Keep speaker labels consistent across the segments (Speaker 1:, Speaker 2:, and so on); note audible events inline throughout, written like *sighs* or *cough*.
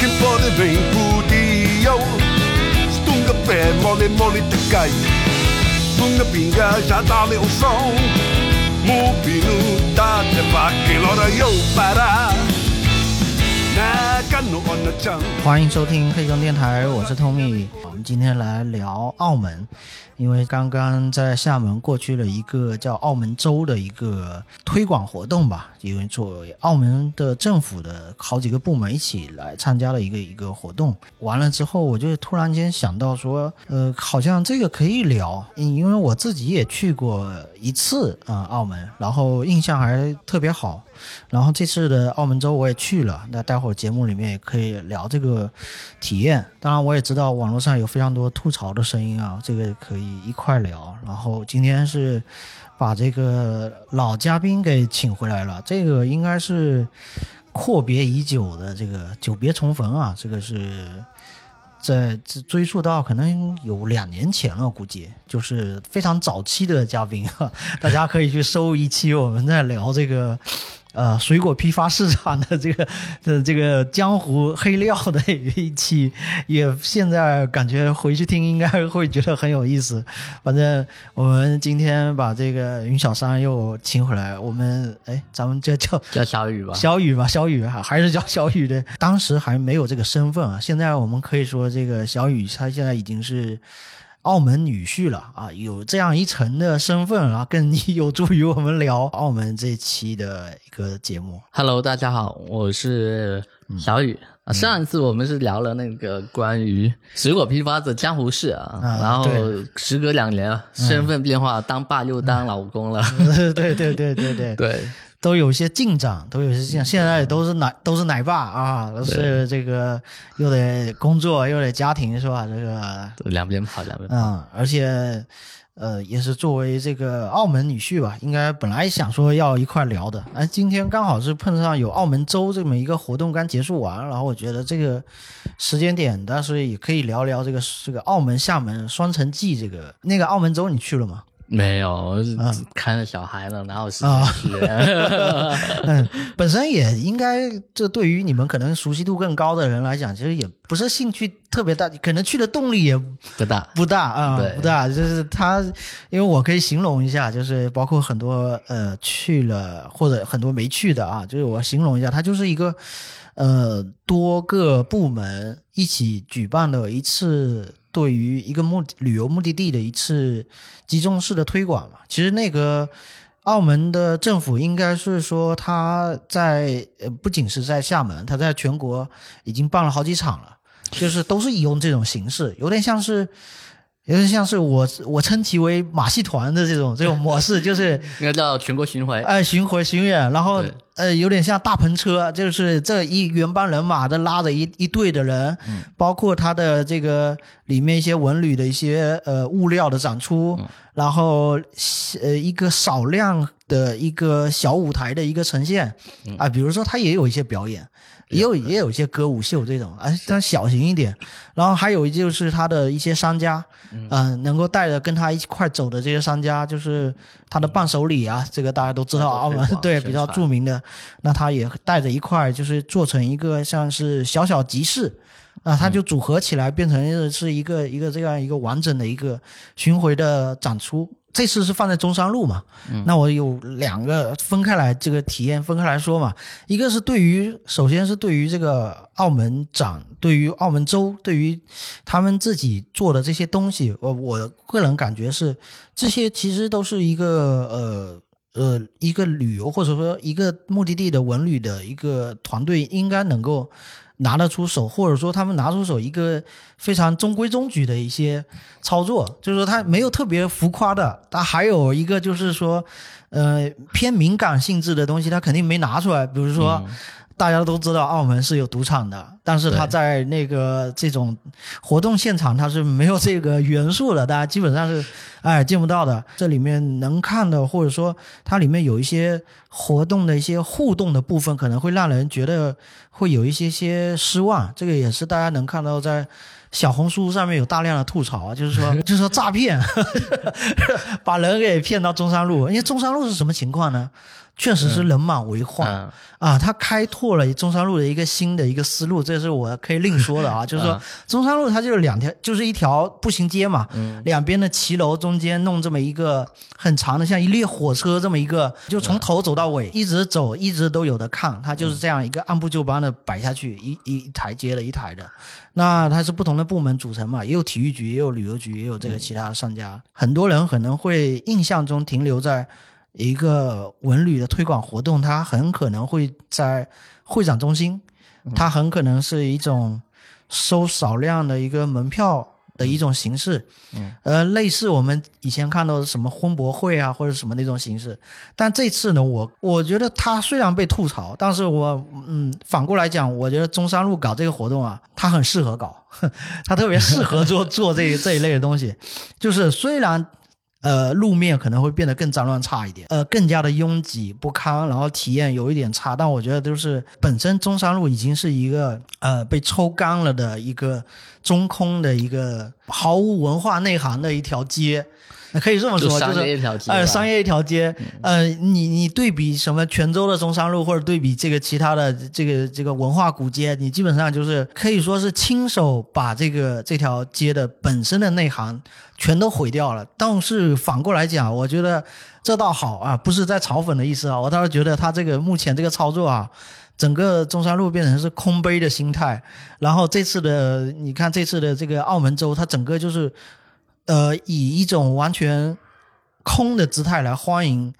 Speaker 1: bem podiam. Stunga pé, mole, mole, te cai. Stunga pinga, já dá-lhe o som. Mupinu, tá te pá, que lora eu parar. Na canoa, na chan.
Speaker 2: 欢迎收听黑熊电台，我是 Tommy。我们今天来聊澳门，因为刚刚在厦门过去了一个叫澳门周的一个推广活动吧，因为作为澳门的政府的好几个部门一起来参加了一个一个活动。完了之后，我就突然间想到说，呃，好像这个可以聊，嗯因为我自己也去过一次啊、呃澳门，然后印象还特别好。然后这次的澳门周我也去了，那待会儿节目里面也可以聊这个体验。当然，我也知道网络上有非常多吐槽的声音啊，这个可以一块聊。然后今天是把这个老嘉宾给请回来了，这个应该是阔别已久的这个久别重逢啊，这个是在这追溯到可能有两年前了，估计就是非常早期的嘉宾啊，大家可以去搜一期我们在聊这个。呃，水果批发市场的这个的这个江湖黑料的一期，也现在感觉回去听应该会觉得很有意思。反正我们今天把这个云小山又请回来，我们哎，咱们这叫
Speaker 3: 叫小雨吧。
Speaker 2: 小雨吧，小雨还还是叫小雨的。当时还没有这个身份啊，现在我们可以说这个小雨他现在已经是澳门女婿了啊，有这样一层的身份啊，更有助于我们聊澳门这期的一个节目。
Speaker 3: Hello，大家好，我是
Speaker 2: 嗯
Speaker 3: 小雨。啊，上一次我们是聊了那个关于水果批发的江湖事啊，
Speaker 2: 嗯啊
Speaker 3: 然后
Speaker 2: 对嗯
Speaker 3: 时隔两年，啊身份变化，当爸又当老公了。
Speaker 2: 对对对对对，
Speaker 3: *laughs* 对，
Speaker 2: 都有一些进展，都有一些进展。现在都是奶都是奶爸啊，都是这个又得工作又得家庭是吧？这个
Speaker 3: 两边跑，两边跑。
Speaker 2: 嗯，而且呃，也是作为这个澳门女婿吧，应该本来想说要一块聊的，哎，今天刚好是碰上有澳门周这么一个活动刚结束完，然后我觉得这个时间点，但是也可以聊聊这个这个澳门厦门双城记这个那个澳门周你去了吗？ *laughs*
Speaker 3: 没有，我是
Speaker 2: 啊
Speaker 3: 看着小孩呢，哪有时
Speaker 2: 啊 *laughs*
Speaker 3: 间去？
Speaker 2: 嗯，本身也应该，这对于你们可能熟悉度更高的人来讲，其实也不是兴趣特别大，可能去的动力也
Speaker 3: 不大。
Speaker 2: 不大啊、
Speaker 3: 对
Speaker 2: 不大。就是他，因为我可以形容一下，就是包括很多呃去了或者很多没去的啊，就是我形容一下，它就是一个呃多个部门一起举办的一次。对于一个目旅游目的地的一次集中式的推广嘛，其实那个澳门的政府应该是说，他在呃不仅是在厦门，他在全国已经办了好几场了，就是都是以用这种形式，有点像是，有点像是我我称其为马戏团的这种这种模式，就是
Speaker 3: 应该叫全国巡回。
Speaker 2: 哎巡回巡演，然后
Speaker 3: 对
Speaker 2: 呃有点像大篷车，就是这一原班人马的拉着一一队的人，包括他的这个里面一些文旅的一些呃物料的展出，然后呃一个少量的一个小舞台的一个呈现
Speaker 3: 嗯
Speaker 2: 啊、比如说他也有一些表演，也有也有一些歌舞秀这种，哎，但小型一
Speaker 3: 嗯
Speaker 2: 点。然后还有就是他的一些商家，嗯、能够带着跟他一块走的这些商家，就是他的伴手礼啊，这个大家都知道，
Speaker 3: 嗯
Speaker 2: 澳门
Speaker 3: 推广
Speaker 2: 对
Speaker 3: 宣
Speaker 2: 比较
Speaker 3: 传
Speaker 2: 著名的，那他也带着一块，就是做成一个像是小小集市。啊，
Speaker 3: 嗯
Speaker 2: 它就组合起来变成是一个一个这样一个完整的一个巡回的展出。这次是放在中山路嘛，那我有两个分开来这个体验分开来说嘛，一个是对于首先是对于这个澳门展，对于澳门州，对于他们自己做的这些东西，我我个人感觉是这些其实都是一个呃。呃，一个旅游或者说一个目的地的文旅的一个团队应该能够拿得出手，或者说他们拿出手一个非常中规中矩的一些操作，就是说他没有特别浮夸的，他还有一个就是说，呃，偏敏感性质的东西，他肯定没拿出来，比如说。大家都知道澳门是有赌场的，但是他
Speaker 3: 对
Speaker 2: 在那个这种活动现场，它是没有这个元素的，大家基本上是哎见不到的。这里面能看的，或者说它里面有一些活动的一些互动的部分，可能会让人觉得会有一些些失望。这个也是大家能看到在。小红书上面有大量的吐槽啊，就是
Speaker 3: *laughs*
Speaker 2: 说，就是说诈骗， *laughs* 把人给骗到中山路。因为中山路是什么情况呢？确实是人满为患，
Speaker 3: 嗯，
Speaker 2: 啊，他开拓了中山路的一个新的一个思路，这个是我可以另说的啊，就是说中山路它就是两条，就是一条步行街嘛，两边的骑楼中间弄这么一个很长的，像一列火车这么一个，就从头走到尾，一直走，一直都有的看，它就是这样一个按部就班的摆下去，一一一台接了一台的。那它是不同的部门组成嘛，也有体育局，也有旅游局，也有这个其他的商家。很多人可能会印象中停留在一个文旅的推广活动，它很可能会在会展中心，它很可能是一种收少量的一个门票的一种形式，嗯，呃，类似我们以前看到的什么婚博会啊，或者什么那种形式。但这次呢，我我觉得它虽然被吐槽，但是我嗯，反过来讲，我觉得中山路搞这个活动啊，它很适合搞， *laughs* 它特别适合做做这这一类的东西。就是虽然呃，路面可能会变得更脏乱差一点，呃，更加的拥挤不堪，然后体验有一点差。但我觉得就是本身中山路已经是一个呃被抽干了的一个中空的一个毫无文化内涵的一条街，呃可以这么说，
Speaker 3: 就
Speaker 2: 就
Speaker 3: 商业
Speaker 2: 是
Speaker 3: 一条街吧
Speaker 2: 呃商业一条街，呃，你你对比什么泉州的中山路，或者对比这个其他的这个这个文化古街，你基本上就是可以说是亲手把这个这条街的本身的内涵全都毁掉了。但是反过来讲，我觉得这倒好啊，不是在嘲讽的意思啊，我倒是觉得他这个目前这个操作啊。整个中山路变成是空杯的心态，然后这次的你看这次的这个澳门州，它整个就是，呃，以一种完全空的姿态来欢迎，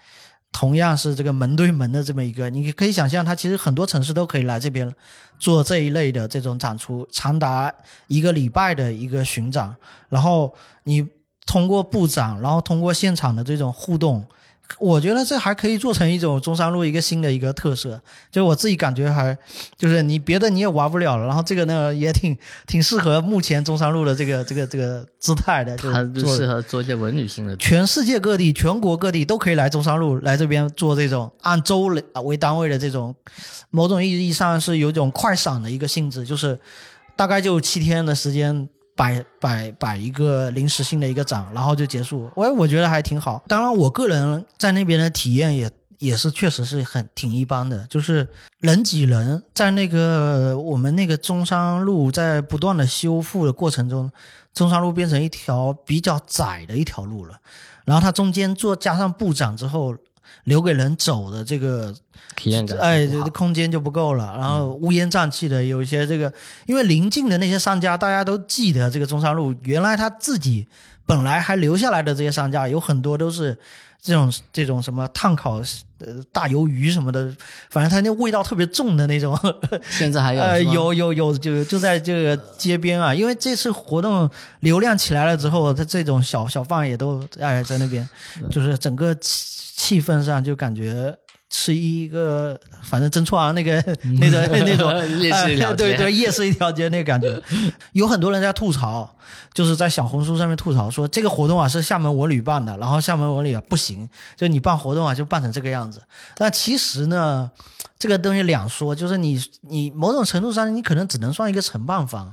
Speaker 2: 同样是这个门对门的这么一个，你可以想象，它其实很多城市都可以来这边做这一类的这种展出，长达一个礼拜的一个巡展，然后你通过布展，然后通过现场的这种互动。我觉得这还可以做成一种中山路一个新的一个特色，就是我自己感觉还就是你别的你也玩不了了，然后这个呢也挺挺适合目前中山路的这个这个这个姿态的，就
Speaker 3: 它
Speaker 2: 是
Speaker 3: 就
Speaker 2: 做
Speaker 3: 适合做一些文旅性的。
Speaker 2: 全世界各地、全国各地都可以来中山路来这边做这种按州来啊为单位的这种，某种意义上是有一种快闪的一个性质，就是大概就七天的时间摆摆摆一个临时性的一个展，然后就结束。我我觉得还挺好。当然，我个人在那边的体验也也是确实是很挺一般的，就是人挤人，在那个我们那个中山路在不断的修复的过程中，中山路变成一条比较窄的一条路了。然后它中间做加上布展之后，留给人走的这个
Speaker 3: 体验感
Speaker 2: 哎，
Speaker 3: 很
Speaker 2: 这
Speaker 3: 好
Speaker 2: 这空间就不够了。然后乌烟瘴气的，有一些这个，因为临近的那些商家，大家都记得这个中山路，原来他自己本来还留下来的这些商家，有很多都是这种这种什么炭烤呃大鱿鱼什么的，反正它那味道特别重的那种。
Speaker 3: 现在还有
Speaker 2: 呃，
Speaker 3: 是吗
Speaker 2: 有有有，就就在这个街边啊，因为这次活动流量起来了之后，它这种小小贩也都哎在那边，就是整个气气氛上就感觉。是一个，反正真创啊
Speaker 3: *laughs*
Speaker 2: 那个那个那种
Speaker 3: 夜市一条
Speaker 2: 哎对
Speaker 3: 街
Speaker 2: 对，夜市一条街那个感觉，有很多人在吐槽，就是在小红书上面吐槽说这个活动啊是厦门文旅办的，然后厦门文旅啊不行，就你办活动啊就办成这个样子。但其实呢，这个东西两说，就是你你某种程度上你可能只能算一个承办方，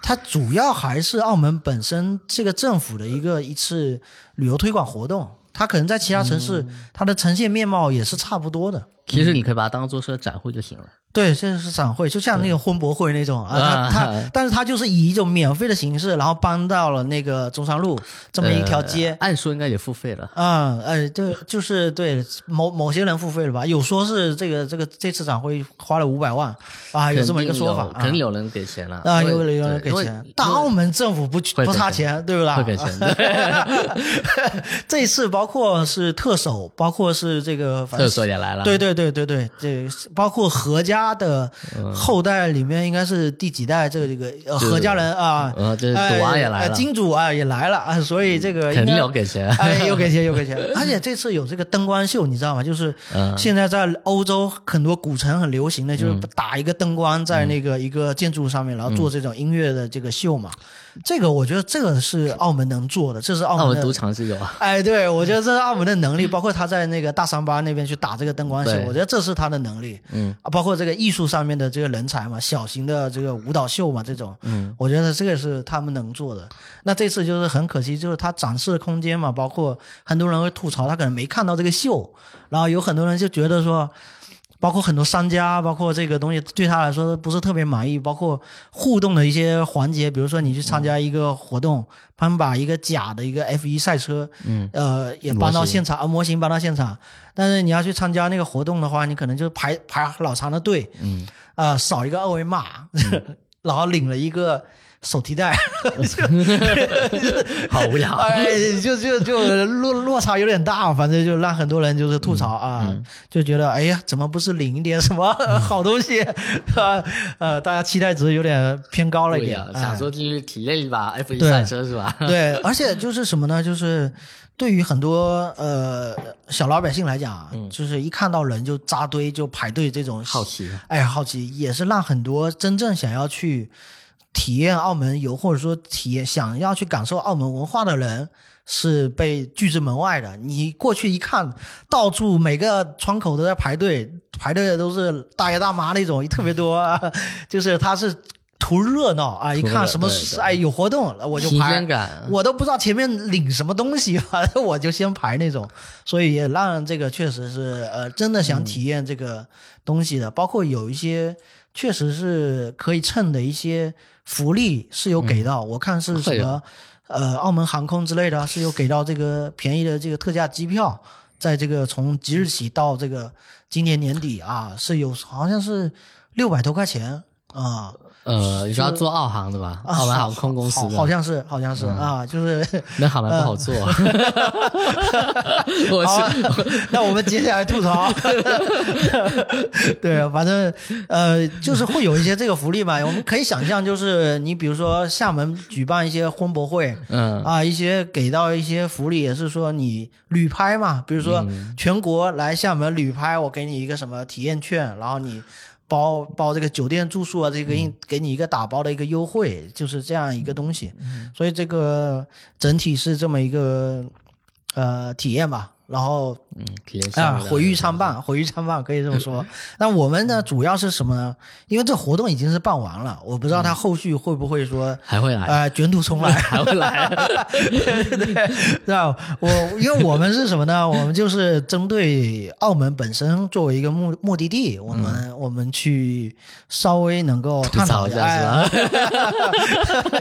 Speaker 2: 它主要还是澳门本身这个政府的一个一次旅游推广活动，它可能在其他城市、
Speaker 3: 嗯
Speaker 2: 它的呈现面貌也是差不多的。
Speaker 3: 其实你可以把它当做是个展会就行了。
Speaker 2: 对，这就是展会，就像那个婚博会那种啊，
Speaker 3: 啊
Speaker 2: 它它，但是它就是以一种免费的形式，然后搬到了那个中山路这么一条街，
Speaker 3: 呃按说应该也付费了。
Speaker 2: 啊，呃，对，就是对某某些人付费了吧？有说是这个这个这次展会花了五百万啊，有这么一个说法
Speaker 3: 肯定有肯定
Speaker 2: 有
Speaker 3: 有人给钱了
Speaker 2: 啊，
Speaker 3: 因为
Speaker 2: 有人有人
Speaker 3: 对
Speaker 2: 给
Speaker 3: 因为
Speaker 2: 钱，但澳门政府不
Speaker 3: 会
Speaker 2: 不
Speaker 3: 给
Speaker 2: 差
Speaker 3: 钱
Speaker 2: 钱，对不啦？*laughs*
Speaker 3: 会给钱对
Speaker 2: 这一次包括是特首，包括是这个反
Speaker 3: 特
Speaker 2: 正
Speaker 3: 首也来了，
Speaker 2: 对对对对对，这包括何家的
Speaker 3: 嗯
Speaker 2: 后代里面应该是第几代？这个这个呃
Speaker 3: 对
Speaker 2: 何家人啊，
Speaker 3: 呃这
Speaker 2: 哎
Speaker 3: 赌王也来
Speaker 2: 哎
Speaker 3: 了嗯
Speaker 2: 金主啊也来了啊，所以这个应
Speaker 3: 肯定
Speaker 2: 该
Speaker 3: 有给钱 *laughs*
Speaker 2: 哎，又给钱又给钱，而且这次有这个灯光秀，你知道吗？就是
Speaker 3: 嗯
Speaker 2: 现在在欧洲很多古城很流行的，就是打一个灯光
Speaker 3: 嗯
Speaker 2: 在那个一个建筑上面，然后做这种音乐的这个秀嘛。这个我觉得这个是澳门能做的，这是澳门
Speaker 3: 澳门
Speaker 2: 的
Speaker 3: 赌场是有
Speaker 2: *laughs*
Speaker 3: 啊，
Speaker 2: 哎，对，我觉得这是澳门的能力，包括他在那个大三巴那边去打这个灯光秀，
Speaker 3: 嗯对
Speaker 2: 我觉得这是他的能力。
Speaker 3: 嗯
Speaker 2: 啊，包括这个艺术上面的这个人才嘛，小型的这个舞蹈秀嘛，这种，嗯，我觉得这个是他们能做的。那这次就是很可惜，就是他展示的空间嘛，包括很多人会吐槽他可能没看到这个秀，然后有很多人就觉得说。包括很多商家，包括这个东西对他来说不是特别满意，包括互动的一些环节，比如说你去参加一个活动，他们把一个假的一个 F 一赛车，嗯，呃，也搬到现场，啊模型搬到现场，但是你要去参加那个活动的话，你可能就排排老长的队，嗯，啊，扫一个二维码， *laughs* 然后领了一个手提 *laughs* 袋。
Speaker 3: 好无聊。啊
Speaker 2: 哎，就就就落落差有点大，反正就让很多人就是吐槽啊，就觉得哎呀，怎么不是领一点什么好东西？ *laughs* 啊呃，大家期待值有点偏高了一
Speaker 3: 对
Speaker 2: 点
Speaker 3: 呀，，
Speaker 2: 哎
Speaker 3: 想说进去体验一把 F 一
Speaker 2: 对
Speaker 3: 赛车是
Speaker 2: *laughs*
Speaker 3: 吧？ *laughs*
Speaker 2: 对，而且就是什么呢？就是对于很多呃小老百姓来讲，啊就是一看到人就扎堆就排队这种
Speaker 3: 嗯好奇
Speaker 2: 哎，好奇也是让很多真正想要去体验澳门游，或者说体验想要去感受澳门文化的人。是被拒之门外的。你过去一看，到处每个窗口都在排队， *laughs* 排队的都是大爷大妈那种，特别多 *laughs* 啊。就是他是图热闹啊，一
Speaker 3: 图热
Speaker 2: 看
Speaker 3: 闹
Speaker 2: 什么
Speaker 3: 对
Speaker 2: 事
Speaker 3: 对
Speaker 2: 哎有活动了我就
Speaker 3: 新
Speaker 2: 排
Speaker 3: 鲜感
Speaker 2: 我都不知道前面领什么东西，反正我就先排那种，所以也让这个确实是呃，真的
Speaker 3: 嗯
Speaker 2: 想体验这个东西的，包括有一些确实是可以蹭的一些福利是有给到，我看是什
Speaker 3: 嗯会
Speaker 2: 么
Speaker 3: 有
Speaker 2: 呃澳门航空之类的是有给到这个便宜的这个特价机票。在这个从即日起到这个今年年底啊，是有好像是六百多块钱啊、
Speaker 3: 呃，你说要做澳航的吧？
Speaker 2: 啊
Speaker 3: 澳门航空公司
Speaker 2: 好好
Speaker 3: 的，嗯
Speaker 2: 像是，好像是、啊，就是。
Speaker 3: 那航班不好做。 *laughs* 我
Speaker 2: 好啊
Speaker 3: 是，
Speaker 2: 那我们接下来吐槽。 *laughs* 对，反正呃，就是会有一些这个福利嘛。我们可以想象，就是你比如说厦门举办一些婚博会，
Speaker 3: 嗯，
Speaker 2: 啊，一些给到一些福利，也是说你旅拍嘛，比如说全国来厦门旅拍，我给你一个什么体验券，然后你包包这个酒店住宿啊，这个给你给你一个打包的一个优惠，就是这样一个东西。所以这个整体是这么一个呃体验吧。然后
Speaker 3: 嗯体验
Speaker 2: 啊，
Speaker 3: 下
Speaker 2: 毁誉参半，毁誉参半可以这么说。那我们呢，主要是什么呢？因为这活动已经是办完了，我不知道他后续会不会说。
Speaker 3: 还会来，
Speaker 2: 呃，卷土重来，
Speaker 3: 还会来。
Speaker 2: *laughs* 对吧？我因为我们是什么呢？我们就是针对澳门本身作为一个目目的地，我们、我们去稍微能够探讨
Speaker 3: 吐槽一下是吧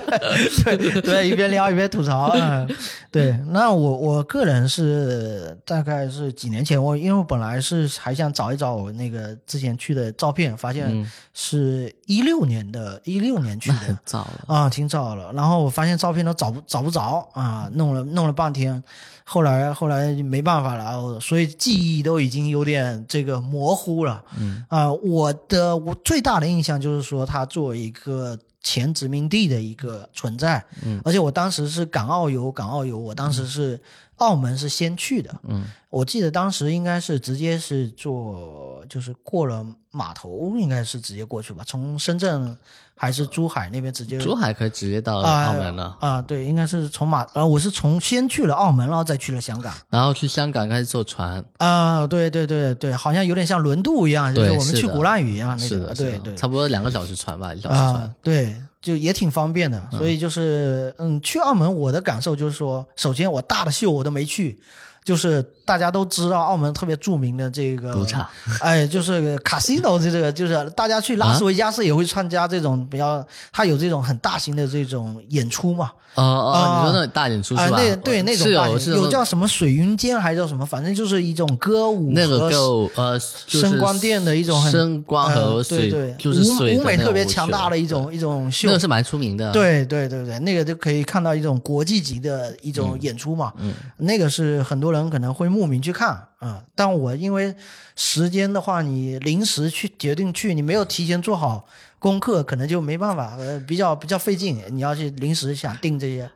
Speaker 2: 哎对对，一边聊一边吐槽。嗯、对，那我我个人是大概是几年前，我因为我本来是还想找一找我那个之前去的照片，发现是一六年的，一六年去的。
Speaker 3: 早了，
Speaker 2: 啊，挺早了。然后我发现照片都找不找不着啊，弄了弄了半天，后来后来就没办法了，我所以记忆都已经有点这个模糊了。嗯啊，我的我最大的印象就是说，它作为一个前殖民地的一个存在，嗯，而且我当时是港澳游，港澳游，我当时是澳门是先去的，嗯，我记得当时应该是直接是坐，就是过了码头，应该是直接过去吧，从深圳还是珠海那边直接
Speaker 3: 珠海可以直接到
Speaker 2: 啊
Speaker 3: 澳门了，
Speaker 2: 啊，对，应该是从马，呃，我是从先去了澳门，然后再去了香港。
Speaker 3: 然后去香港开始坐船。
Speaker 2: 啊，对对对对，好像有点像轮渡一样，就是
Speaker 3: 对
Speaker 2: 我们
Speaker 3: 是
Speaker 2: 去
Speaker 3: 的
Speaker 2: 鼓浪屿一样啊那
Speaker 3: 是
Speaker 2: 种。
Speaker 3: 的，
Speaker 2: 对
Speaker 3: 是的
Speaker 2: 对，
Speaker 3: 差不多两个小时船吧，一小时
Speaker 2: 啊、
Speaker 3: 船。嗯
Speaker 2: 对，就也挺方便的。所以就是，嗯，去澳门我的感受就是说，首先我大的秀我都没去，就是大家都知道澳门特别著名的这个
Speaker 3: 赌场，
Speaker 2: 哎，就是 casino 这个，就是大家去拉斯维加斯也会参加这种比较，它有这种很大型的这种演出嘛，
Speaker 3: 哦哦，
Speaker 2: 啊
Speaker 3: 你说那大演出
Speaker 2: 啊、
Speaker 3: 是吧？
Speaker 2: 那对那种
Speaker 3: 是
Speaker 2: 大
Speaker 3: 有
Speaker 2: 型
Speaker 3: 是哦
Speaker 2: 有叫什么水云间还是叫什么，反正就是一种歌舞
Speaker 3: 那个
Speaker 2: 和
Speaker 3: 够呃，就是
Speaker 2: 声光电的一种很
Speaker 3: 声光和
Speaker 2: 呃对
Speaker 3: 水，
Speaker 2: 对，
Speaker 3: 就是
Speaker 2: 舞
Speaker 3: 水
Speaker 2: 舞美特别强大的
Speaker 3: 一
Speaker 2: 一种一种秀
Speaker 3: 那个，是蛮出名的。，
Speaker 2: 对对对对，那个就可以看到一种国际级的一种演出嘛，那个是很多人可能会慕名去看啊、但我因为时间的话，你临时去决定去，你没有提前做好功课，可能就没办法，呃，比较比较费劲。你要去临时想定这些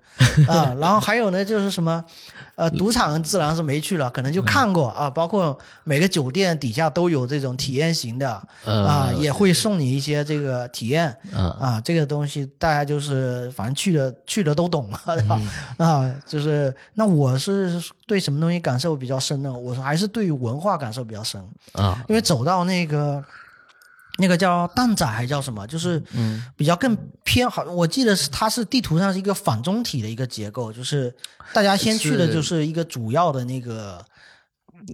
Speaker 2: 啊、然后还有呢，就是什么，呃，赌场自然是没去了，可能就看过啊，包括每个酒店底下都有这种体验型的啊、
Speaker 3: 呃
Speaker 2: 也会送你一些这个体验。
Speaker 3: 嗯，
Speaker 2: 啊，这个东西大家就是反正去的去的都懂嘛，对吧？
Speaker 3: 嗯
Speaker 2: 啊，就是那我是对什么东西感受比较深呢？我还是对于文化感受比较深，
Speaker 3: 啊，
Speaker 2: 因为走到那个那个叫蛋仔还叫什么，就是
Speaker 3: 嗯
Speaker 2: 比较更偏好，我记得是它是地图上是一个反中体的一个结构，就是大家先去的就是一个主要的那个。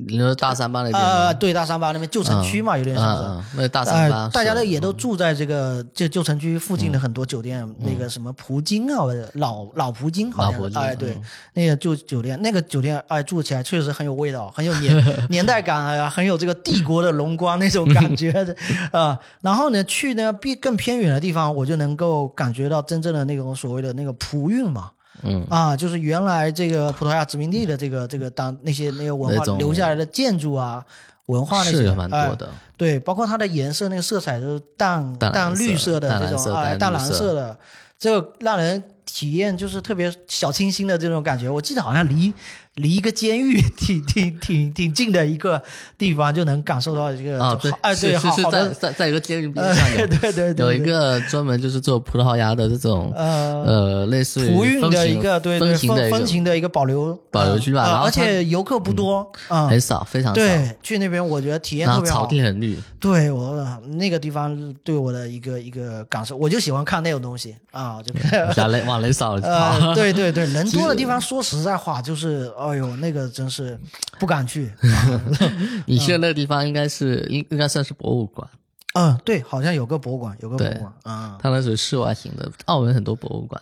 Speaker 3: 你说大三巴那边吗
Speaker 2: 呃，，对，大三巴那边旧城区嘛，有点像是。
Speaker 3: 嗯嗯，那大三巴
Speaker 2: 呃
Speaker 3: 是，嗯
Speaker 2: 大家呢也都住在这个这旧城区附近的很多酒店，那个什么葡京啊，或者老老葡京好
Speaker 3: 老
Speaker 2: 像
Speaker 3: 葡
Speaker 2: 是，
Speaker 3: 京嗯
Speaker 2: 哎，对，那个旧酒店，那个酒店哎住起来确实很有味道，很有
Speaker 3: *laughs*
Speaker 2: 年年代感，哎呀，很有这个帝国的荣光那种感觉
Speaker 3: *laughs*
Speaker 2: 的啊。然后呢，去呢比更偏远的地方，我就能够感觉到真正的那种所谓的那个葡韵嘛。
Speaker 3: 嗯
Speaker 2: 啊，就是原来这个葡萄牙殖民地的这个这个当那些那个文
Speaker 3: 那
Speaker 2: 化
Speaker 3: 种
Speaker 2: 留下来的建筑啊，文化那些
Speaker 3: 是有蛮
Speaker 2: 哎
Speaker 3: 多的，
Speaker 2: 对，包括它的颜色，那个色彩都是淡
Speaker 3: 淡蓝
Speaker 2: 绿
Speaker 3: 色
Speaker 2: 的
Speaker 3: 淡
Speaker 2: 这
Speaker 3: 蓝
Speaker 2: 种
Speaker 3: 色
Speaker 2: 啊，
Speaker 3: 淡
Speaker 2: 淡
Speaker 3: 绿
Speaker 2: 蓝
Speaker 3: 色
Speaker 2: 色的，这个让人体验就是特别小清新的这种感觉。我记得好像离离一个监狱 *laughs* 挺挺挺挺近的一个地方，就能感受到这个
Speaker 3: 啊，
Speaker 2: 好
Speaker 3: 对，
Speaker 2: 哎
Speaker 3: 是
Speaker 2: 对，
Speaker 3: 是
Speaker 2: 好
Speaker 3: 是
Speaker 2: 好
Speaker 3: 在 *laughs*
Speaker 2: 的，
Speaker 3: 在在一个监狱边
Speaker 2: 呃
Speaker 3: 上
Speaker 2: 对
Speaker 3: 有
Speaker 2: 对对对，
Speaker 3: 有一个专门就是做葡萄牙的这种
Speaker 2: 呃
Speaker 3: 呃类似于
Speaker 2: 葡韵
Speaker 3: 风
Speaker 2: 的
Speaker 3: 情
Speaker 2: 一个对对
Speaker 3: 风情的
Speaker 2: 风
Speaker 3: 一
Speaker 2: 风
Speaker 3: 种
Speaker 2: 情的一个保留
Speaker 3: 保留
Speaker 2: 嗯
Speaker 3: 区吧
Speaker 2: 啊
Speaker 3: 然后
Speaker 2: 而
Speaker 3: 它嗯
Speaker 2: 且游客不多啊，
Speaker 3: 很少，非常少，
Speaker 2: 对，去那边我觉得体验
Speaker 3: 然
Speaker 2: 特
Speaker 3: 后
Speaker 2: 别好
Speaker 3: 草。地很绿，
Speaker 2: 对我那个地方对我的一个一个感受，我就喜欢看那种东西啊，就
Speaker 3: 嗯
Speaker 2: *laughs*
Speaker 3: 想雷往雷少跑
Speaker 2: 呃，，对对对，人多的地方，说实在话，就是哎呦，那个真是不敢
Speaker 3: *laughs*
Speaker 2: 去。
Speaker 3: 你去的那个地方应该是应应该算是博物馆，
Speaker 2: 嗯，对，好像有个博物馆，有个博物
Speaker 3: 对
Speaker 2: 馆，嗯，
Speaker 3: 它那是室外型的，澳门很多博物馆，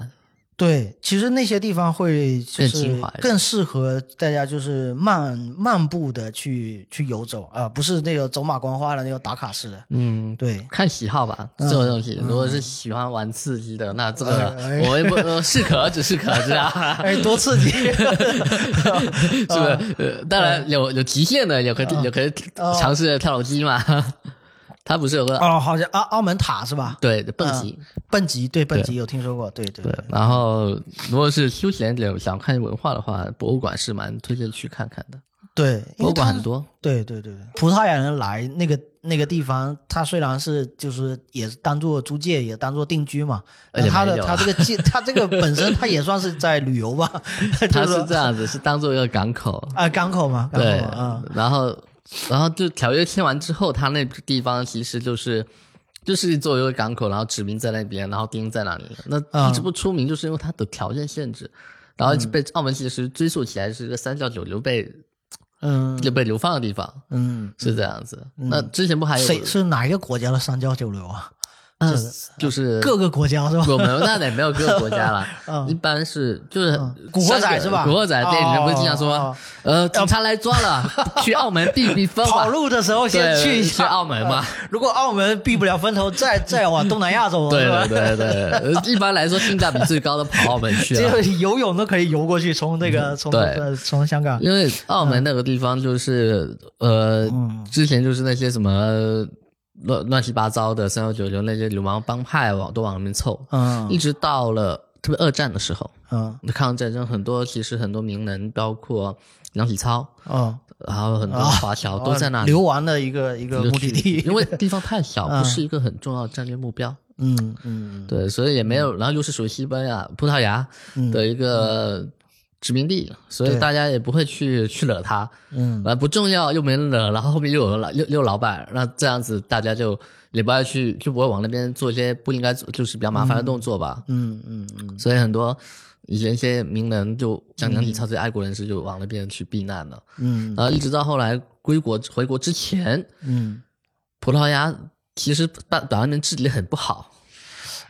Speaker 2: 对，其实那些地方会就
Speaker 3: 更
Speaker 2: 是
Speaker 3: 精华一点
Speaker 2: 更适合大家就是慢漫步的去去游走啊、不是那个走马观花的那种打卡式的，
Speaker 3: 嗯。 *laughs*
Speaker 2: 对。
Speaker 3: 看喜好吧，这种东
Speaker 2: 嗯
Speaker 3: 西，如果是喜欢玩刺激的，那这个
Speaker 2: 哎哎
Speaker 3: *laughs* 我也不呃适可而止，适可而止啊。
Speaker 2: 哎，哦多刺激！
Speaker 3: *laughs* 是不是？呃，当
Speaker 2: 哎
Speaker 3: 然有有极限的，有可
Speaker 2: 哦
Speaker 3: 有可以尝试跳楼机嘛。 *laughs* 它不是有个
Speaker 2: 哦，好像啊，澳门塔是吧？
Speaker 3: 对蹦极
Speaker 2: 蹦极，对，蹦极有听说过，对对
Speaker 3: 对，然后如果是休闲点想看文化的话，博物馆是蛮推荐去看看的，
Speaker 2: 对，因
Speaker 3: 博
Speaker 2: 为
Speaker 3: 物馆
Speaker 2: 它
Speaker 3: 很多。
Speaker 2: 对对对，对葡萄牙人来那个那个地方，他虽然是就是也是当做租借，也当做定居嘛，
Speaker 3: 而且
Speaker 2: 他
Speaker 3: 没
Speaker 2: 的
Speaker 3: 有
Speaker 2: 他
Speaker 3: 啊
Speaker 2: 这个借，他这个本身他也算是在旅游吧，就
Speaker 3: 它
Speaker 2: 说
Speaker 3: 是这样子，是当做一个港口，
Speaker 2: 啊、港口啊嘛，港
Speaker 3: 对
Speaker 2: 口嘛，，
Speaker 3: 然后然后就条约签完之后，它那地方其实就是。就是作为一个港口，然后殖民在那边，然后盯在那里，那一
Speaker 2: 嗯
Speaker 3: 直不出名，就是因为它的条件限制，然后一直被澳门其实追溯起来是一个三教九流被
Speaker 2: 嗯
Speaker 3: 就被流放的地方，
Speaker 2: 嗯
Speaker 3: 是这样子。那之前不还
Speaker 2: 嗯，
Speaker 3: 有
Speaker 2: 谁是哪一个国家的三教九流啊？
Speaker 3: 嗯就是
Speaker 2: 各个国家是吧？
Speaker 3: *laughs* 我们那也没有各个国家
Speaker 2: *laughs* 嗯
Speaker 3: 了，一般是就是
Speaker 2: 古惑仔是吧
Speaker 3: 古惑仔电影人不是经常
Speaker 2: 哦
Speaker 3: 说，呃，警察来抓
Speaker 2: *laughs*
Speaker 3: 了，去澳门避避风嘛
Speaker 2: 跑，路的时候先
Speaker 3: 对
Speaker 2: 去一
Speaker 3: 去
Speaker 2: 下
Speaker 3: 澳门嘛。
Speaker 2: 如果澳门避不了风头，再再往东南亚走，
Speaker 3: 对
Speaker 2: 是吧
Speaker 3: 对
Speaker 2: *laughs*
Speaker 3: 对对，呃一般来说性价比最高的跑澳门去
Speaker 2: 只
Speaker 3: 了
Speaker 2: 有， *laughs* 游泳都可以游过去，从那个从
Speaker 3: 嗯对
Speaker 2: 呃从香港，
Speaker 3: 因为澳门那个地方就是呃，
Speaker 2: 嗯
Speaker 3: 之前就是那些什么乱乱七八糟的三幺九九那些流氓帮派往都往那边凑，
Speaker 2: 嗯
Speaker 3: 一直到了特别二战的时候，
Speaker 2: 嗯
Speaker 3: 抗日战争很多其实很多名人，包括梁启超，
Speaker 2: 哦，
Speaker 3: 然后很多华侨都在那里。
Speaker 2: 流亡的一个一个
Speaker 3: 就
Speaker 2: 目
Speaker 3: 去
Speaker 2: 的地，
Speaker 3: 因为地方太小，不是一个很重要的战略目标，
Speaker 2: *laughs* 嗯嗯
Speaker 3: 对，所以也没有，然后又是属于西班牙、葡萄牙的一个殖民地，所以
Speaker 2: 嗯对
Speaker 3: 大家也不会去去惹他，
Speaker 2: 嗯
Speaker 3: 啊，不重要又没人惹，然后后面又有老又又有老板，那这样子大家就也不爱去，就不会往那边做一些不应该做，就是比较麻烦的动作吧。
Speaker 2: 嗯嗯嗯，
Speaker 3: 所以很多以前一些名人就像梁启超这些爱国人士就往那边去避难了，
Speaker 2: 嗯
Speaker 3: 然后一直到后来归国回国之前，
Speaker 2: 嗯，
Speaker 3: 葡萄牙其实把把那边治理得很不好，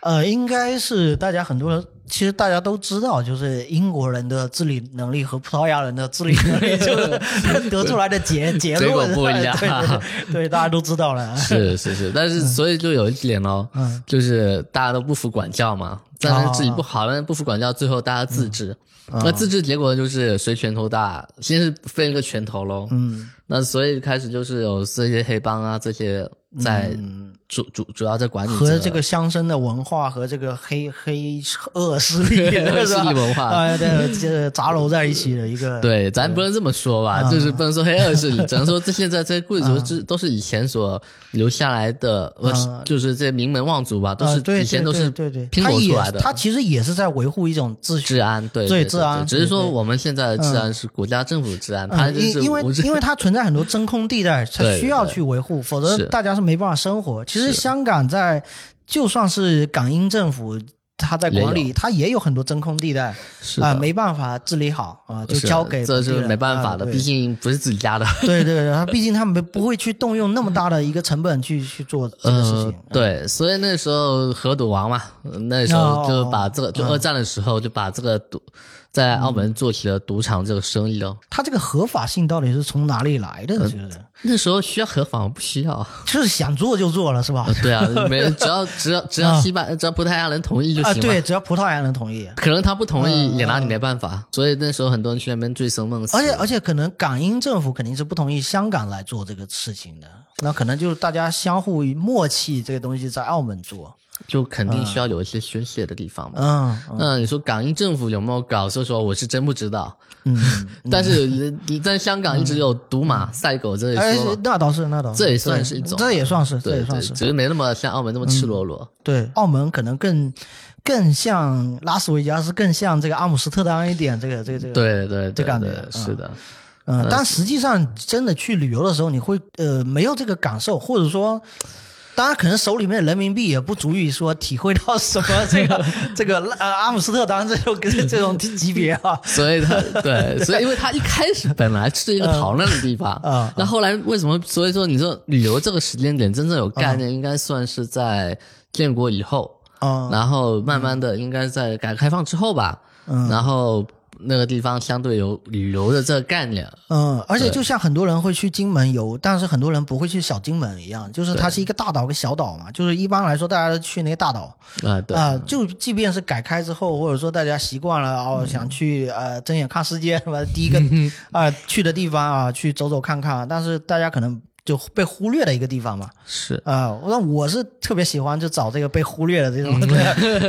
Speaker 2: 呃，应该是大家很多人，其实大家都知道，就是英国人的治理能力和葡萄牙人的治理能
Speaker 3: *laughs*
Speaker 2: 力，就是得出来的结结
Speaker 3: 结果
Speaker 2: 论
Speaker 3: 不一样
Speaker 2: *laughs* 对对
Speaker 3: *laughs*
Speaker 2: 对对，大家都知道了。啊
Speaker 3: 是是是，但是所以就有一点咯，
Speaker 2: 嗯
Speaker 3: 就是大家都不服管教嘛，当然治理不好，但是不服管教，最后大家自治，那自治结果就是谁拳头大，先是分一个拳头喽，
Speaker 2: 嗯
Speaker 3: 那所以开始就是有这些黑帮啊这些在
Speaker 2: 嗯，
Speaker 3: 主主主要在管理
Speaker 2: 和这个乡绅的文化和这个黑黑恶势
Speaker 3: *laughs*
Speaker 2: 力
Speaker 3: 势力文化
Speaker 2: *laughs* 啊，哎对，这杂糅在一起的一个呃
Speaker 3: 对，咱不能这么说吧，
Speaker 2: 嗯
Speaker 3: 就是不能说黑恶势力，只能说这现在这些贵族是都是以前所留下来的，呃，就是这些名门望族吧，都
Speaker 2: 嗯呃
Speaker 3: 是
Speaker 2: 对
Speaker 3: 以前
Speaker 2: 对
Speaker 3: 都是
Speaker 2: 对对，
Speaker 3: 拼
Speaker 2: 他
Speaker 3: 搏
Speaker 2: 也
Speaker 3: 出来的。啊
Speaker 2: 他其实也是在维护一种秩序
Speaker 3: 治。安，对
Speaker 2: 对
Speaker 3: 对
Speaker 2: 治安
Speaker 3: 只是
Speaker 2: 对
Speaker 3: 说
Speaker 2: 对
Speaker 3: 我们现在的治安是国家政府治安，它
Speaker 2: 嗯，
Speaker 3: 就
Speaker 2: 因
Speaker 3: 是
Speaker 2: 因为
Speaker 3: 无治
Speaker 2: 因为它存在很多真空地
Speaker 3: *laughs*
Speaker 2: 带，它
Speaker 3: 对
Speaker 2: 需要
Speaker 3: 对
Speaker 2: 去维护，否则
Speaker 3: 是
Speaker 2: 大家是没办法生活。其实
Speaker 3: 是
Speaker 2: 香港在就算是港英政府，他在管理，他也有很多真空地带
Speaker 3: 是
Speaker 2: 啊，
Speaker 3: 的
Speaker 2: 没办法治理好啊，就是
Speaker 3: 的
Speaker 2: 交给
Speaker 3: 这
Speaker 2: 本地
Speaker 3: 是
Speaker 2: 人
Speaker 3: 没办
Speaker 2: 啊
Speaker 3: 法的，
Speaker 2: 对
Speaker 3: 毕竟不是自己家的。
Speaker 2: *laughs* 对对对，他毕竟他们不会去动用那么大的一个成本去去做这个事
Speaker 3: 嗯
Speaker 2: 情。，
Speaker 3: 对，所以那时候核赌王嘛，那时
Speaker 2: 哦
Speaker 3: 候就把这个，就二
Speaker 2: 嗯
Speaker 3: 战的时候就把这个赌在澳门做起了赌场这个生意哦。
Speaker 2: 他这个合法性到底是从哪里来的？其实
Speaker 3: 那时候需要合法吗？不需要啊。
Speaker 2: 就是想做就做了，是吧？
Speaker 3: *laughs* 对啊，没
Speaker 2: *laughs*
Speaker 3: 人只要只要只要西班只要葡萄牙人同意就
Speaker 2: 嗯啊，
Speaker 3: 行了。
Speaker 2: 对，只要葡萄牙人同意，
Speaker 3: 可能他不同意也拿你没办法，所以那时候很多人去那边醉生梦死。
Speaker 2: 而且而且可能港英政府肯定是不同意香港来做这个事情的，那可能就是大家相互默契这个东西在澳门做，
Speaker 3: 就肯定需要有一些宣泄的地方嘛。
Speaker 2: 嗯
Speaker 3: 那你说港英政府有没有搞？说实话，我是真不知道。
Speaker 2: 嗯，
Speaker 3: 但是在香港一直有赌马、赛狗 *laughs* 这一
Speaker 2: 哎
Speaker 3: 说，嘛，
Speaker 2: 那倒是那倒是，
Speaker 3: 这也
Speaker 2: 对
Speaker 3: 算是一种啊
Speaker 2: 这也算是，这
Speaker 3: 对
Speaker 2: 也
Speaker 3: 对，
Speaker 2: 算是，
Speaker 3: 只是没那么像澳门那么赤裸裸。
Speaker 2: 对，澳门可能更更像拉斯维加斯，更像这个阿姆斯特丹一点，这个这个这个。，
Speaker 3: 对对
Speaker 2: 这
Speaker 3: 对
Speaker 2: 感觉
Speaker 3: 对，是的，
Speaker 2: 嗯，但实际上真的去旅游的时候，你会呃没有这个感受，或者说。当然，可能手里面的人民币也不足以说体会到什么这个 *laughs* 这个呃阿姆斯特丹这种这种级别啊，
Speaker 3: 所以他对，所以因为他一开
Speaker 2: *laughs*
Speaker 3: 始本来是一个讨论的地方
Speaker 2: 嗯嗯，
Speaker 3: 那后来为什么？所以说你说旅游这个时间点真正有概念，应该算是在建国以后，
Speaker 2: 嗯
Speaker 3: 然后慢慢的应该在改革开放之后吧，
Speaker 2: 嗯
Speaker 3: 然后那个地方相对有旅游的这个概念，
Speaker 2: 嗯，而且就像很多人会去金门游，但是很多人不会去小金门一样，就是它是一个大岛跟小岛嘛，就是一般来说大家都去那个大岛，
Speaker 3: 啊，对，
Speaker 2: 啊、就即便是改开之后，或者说大家习惯了
Speaker 3: 嗯
Speaker 2: 哦，想去呃睁眼看世界什么，第一个 *laughs* 啊、去的地方啊，去走走看看，但是大家可能就被忽略的一个地方嘛。
Speaker 3: 是
Speaker 2: 啊、那我是特别喜欢就找这个被忽略的这种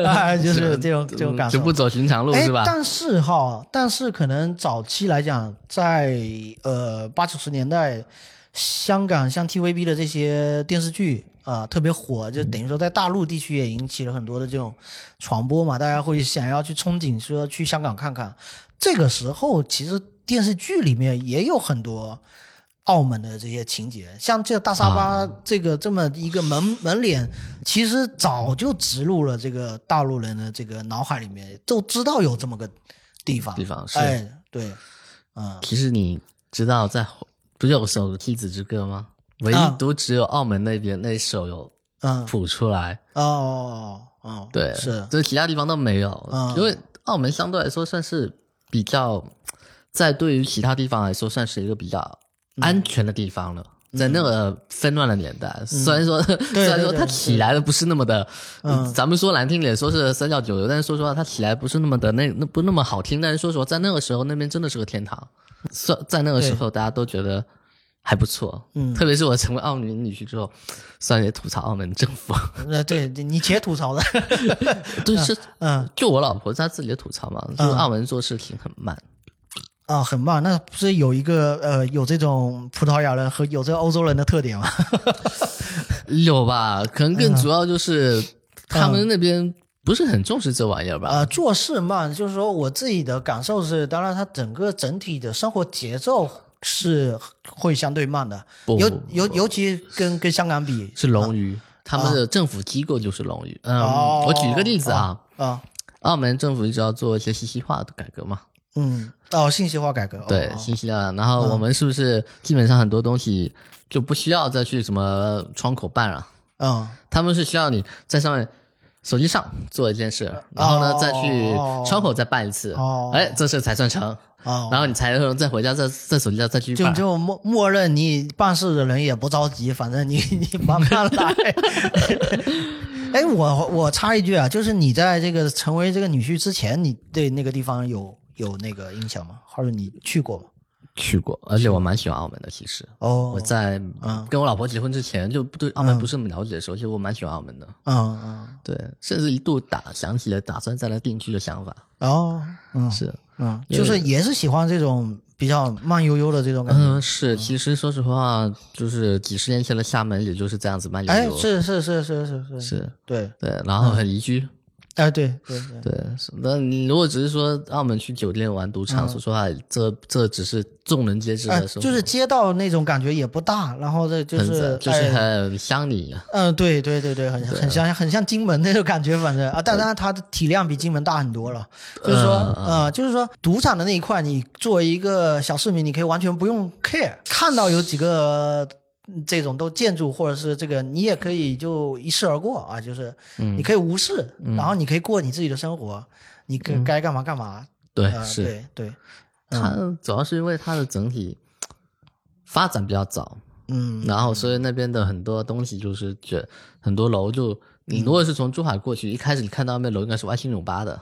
Speaker 2: 啊、
Speaker 3: *laughs*
Speaker 2: 就是这种这种感
Speaker 3: 就
Speaker 2: 受。
Speaker 3: 嗯不走寻常路
Speaker 2: 哎
Speaker 3: 是，吧？
Speaker 2: 但是哈，但是可能早期来讲，在呃八九十年代，香港像 TVB 的这些电视剧啊、特别火，就等于说在大陆地区也引起了很多的这种传播嘛，大家会想要去憧憬说去香港看看。这个时候，其实电视剧里面也有很多。澳门的这些情节，像这大沙
Speaker 3: 啊
Speaker 2: 巴这个这么一个门、门脸，其实早就植入了这个大陆人的这个脑海里面，都知道有这么个地方。
Speaker 3: 地方是
Speaker 2: 哎，对，嗯，
Speaker 3: 其实你知道在不是有首《梯子之歌》吗？唯
Speaker 2: 啊
Speaker 3: 独只有澳门那边那首有
Speaker 2: 嗯，
Speaker 3: 谱出来，
Speaker 2: 哦，哦，
Speaker 3: 对，
Speaker 2: 是，
Speaker 3: 就是其他地方都没有，
Speaker 2: 嗯
Speaker 3: 因为澳门相对来说算是比较，在对于其他地方来说算是一个比较安全的地方了。在那个纷乱的年代，虽然说、 *laughs* 虽然说
Speaker 2: 嗯对
Speaker 3: 它起来的不是那么的，
Speaker 2: 嗯
Speaker 3: 咱们说难听点说是三教九流，但是说实话，它起来不是那么的那那不那么好听。但是说实话，在那个时候，那边真的是个天堂。算在那个时候，大家都觉得还不错。
Speaker 2: 嗯
Speaker 3: 特别是我成为澳门女婿之后，虽然也吐槽澳门政
Speaker 2: *laughs*
Speaker 3: 府，
Speaker 2: 呃，对你且吐槽的，
Speaker 3: 对是
Speaker 2: 嗯，
Speaker 3: 就我老婆她自己也吐槽嘛，就是澳门做事情很慢。
Speaker 2: 啊，很棒。那不是有一个呃，有这种葡萄牙人和有这个欧洲人的特点吗？
Speaker 3: 有吧？可能更主要
Speaker 2: 嗯
Speaker 3: 就是他们那边不是很重视这玩意儿吧？
Speaker 2: 呃，做事慢，就是说我自己的感受是，当然它整个整体的生活节奏是会相对慢的，
Speaker 3: 不
Speaker 2: 尤
Speaker 3: 不不
Speaker 2: 尤尤其跟跟香港比
Speaker 3: 是龙鱼，他们的政府机构就是龙鱼。嗯，
Speaker 2: 嗯哦
Speaker 3: 我举一个例子啊，
Speaker 2: 啊，
Speaker 3: 澳门政府一直要做一些信息化的改革嘛，
Speaker 2: 嗯，哦，信息化改革，哦
Speaker 3: 对
Speaker 2: 哦
Speaker 3: 信息量。然后我们是不是基本上很多东西就不需要再去什么窗口办了？
Speaker 2: 嗯，
Speaker 3: 他们是需要你在上面手机上做一件事，然后呢
Speaker 2: 哦
Speaker 3: 再去窗口再办一次
Speaker 2: 哦，
Speaker 3: 哎，这事才算成，
Speaker 2: 哦，
Speaker 3: 然后你才能再回家再在手机上再去
Speaker 2: 就
Speaker 3: 办。
Speaker 2: 就默默认你办事的人也不着急，反正你你慢慢来。
Speaker 3: *laughs*
Speaker 2: 哎，我我插一句啊，就是你在这个成为这个女婿之前，你对那个地方有有那个印象吗？或者你去过吗？
Speaker 3: 去过，而且我蛮喜欢澳门的。其实
Speaker 2: 哦嗯
Speaker 3: 我，在跟我老婆结婚之前就不对澳门不是很了解的时候，其实我蛮喜欢澳门的。
Speaker 2: 嗯嗯，
Speaker 3: 对，甚至一度打想起了打算在那定居的想法。
Speaker 2: 哦，嗯
Speaker 3: 是，
Speaker 2: 嗯，
Speaker 3: 因
Speaker 2: 就是
Speaker 3: 为
Speaker 2: 也是喜欢这种比较慢悠悠的这种感觉。
Speaker 3: 嗯，是。其实说实话，就是几十年前的厦门，也就是这样子慢悠
Speaker 2: 哎，嗯
Speaker 3: 悠。
Speaker 2: 是是是是是是
Speaker 3: 是，
Speaker 2: 对，
Speaker 3: 对，然后很宜居。
Speaker 2: 哎，对对对，
Speaker 3: 对，那你如果只是说澳门去酒店玩赌场，说实话，这这只是众人皆知
Speaker 2: 嗯哎
Speaker 3: 的生活，
Speaker 2: 就是街道那种感觉也不大，然后这就
Speaker 3: 很
Speaker 2: 是
Speaker 3: 就是
Speaker 2: 哎
Speaker 3: 很啊乡里，
Speaker 2: 嗯，对对对对，很
Speaker 3: 啊
Speaker 2: 很像很像金门那种感觉，反正啊，但是它的体量比金门大很多了。就是说，
Speaker 3: 嗯
Speaker 2: 呃，就是说，赌场的那一块，你作为一个小市民，你可以完全不用 care，看到有几个嗯这种都建筑或者是这个，你也可以就一视而过啊，就是
Speaker 3: 嗯
Speaker 2: 你可以无视，然后你可以过你自己的生活，你该该干嘛干嘛。
Speaker 3: 对，
Speaker 2: 呃
Speaker 3: 嗯哎是
Speaker 2: 对对，嗯
Speaker 3: 它主要是因为它的整体发展比较早，
Speaker 2: 嗯
Speaker 3: 然后所以那边的很多东西就是觉很多楼就。你
Speaker 2: 嗯
Speaker 3: 如果是从珠海过去，一开始你看到那边楼应该是歪七扭八的，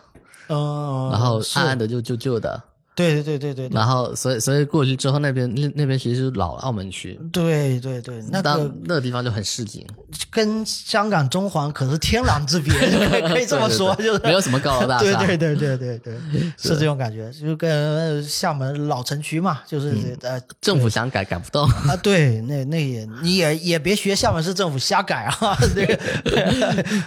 Speaker 2: 嗯，
Speaker 3: 然后
Speaker 2: 是
Speaker 3: 暗暗的就旧旧的，
Speaker 2: 对对对对对
Speaker 3: 然后所以所以过去之后那边那那边其实是老澳门区，
Speaker 2: 对对对，那
Speaker 3: 当
Speaker 2: 个
Speaker 3: 那个地方就很市井，
Speaker 2: 跟香港中环可是天壤之别，可以可以这么说，
Speaker 3: 对对对
Speaker 2: 就是
Speaker 3: 没有什么高楼大厦
Speaker 2: 对对对对对对，
Speaker 3: *laughs*
Speaker 2: 是这种感觉，就跟呃厦门老城区嘛，就是
Speaker 3: 嗯
Speaker 2: 这呃
Speaker 3: 政府想改改不动，
Speaker 2: 啊，对，那那也你也也别学厦门市政府瞎改啊， *laughs* 这个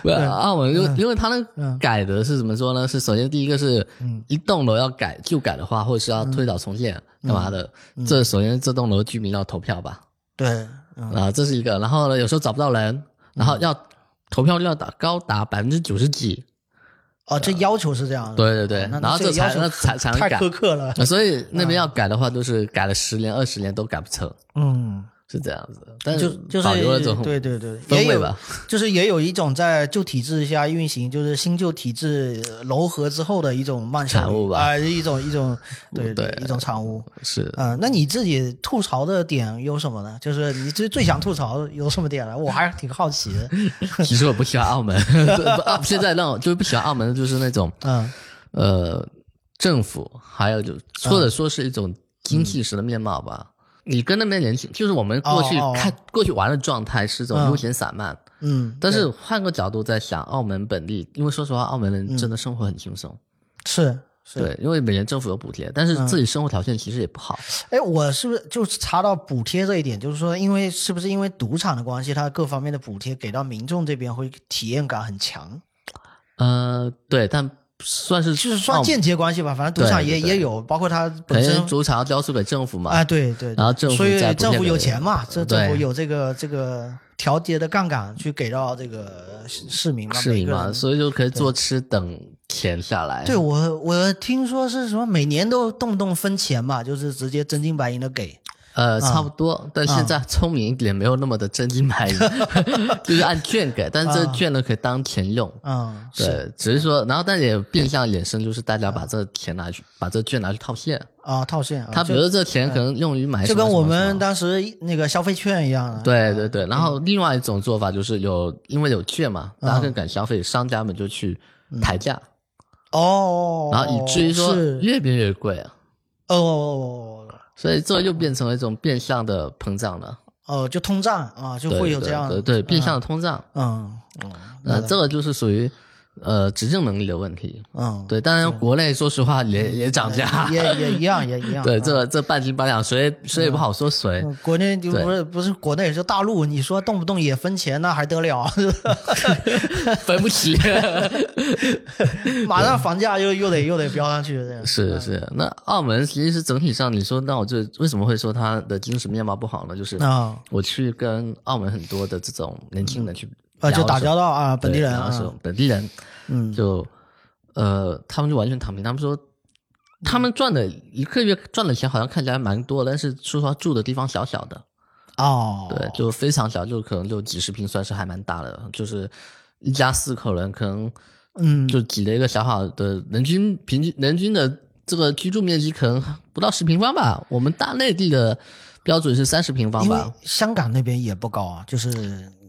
Speaker 3: 不啊是澳门，因
Speaker 2: 嗯
Speaker 3: 为因为它那改的是怎么说呢？是首先第一个是
Speaker 2: 嗯
Speaker 3: 一栋楼要改旧改的话，或者是要推倒重建干嘛的，
Speaker 2: 嗯
Speaker 3: 这首先这栋楼居民要投票吧，
Speaker 2: 对，嗯
Speaker 3: 啊，这是一个。然后呢，有时候找不到人，然后要投票率要达高达百分之九十几，
Speaker 2: 哦，这要求是这样的，
Speaker 3: 对对对
Speaker 2: 哦那
Speaker 3: 然后
Speaker 2: 这
Speaker 3: 这才
Speaker 2: 要求
Speaker 3: 那才才能
Speaker 2: 太
Speaker 3: 改啊
Speaker 2: 苛刻嗯了，
Speaker 3: 所以那边要改的话，都是改了十年二十年都改不成，
Speaker 2: 嗯。
Speaker 3: 是这样子的。但
Speaker 2: 就是就是
Speaker 3: 保留了这种
Speaker 2: 对对对，
Speaker 3: 氛
Speaker 2: 也
Speaker 3: 围
Speaker 2: 有
Speaker 3: 吧，
Speaker 2: 就是也有一种在旧体制下运行，就是新旧体制呃糅合之后的一种慢效
Speaker 3: 产物
Speaker 2: 率
Speaker 3: 吧
Speaker 2: 啊、一种一种对
Speaker 3: 对
Speaker 2: 一种产物。
Speaker 3: 是
Speaker 2: 呃，那你自己吐槽的点有什么呢？就是你最最想吐槽有什么点啊呢？我还是挺好奇的。
Speaker 3: 其实我不喜欢澳门， *laughs* 不啊现在让我就是不喜欢澳门，的就是那种
Speaker 2: 嗯
Speaker 3: *laughs* 呃政府，还有就或
Speaker 2: 嗯
Speaker 3: 者说是一种经济时的面貌吧。你跟那边年轻，就是我们过去
Speaker 2: 哦哦哦
Speaker 3: 看、过去玩的状态是这
Speaker 2: 嗯
Speaker 3: 种悠闲散漫，
Speaker 2: 嗯，
Speaker 3: 但是
Speaker 2: 对
Speaker 3: 换个角度在想，澳门本地，因为说实话，澳门人真的生活很轻松，
Speaker 2: 是嗯是嗯
Speaker 3: 对，因为每年政府有补贴，但是自己生活条件其实也不好，
Speaker 2: 哎，我是不是就是查到补贴这一点？就是说，因为是不是因为赌场的关系，它各方面的补贴给到民众这边会体验感很强？
Speaker 3: 呃，对，但算是
Speaker 2: 就是算
Speaker 3: 澳
Speaker 2: 间接关系吧，反正赌
Speaker 3: 哦对
Speaker 2: 场
Speaker 3: 对
Speaker 2: 也
Speaker 3: 对
Speaker 2: 也有，包括它
Speaker 3: 可
Speaker 2: 本身
Speaker 3: 能主场要交税给政府嘛，
Speaker 2: 啊，对对，对
Speaker 3: 然后政府
Speaker 2: 所
Speaker 3: 再
Speaker 2: 以
Speaker 3: 补
Speaker 2: 政
Speaker 3: 贴
Speaker 2: 府
Speaker 3: 给
Speaker 2: 有
Speaker 3: 我
Speaker 2: 钱嘛，这政府
Speaker 3: 对
Speaker 2: 有这个这个调节的杠杆去给到这个市市民嘛，
Speaker 3: 市
Speaker 2: 每
Speaker 3: 民
Speaker 2: 个
Speaker 3: 嘛，
Speaker 2: 人
Speaker 3: 所以就可以坐吃等钱下来。
Speaker 2: 对我我听说是什么每年都动不动分钱嘛，就是直接真金白银的给，啊
Speaker 3: 呃，差不多，但现在聪明一点，没有那么的真金白
Speaker 2: *laughs*
Speaker 3: 银，就是按券给，但是这券呢可以当钱用。
Speaker 2: 嗯，啊是
Speaker 3: 对，只是说，然后但也变相衍生，就是大家把这钱拿去，把这券拿去套现。
Speaker 2: 啊，套现，啊
Speaker 3: 他比
Speaker 2: 就
Speaker 3: 如说这钱可能用于买什
Speaker 2: 就
Speaker 3: 么
Speaker 2: 跟我
Speaker 3: 什么什么
Speaker 2: 们啊当时那个消费券一样的，哦
Speaker 3: 对对对，然后
Speaker 2: 嗯
Speaker 3: 另外一种做法就是有，因为有券嘛，
Speaker 2: 啊
Speaker 3: 大家更敢消费，商家们就去抬价，
Speaker 2: 嗯哦，
Speaker 3: 然后以至于说
Speaker 2: 是
Speaker 3: 越变越贵啊。
Speaker 2: 哦
Speaker 3: 所以这又变成了一种变相的膨胀了，
Speaker 2: 哦，就通胀啊，就
Speaker 3: 对
Speaker 2: 会有这
Speaker 3: 对
Speaker 2: 样
Speaker 3: 对
Speaker 2: 的，
Speaker 3: 对变相的通胀。
Speaker 2: 嗯嗯
Speaker 3: 呃，这个就是属于呃执政能力的问题。
Speaker 2: 嗯，
Speaker 3: 对， *laughs* 当然国内说实话也也涨价，
Speaker 2: 哎也也一样也一样，
Speaker 3: 对，
Speaker 2: 嗯
Speaker 3: 这个这半斤八两，谁谁也不好说谁。
Speaker 2: 嗯国内就
Speaker 3: 对
Speaker 2: 不是不是国内，就大陆，你说动不动也分钱，那还得了？ *laughs*
Speaker 3: 分不起。 *laughs*
Speaker 2: 马上房价又又得又得飙上去，这样
Speaker 3: 是是，
Speaker 2: 嗯
Speaker 3: 那澳门其实是整体上，你说那我就为什么会说它的精神面貌不好呢？就是
Speaker 2: 啊
Speaker 3: 我去跟澳门很多的这种年轻人去
Speaker 2: 啊，就打
Speaker 3: 交。
Speaker 2: 交道啊，本地人
Speaker 3: 对然后是
Speaker 2: 啊，
Speaker 3: 本地人，
Speaker 2: 嗯
Speaker 3: 就呃，他们就完全躺平。他们说，他们赚的一个月赚的钱好像看起来蛮多，但是说实话住的地方小小的，
Speaker 2: 哦，
Speaker 3: 对，就非常小，就可能就几十平，算是还蛮大的，就是一家四口人，可能
Speaker 2: 嗯
Speaker 3: 就挤了一个小小的人均平均人均的这个居住面积可能不到十平方吧，我们大内地的标准是三十平方
Speaker 2: 因为
Speaker 3: 吧，
Speaker 2: 香港那边也不高啊，就是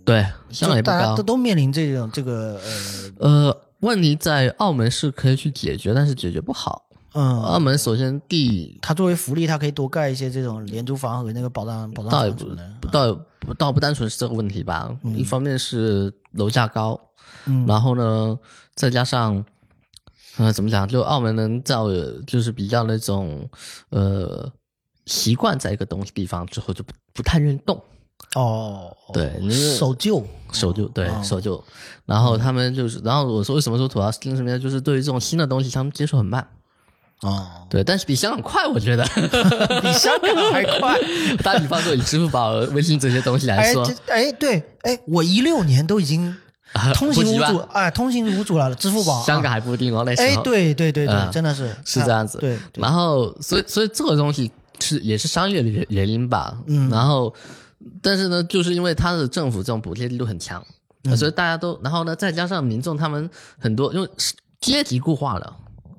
Speaker 3: 对，香港也
Speaker 2: 就
Speaker 3: 不
Speaker 2: 大家
Speaker 3: 高
Speaker 2: 都，都面临这种这个呃
Speaker 3: 呃。问题在澳门是可以去解决，但是解决不好。
Speaker 2: 嗯，
Speaker 3: 澳门首先地
Speaker 2: 它作为福利，它可以多盖一些这种廉租房和那个保障保障
Speaker 3: 倒也
Speaker 2: 房什
Speaker 3: 不
Speaker 2: 么的，
Speaker 3: 不倒也不倒不单纯是这个问题吧，一方面是楼价高，然后呢再加上。呃，怎么讲？就澳门人造就是比较那种，呃，习惯在一个东西地方之后就不不太愿意动，
Speaker 2: 哦，
Speaker 3: 对，你是
Speaker 2: 守旧，
Speaker 3: 守旧，对，守旧。然后他们就是，然后我说为什么说土豪精神病，就是对于这种新的东西，他们接受很慢。 *laughs*
Speaker 2: 哦，
Speaker 3: 对，但是比香港快，我觉得。 *laughs*
Speaker 2: 比香港还快。
Speaker 3: 打比方说，以支付宝、微信这些东西来
Speaker 2: 哎，
Speaker 3: 说，
Speaker 2: 这哎对，哎，我一六年都已经
Speaker 3: 啊
Speaker 2: 通行
Speaker 3: 不急
Speaker 2: 无
Speaker 3: 吧
Speaker 2: 阻，哎，通行无阻了，支付宝，
Speaker 3: 香港
Speaker 2: 啊，
Speaker 3: 还不一定哦，那时
Speaker 2: 哎，
Speaker 3: 候。
Speaker 2: 对对对对，
Speaker 3: 嗯
Speaker 2: 真的是
Speaker 3: 是这
Speaker 2: 啊
Speaker 3: 样子。
Speaker 2: 对，对
Speaker 3: 然后所以所以这个东西是也是商业的原原因吧。嗯，然后但是呢，就是因为它的政府这种补贴力度很强，
Speaker 2: 嗯
Speaker 3: 所以大家都，然后呢，再加上民众他们很多因为是阶级固化了。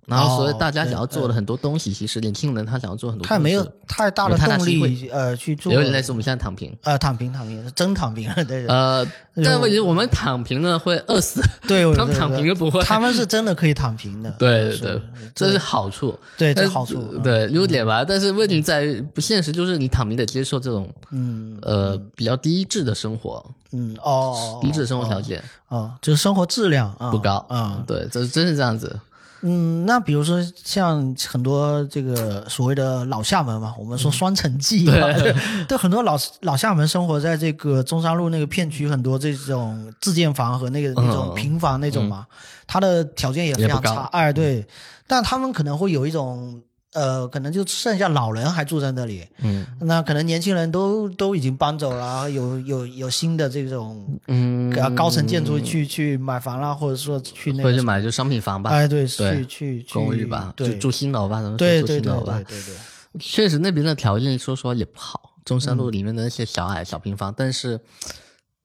Speaker 3: 然后，所以大家想要做的很多东西，其实年轻人他想要做很多，
Speaker 2: 他也没有太大的
Speaker 3: 有太大
Speaker 2: 动
Speaker 3: 机会
Speaker 2: 力，呃，去做
Speaker 3: 有，点类似我们现在躺平。
Speaker 2: 呃，躺平躺平，是真躺平，对哎对
Speaker 3: 呃，但问题是我们躺平呢会
Speaker 2: *laughs*
Speaker 3: 饿死，
Speaker 2: 对，
Speaker 3: *laughs*
Speaker 2: 我
Speaker 3: 他们躺平又不会。
Speaker 2: 他们是真的可以躺平的，
Speaker 3: *laughs* 对对
Speaker 2: 是
Speaker 3: 对，这是好处。
Speaker 2: 对，这
Speaker 3: 但
Speaker 2: 是
Speaker 3: 是
Speaker 2: 好处，嗯
Speaker 3: 对优点吧，但是问题在于不现实，就是你躺平得接受这种
Speaker 2: 嗯
Speaker 3: 呃比较低质的生活，
Speaker 2: 嗯，哦，
Speaker 3: 低质的生活条件
Speaker 2: 啊，就是生活质量啊
Speaker 3: 不高嗯
Speaker 2: 啊，
Speaker 3: 对，这真是这样子。
Speaker 2: 嗯，那比如说像很多这个所谓的老厦门嘛，我
Speaker 3: 嗯
Speaker 2: 们说双城记嘛，对很多老老厦门生活在这个中山路那个片区，很多这种自建房和那个那种
Speaker 3: 嗯
Speaker 2: 平房那种嘛，它的条件也非
Speaker 3: 也
Speaker 2: 常
Speaker 3: 不高嗯
Speaker 2: 差，哎，对，但他们可能会有一种。呃，可能就剩下老人还住在那里，
Speaker 3: 嗯
Speaker 2: 那可能年轻人都都已经搬走了，有有有新的这种呃
Speaker 3: 嗯，
Speaker 2: 高层建筑去、去买房啦，或者说去那
Speaker 3: 或者
Speaker 2: 个
Speaker 3: 就买就商品房吧，
Speaker 2: 哎，对，
Speaker 3: 对
Speaker 2: 去去去
Speaker 3: 公寓吧，就
Speaker 2: 对，
Speaker 3: 住新楼吧，咱们
Speaker 2: 对
Speaker 3: 说
Speaker 2: 对
Speaker 3: 住
Speaker 2: 对
Speaker 3: 新
Speaker 2: 对
Speaker 3: 楼吧
Speaker 2: 对。对对，
Speaker 3: 确实那边的条件说实话也不好，中山路里面的那些小矮小平房，但是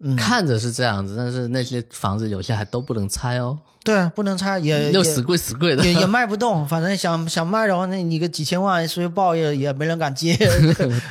Speaker 2: 嗯，
Speaker 3: 看着是这样子，但是那些房子有些还都不能拆哦，
Speaker 2: 对啊，不能拆，也
Speaker 3: 又
Speaker 2: 也
Speaker 3: 死贵死贵的
Speaker 2: 也。也卖不动，反正想想卖的话，那你个几千万随便报也也没人敢
Speaker 3: *laughs*
Speaker 2: 接，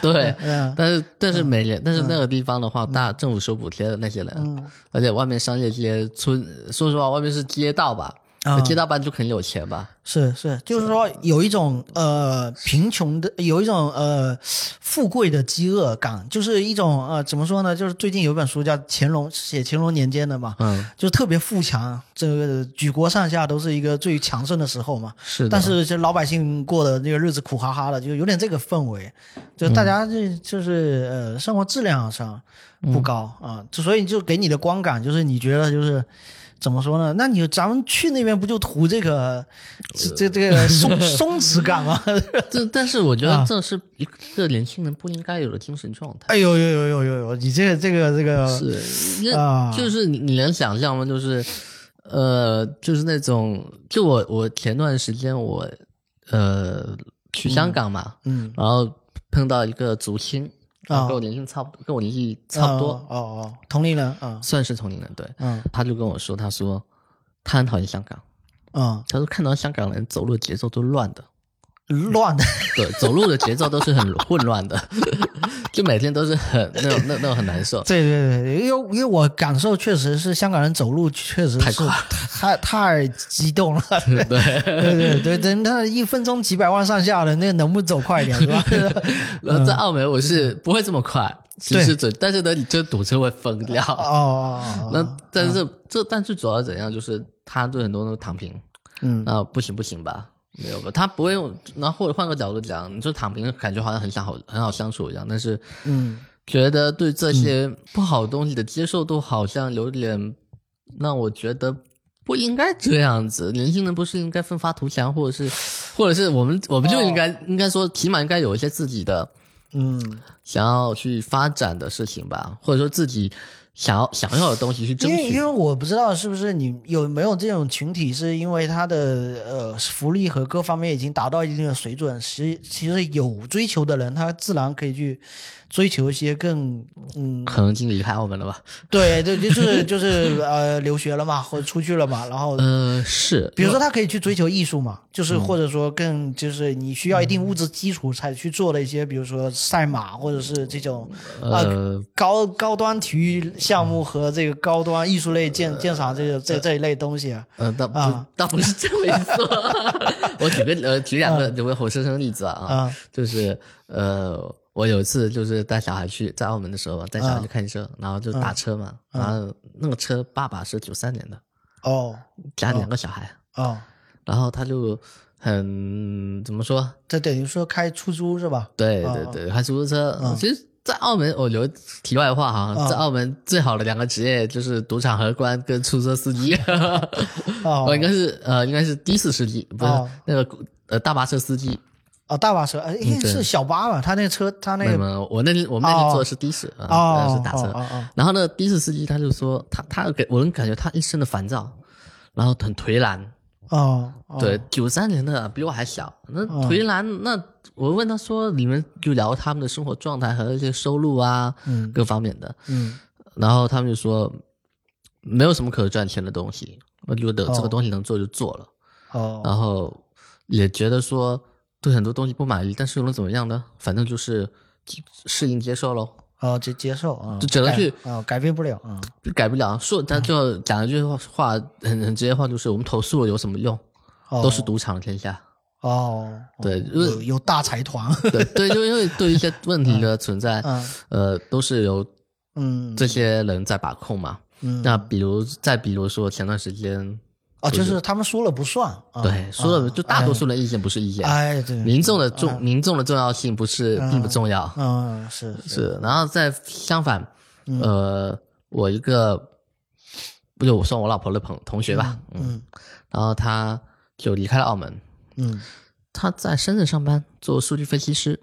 Speaker 3: 对，
Speaker 2: 嗯
Speaker 3: 但是但是每年，但是那个地方的话，大政府收补贴的那些人，而且外面商业街村，说实话，外面是街道吧，
Speaker 2: 啊
Speaker 3: 街道办就肯定有钱吧，
Speaker 2: 是是，就是说有一种呃贫穷的，有一种呃富贵的饥饿感，就是一种呃怎么说呢？就是最近有一本书叫乾隆，写乾隆年间的嘛，
Speaker 3: 嗯，
Speaker 2: 就是特别富强，这个举国上下都是一个最强盛的时候嘛。
Speaker 3: 是的，
Speaker 2: 但是这老百姓过的这个日子苦哈哈的，就有点这个氛围，就大家这就是、呃生活质量上不高啊，就所以就给你的观感就是你觉得就是怎么说呢？那你咱们去那边不就图这个这这这个 *laughs* 松松弛感吗？
Speaker 3: 这但是我觉得这是一个年轻人不应该有的精神状态，
Speaker 2: 哎呦呦呦呦呦呦，哎你这个这个这个
Speaker 3: 是，因
Speaker 2: 啊
Speaker 3: 为就是你你能想象吗？就是，呃，就是那种，就我我前段时间我呃去香港嘛，
Speaker 2: 嗯
Speaker 3: 然后碰到一个族亲，
Speaker 2: 啊
Speaker 3: 跟我年纪差不多，跟我年纪差不多，
Speaker 2: 哦哦哦，同龄人啊
Speaker 3: 算是同龄人，对，
Speaker 2: 嗯
Speaker 3: 他就跟我说，他说他很讨厌香港，
Speaker 2: 嗯
Speaker 3: 他说看到香港人走路节奏都乱的，
Speaker 2: 嗯乱的
Speaker 3: 对，走路的节奏都
Speaker 2: *laughs*
Speaker 3: 是很混乱的， *laughs* 就每天都是很那种那那种很难受，
Speaker 2: 对对对，因为因为我感受确实是香港人走路确实
Speaker 3: 太
Speaker 2: 是
Speaker 3: 快
Speaker 2: 太太激动
Speaker 3: *laughs*
Speaker 2: 了，对对对对，那一分钟几百万上下的，那能不走快一点是
Speaker 3: *laughs*
Speaker 2: 吧？
Speaker 3: 然后在澳门我是不会这么快，
Speaker 2: 嗯
Speaker 3: 其
Speaker 2: 对
Speaker 3: 实准，但是呢，你这堵车会疯掉。
Speaker 2: 哦哦，哦
Speaker 3: 那但是这但是主要怎样，就是他对很多人都躺平，
Speaker 2: 嗯
Speaker 3: 那不行不行吧，没有吧，他不会用，然后或者换个角度讲，你说躺平感觉好像很想好很好相处一样，但是
Speaker 2: 嗯
Speaker 3: 觉得对这些不好的东西的接受度好像有点，让我觉得不应该这样子。年轻人不是应该奋发图强，或者
Speaker 2: *sighs*
Speaker 3: 是，或者是我们我们就应该、
Speaker 2: 哦
Speaker 3: 应该说，起码应该有一些自己的
Speaker 2: 嗯，
Speaker 3: 想要去发展的事情吧，或者说自己想要想要的东西去争
Speaker 2: 因为因
Speaker 3: 取
Speaker 2: 为。我不知道是不是你有没有这种群体，是因为他的呃福利和各方面已经达到一定的水准，其实其实有追求的人，他自然可以去追求一些更嗯
Speaker 3: 可能已经离开澳门了吧？
Speaker 2: 对对，就是就是呃，留学了嘛，或者出去了嘛，然后
Speaker 3: 呃，是，
Speaker 2: 比如说他可以去追求艺术嘛，就是
Speaker 3: 嗯
Speaker 2: 或者说更就是你需要一定物质基础才去做的一些，比如说赛马或者是这种
Speaker 3: 呃，
Speaker 2: 高高端体育项目和这个高端艺术类鉴
Speaker 3: 嗯
Speaker 2: 鉴赏这个这这一类东西啊。
Speaker 3: 呃，倒不
Speaker 2: 啊
Speaker 3: 倒不是这么一说， *laughs* 我举个呃举两个举个活生生的例子啊，
Speaker 2: 啊
Speaker 3: 就是呃，我有一次就是带小孩去在澳门的时候，带小
Speaker 2: 啊
Speaker 3: 孩去看车，然后就打车嘛，然后那个车爸爸是九三年的，
Speaker 2: 哦
Speaker 3: 加两个小孩，
Speaker 2: 哦，
Speaker 3: 然后他就很怎么说？
Speaker 2: 这等于说开出租是吧？
Speaker 3: 对
Speaker 2: 啊
Speaker 3: 对对，还出租车，其实在澳门，我留题外话哈、
Speaker 2: 啊
Speaker 3: 在澳门最好的两个职业就是赌场荷官跟出租车司机。 *laughs*
Speaker 2: 哦
Speaker 3: 我应该是呃，应该是的士司机，不是、
Speaker 2: 哦
Speaker 3: 那个呃大巴车司机。
Speaker 2: 哦，大巴车，哎，是小巴吧？他那车，他那
Speaker 3: 嗯没有没
Speaker 2: 个
Speaker 3: 有，我那天我们那天
Speaker 2: 哦
Speaker 3: 坐的是的士啊，
Speaker 2: 哦，
Speaker 3: 是打车。
Speaker 2: 哦哦哦
Speaker 3: 然后呢，的士司机他就说他他给我能感觉他一身的烦躁，然后很颓然。
Speaker 2: 哦，哦
Speaker 3: 对，，九三年的比我还小，那颓然、那我问他说你们就聊他们的生活状态和一些收入啊，
Speaker 2: 嗯
Speaker 3: 各方面的，
Speaker 2: 嗯
Speaker 3: 然后他们就说没有什么可赚钱的东西，我觉得这个东西能做就做了，
Speaker 2: 哦
Speaker 3: 然后也觉得说对很多东西不满意，但是又能怎么样呢？反正就是适应接受喽。
Speaker 2: 哦，接接受啊，
Speaker 3: 就只能
Speaker 2: 改
Speaker 3: 去
Speaker 2: 啊，改变不了啊，
Speaker 3: 就改不了，说他就
Speaker 2: 哎
Speaker 3: 讲一句话，话很很直接话，就是我们投诉了有什么用？
Speaker 2: 哦
Speaker 3: 都是赌场的
Speaker 2: *laughs*
Speaker 3: 天下。
Speaker 2: 哦，
Speaker 3: 对因为
Speaker 2: 有有大财团， *laughs*
Speaker 3: 对对，就因为对一些问题的存在，
Speaker 2: 嗯
Speaker 3: 呃，都是由
Speaker 2: 嗯，
Speaker 3: 这些人在把控嘛。
Speaker 2: 嗯
Speaker 3: 那比如再比如说前段时间，
Speaker 2: 哦，就是他们说了不算，啊
Speaker 3: 对说的
Speaker 2: 啊
Speaker 3: 就大多数人意见不是意见，
Speaker 2: 哎，对，
Speaker 3: 民众的重民众的重要性不是并不重要，
Speaker 2: 嗯是是
Speaker 3: 是。然后再相反，呃，我一个不就我算我老婆的朋同学吧，嗯，
Speaker 2: 嗯
Speaker 3: 然后他就离开了澳门，
Speaker 2: 嗯
Speaker 3: 他在深圳上班做数据分析师。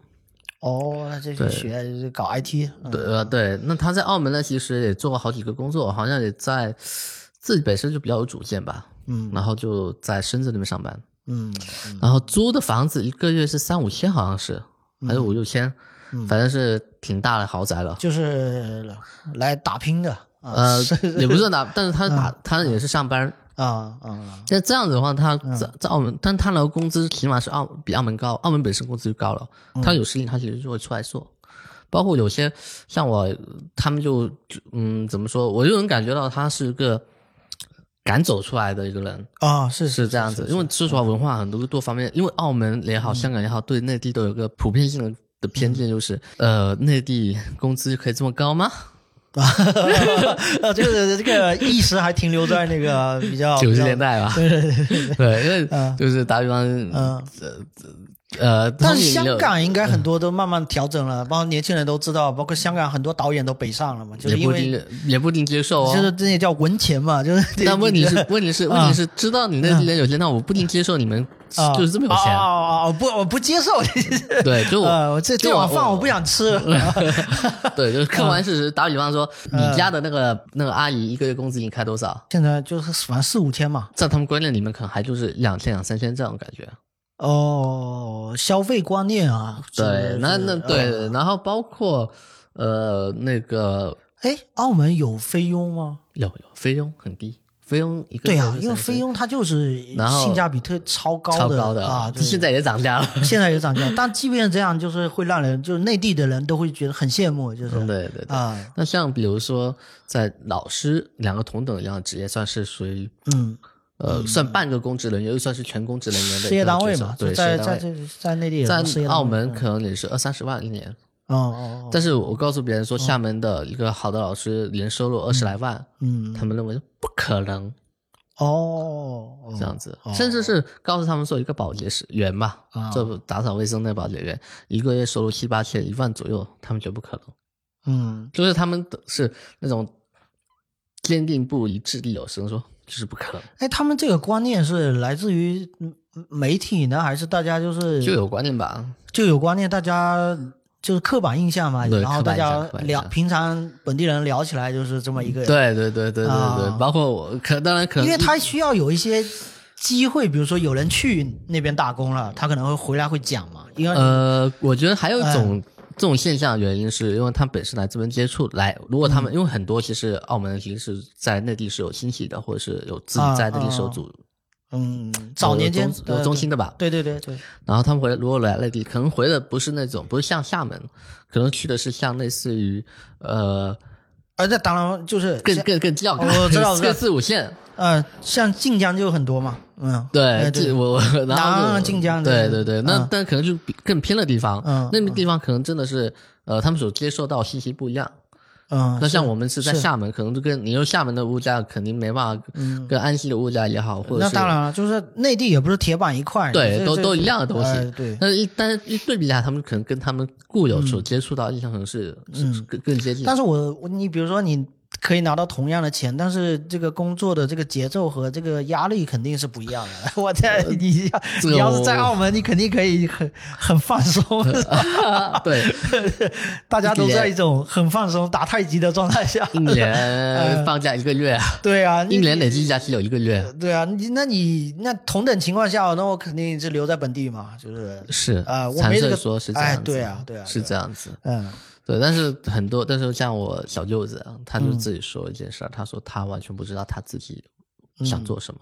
Speaker 2: 哦，那这就
Speaker 3: 对
Speaker 2: 学搞 IT，嗯
Speaker 3: 对呃对，那他在澳门呢，其实也做过好几个工作，好像也在自己本身就比较有主见吧，
Speaker 2: 嗯
Speaker 3: 然后就在深圳那边上班，
Speaker 2: 嗯嗯
Speaker 3: 然后租的房子一个月是三五千，好像是还是五六千，
Speaker 2: 嗯
Speaker 3: 反正是挺大的豪宅了。
Speaker 2: 就是来打拼的啊
Speaker 3: 呃
Speaker 2: 是，嗯
Speaker 3: 也不是打，但是他打他也是上班。
Speaker 2: 啊啊
Speaker 3: 那这样子的话，他在在澳门，但他拿的工资起码是澳比澳门高，澳门本身工资就高了。他有事情他其实就会出来做，包括有些像我，他们就嗯怎么说，我就能感觉到他是个赶走出来的一个人，
Speaker 2: 啊是 *laughs*
Speaker 3: 是嗯这样子。因为说实话，文化很多多方面，因为澳门也好，香港也好，对内地都有个普遍性的。的偏见就是，呃，内地工资可以这么高吗？
Speaker 2: 啊，就是这个意识还停留在那个比较
Speaker 3: *laughs* 九十年，代吧，哦对对对因为
Speaker 2: 嗯
Speaker 3: 就是打比方，
Speaker 2: 比较嗯，
Speaker 3: 呃，
Speaker 2: 但是
Speaker 3: 通
Speaker 2: 香
Speaker 3: 常也有
Speaker 2: 港应该很多都慢慢调整了，包括年轻人都知道，包括香港很多导演都北上了嘛，就是
Speaker 3: 也
Speaker 2: 因
Speaker 3: 不一
Speaker 2: 为
Speaker 3: 定也不一定接受哦，
Speaker 2: 就是这也叫文钱嘛，就是
Speaker 3: 但问题是，问题是，问题是，知道你那地人有钱，但我不一定接受你们
Speaker 2: 啊
Speaker 3: 就是这么有
Speaker 2: 哦
Speaker 3: 钱。
Speaker 2: 哦哦，不，我不接受。
Speaker 3: 对，就
Speaker 2: 呃，
Speaker 3: 我
Speaker 2: 我这
Speaker 3: 就
Speaker 2: 这碗饭
Speaker 3: 我
Speaker 2: 我不想吃。
Speaker 3: 对，就是
Speaker 2: 啊
Speaker 3: 客观事实。打比方说，你家的那个那个阿姨一个月工资给你开多少？
Speaker 2: 现在就是反正四五千嘛。
Speaker 3: 在他们观念里面，可能还就是两千、两三千这种感觉。
Speaker 2: 哦，消费观念啊。
Speaker 3: 对，那那
Speaker 2: 哎
Speaker 3: 对，然后包括呃那个，
Speaker 2: 诶澳门有菲佣吗？
Speaker 3: 有有菲佣很低，菲佣一个
Speaker 2: 对
Speaker 3: 月
Speaker 2: 啊，
Speaker 3: 是
Speaker 2: 因为
Speaker 3: 30
Speaker 2: 菲佣它就是
Speaker 3: 然后
Speaker 2: 性价比特超高的
Speaker 3: 超高的
Speaker 2: 啊，就是
Speaker 3: *laughs* 现在也涨价 *laughs* 了。
Speaker 2: 现在也涨价，但即便这样，就是会让人就是内地的人都会觉得很羡慕，就是
Speaker 3: *laughs* 嗯对对对。
Speaker 2: 啊，
Speaker 3: 那像比如说，在老师两个同等一样的职业，算是属于
Speaker 2: 嗯，
Speaker 3: 呃，算半个公职人员，又算是全公职人员的
Speaker 2: 事业
Speaker 3: 一个
Speaker 2: 单位
Speaker 3: 角色
Speaker 2: 嘛，就
Speaker 3: 对，事
Speaker 2: 在
Speaker 3: 业
Speaker 2: 在
Speaker 3: 单位。
Speaker 2: 这在内地也是事业单位
Speaker 3: 在
Speaker 2: 嗯
Speaker 3: 澳门可能也是二三十万一年，
Speaker 2: 哦哦哦，
Speaker 3: 但是我告诉别人说，厦门的一个好的老师年收入二十来万，
Speaker 2: 嗯
Speaker 3: 他们认为不可能
Speaker 2: 哦哦
Speaker 3: 这样子
Speaker 2: 哦，
Speaker 3: 甚至是告诉他们说，一个保洁员吧
Speaker 2: 啊，
Speaker 3: 做打扫卫生的保洁员，一个月收入七八千、一万左右，他们觉得不可能，
Speaker 2: 嗯
Speaker 3: 就是他们的是那种坚定不移、掷地有声，说就是不可能，
Speaker 2: 哎，他们这个观念是来自于嗯媒体呢，还是大家就是
Speaker 3: 就有观念吧。
Speaker 2: 就有观念，大家就是刻板印象嘛，
Speaker 3: 对
Speaker 2: 然后大家
Speaker 3: 刻板印象刻板印
Speaker 2: 聊
Speaker 3: 象嗯
Speaker 2: 平常本地人聊起来就是这么一个，，
Speaker 3: 对对对对对
Speaker 2: 啊
Speaker 3: 对，包括我，可当然可能
Speaker 2: 因为他需要有一些机会，比如说有人去那边打工了，他可能会回来会讲嘛，因为
Speaker 3: 呃，我觉得还
Speaker 2: 哎
Speaker 3: 有一种、这种现象的原因，是因为他本身来这边接触来，如果他
Speaker 2: 嗯
Speaker 3: 们、因为很多其实澳门人其实是在内地是有亲戚的，或者是有自己在内地是有组、
Speaker 2: 嗯，啊早年间
Speaker 3: 有中有中心的吧。
Speaker 2: 对对对对，
Speaker 3: 然后他们回来如果来内地，可能回的不是那种不是像厦门，可能去的是像类似于呃
Speaker 2: 而且当然就是
Speaker 3: 更
Speaker 2: 像
Speaker 3: 更更较高，
Speaker 2: 哦我知道我知道
Speaker 3: 更四五线。
Speaker 2: 呃，像晋江就有很多嘛，嗯，哎
Speaker 3: 对，
Speaker 2: 对
Speaker 3: 这我我然
Speaker 2: 南
Speaker 3: 后
Speaker 2: 安
Speaker 3: 就
Speaker 2: 晋江
Speaker 3: 对
Speaker 2: 对
Speaker 3: 对对，那
Speaker 2: 嗯
Speaker 3: 但可能就比更偏的地方
Speaker 2: 嗯，
Speaker 3: 那个地方可能真的是呃，他们所接受到信息不一样，
Speaker 2: 嗯，
Speaker 3: 那像
Speaker 2: 是
Speaker 3: 我们是在
Speaker 2: 是
Speaker 3: 厦门，可能就跟你用厦门的物价肯定没办法跟安溪的物价也好，或
Speaker 2: 嗯
Speaker 3: 者
Speaker 2: 那
Speaker 3: 是
Speaker 2: 当然了，就是内地也不是铁板一块，
Speaker 3: 对
Speaker 2: 这
Speaker 3: 都
Speaker 2: 这
Speaker 3: 都一样的东西
Speaker 2: 哎对，嗯
Speaker 3: 但是一但是一对比下，他们可能跟他们固有所接触到的印象可能是是是更更接近。
Speaker 2: 但是我我你比如说你可以拿到同样的钱，但是这个工作的这个节奏和这个压力肯定是不一样的。 *laughs* 我在你要
Speaker 3: 呃这个
Speaker 2: 你要是
Speaker 3: 我呃
Speaker 2: 在澳门，你肯定可以很很放松，
Speaker 3: *laughs*
Speaker 2: *laughs*
Speaker 3: 对，
Speaker 2: 大家都
Speaker 3: 一年
Speaker 2: 在一种很放松打太极的状态
Speaker 3: *laughs*
Speaker 2: 下。
Speaker 3: 一
Speaker 2: *laughs*
Speaker 3: 年放假一个月，
Speaker 2: 对啊，哎你
Speaker 3: 一年累计假期有一个月，
Speaker 2: 对啊，你那你那同等情况下，那我肯定是留在本地嘛，就是
Speaker 3: 是
Speaker 2: 啊我
Speaker 3: 常
Speaker 2: 没这
Speaker 3: 设
Speaker 2: 个
Speaker 3: 说是这
Speaker 2: 哎
Speaker 3: 样子，
Speaker 2: 对啊对啊
Speaker 3: 是
Speaker 2: 对啊
Speaker 3: 这样子。
Speaker 2: 嗯
Speaker 3: 对，但是很多，但是像我小舅子啊，他就
Speaker 2: 嗯
Speaker 3: 自己说一件事儿，他说他完全不知道他自己想做什么。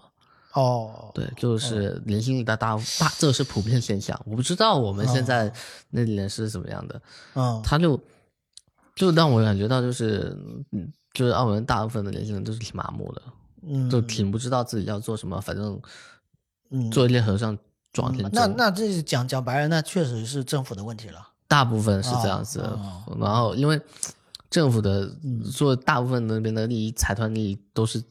Speaker 2: 嗯哦，
Speaker 3: 对，就是年轻一代大大，这是普遍现象。我不知道我们
Speaker 2: 哦
Speaker 3: 现在那年是怎么样的，
Speaker 2: 嗯
Speaker 3: 他就就让我感觉到就是，嗯就是澳门大部分的年轻人都是挺麻木的，
Speaker 2: 嗯，
Speaker 3: 就挺不知道自己要做什么，反正
Speaker 2: 嗯
Speaker 3: 做一件和尚撞一天
Speaker 2: 那
Speaker 3: 钟。
Speaker 2: 那这讲讲白了，那确实是政府的问题了。
Speaker 3: 大部分是这样子的
Speaker 2: 哦，嗯
Speaker 3: 然后因为政府的做大部分那边的利益财团利益都是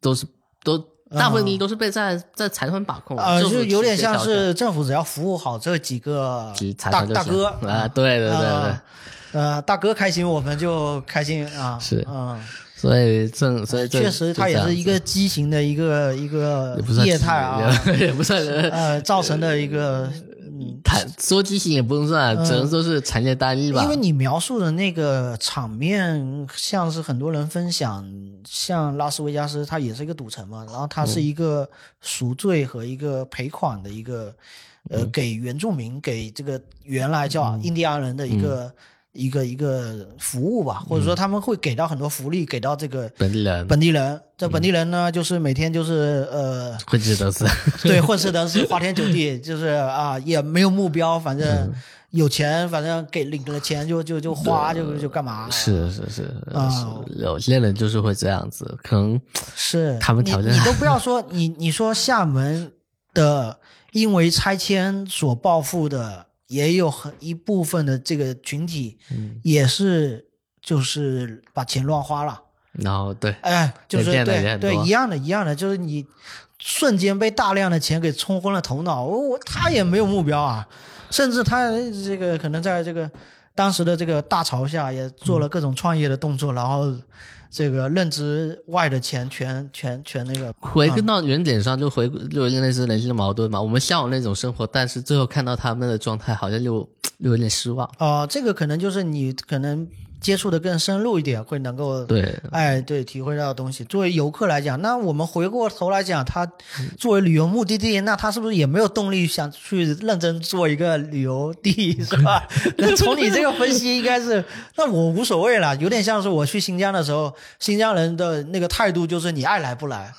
Speaker 3: 都是都大部分利益都是被在在财团把控，
Speaker 2: 啊，
Speaker 3: 哦
Speaker 2: 嗯
Speaker 3: 政
Speaker 2: 就
Speaker 3: 府
Speaker 2: 是有点像
Speaker 3: 直接
Speaker 2: 是政府只要服务好这几个
Speaker 3: 其实财
Speaker 2: 大
Speaker 3: 团就
Speaker 2: 大
Speaker 3: 行
Speaker 2: 哥
Speaker 3: 啊，对对对对
Speaker 2: 啊，呃，大哥开心我们就开心啊，
Speaker 3: 是
Speaker 2: 嗯，
Speaker 3: 所以政所以这
Speaker 2: 确实它也是一个畸形的一个一个
Speaker 3: 也不算
Speaker 2: 业态啊，
Speaker 3: 畸形， *laughs* 也也不算
Speaker 2: 呃，造成的一个，嗯
Speaker 3: 谈说畸形也不能算，只能说是产业单一吧
Speaker 2: 因为。你描述的那个场面，像是很多人分享，像拉斯维加斯，它也是一个赌城嘛，然后它是一个赎罪和一个赔款的一个，呃，给原住民给这个原来叫印第安人的一个、一个一个服务吧，或者说他们会给到很多福利，给到这个
Speaker 3: 本地人
Speaker 2: 嗯本地人。嗯这本地人呢，就是每天就是呃，
Speaker 3: 会值得是， *laughs*
Speaker 2: 对，混吃等死，花天酒地，就是啊，也没有目标，反
Speaker 3: 嗯
Speaker 2: 正有钱，反正给领了钱就就就花，就就干嘛。
Speaker 3: 是是是，
Speaker 2: 啊
Speaker 3: 是有些人就是会这样子，可能
Speaker 2: 是，
Speaker 3: 他们条件
Speaker 2: 你
Speaker 3: *laughs*
Speaker 2: 你都不要说你你说厦门的，因为拆迁所暴富的，也有很一部分的这个群体，
Speaker 3: 嗯
Speaker 2: 也是就是把钱乱花了。
Speaker 3: 然后对，
Speaker 2: 哎，就是
Speaker 3: 也变得也
Speaker 2: 对
Speaker 3: 很
Speaker 2: 对
Speaker 3: 多
Speaker 2: 一样的，一样的，就是你瞬间被大量的钱给冲昏了头脑，我我他也没有目标啊，甚至他这个可能在这个当时的这个大潮下也做了各种创业的动作，然后这个认知外的钱全全全那个，
Speaker 3: 回归到原点上，就回归就有点类似人性的矛盾嘛。我们向往那种生活，但是最后看到他们的状态，好像又又有点失望。
Speaker 2: 哦、这个可能就是你可能接触的更深入一点，会能够
Speaker 3: 对，
Speaker 2: 哎，对，体会到的东西。作为游客来讲，那我们回过头来讲，他
Speaker 3: 嗯
Speaker 2: 作为旅游目的地，那他是不是也没有动力想去认真做一个旅游地，是吧？ *laughs* 那从你这个分析，应该是，那我无所谓了，有点像是我去新疆的时候，新疆人的那个态度就是你爱来不来，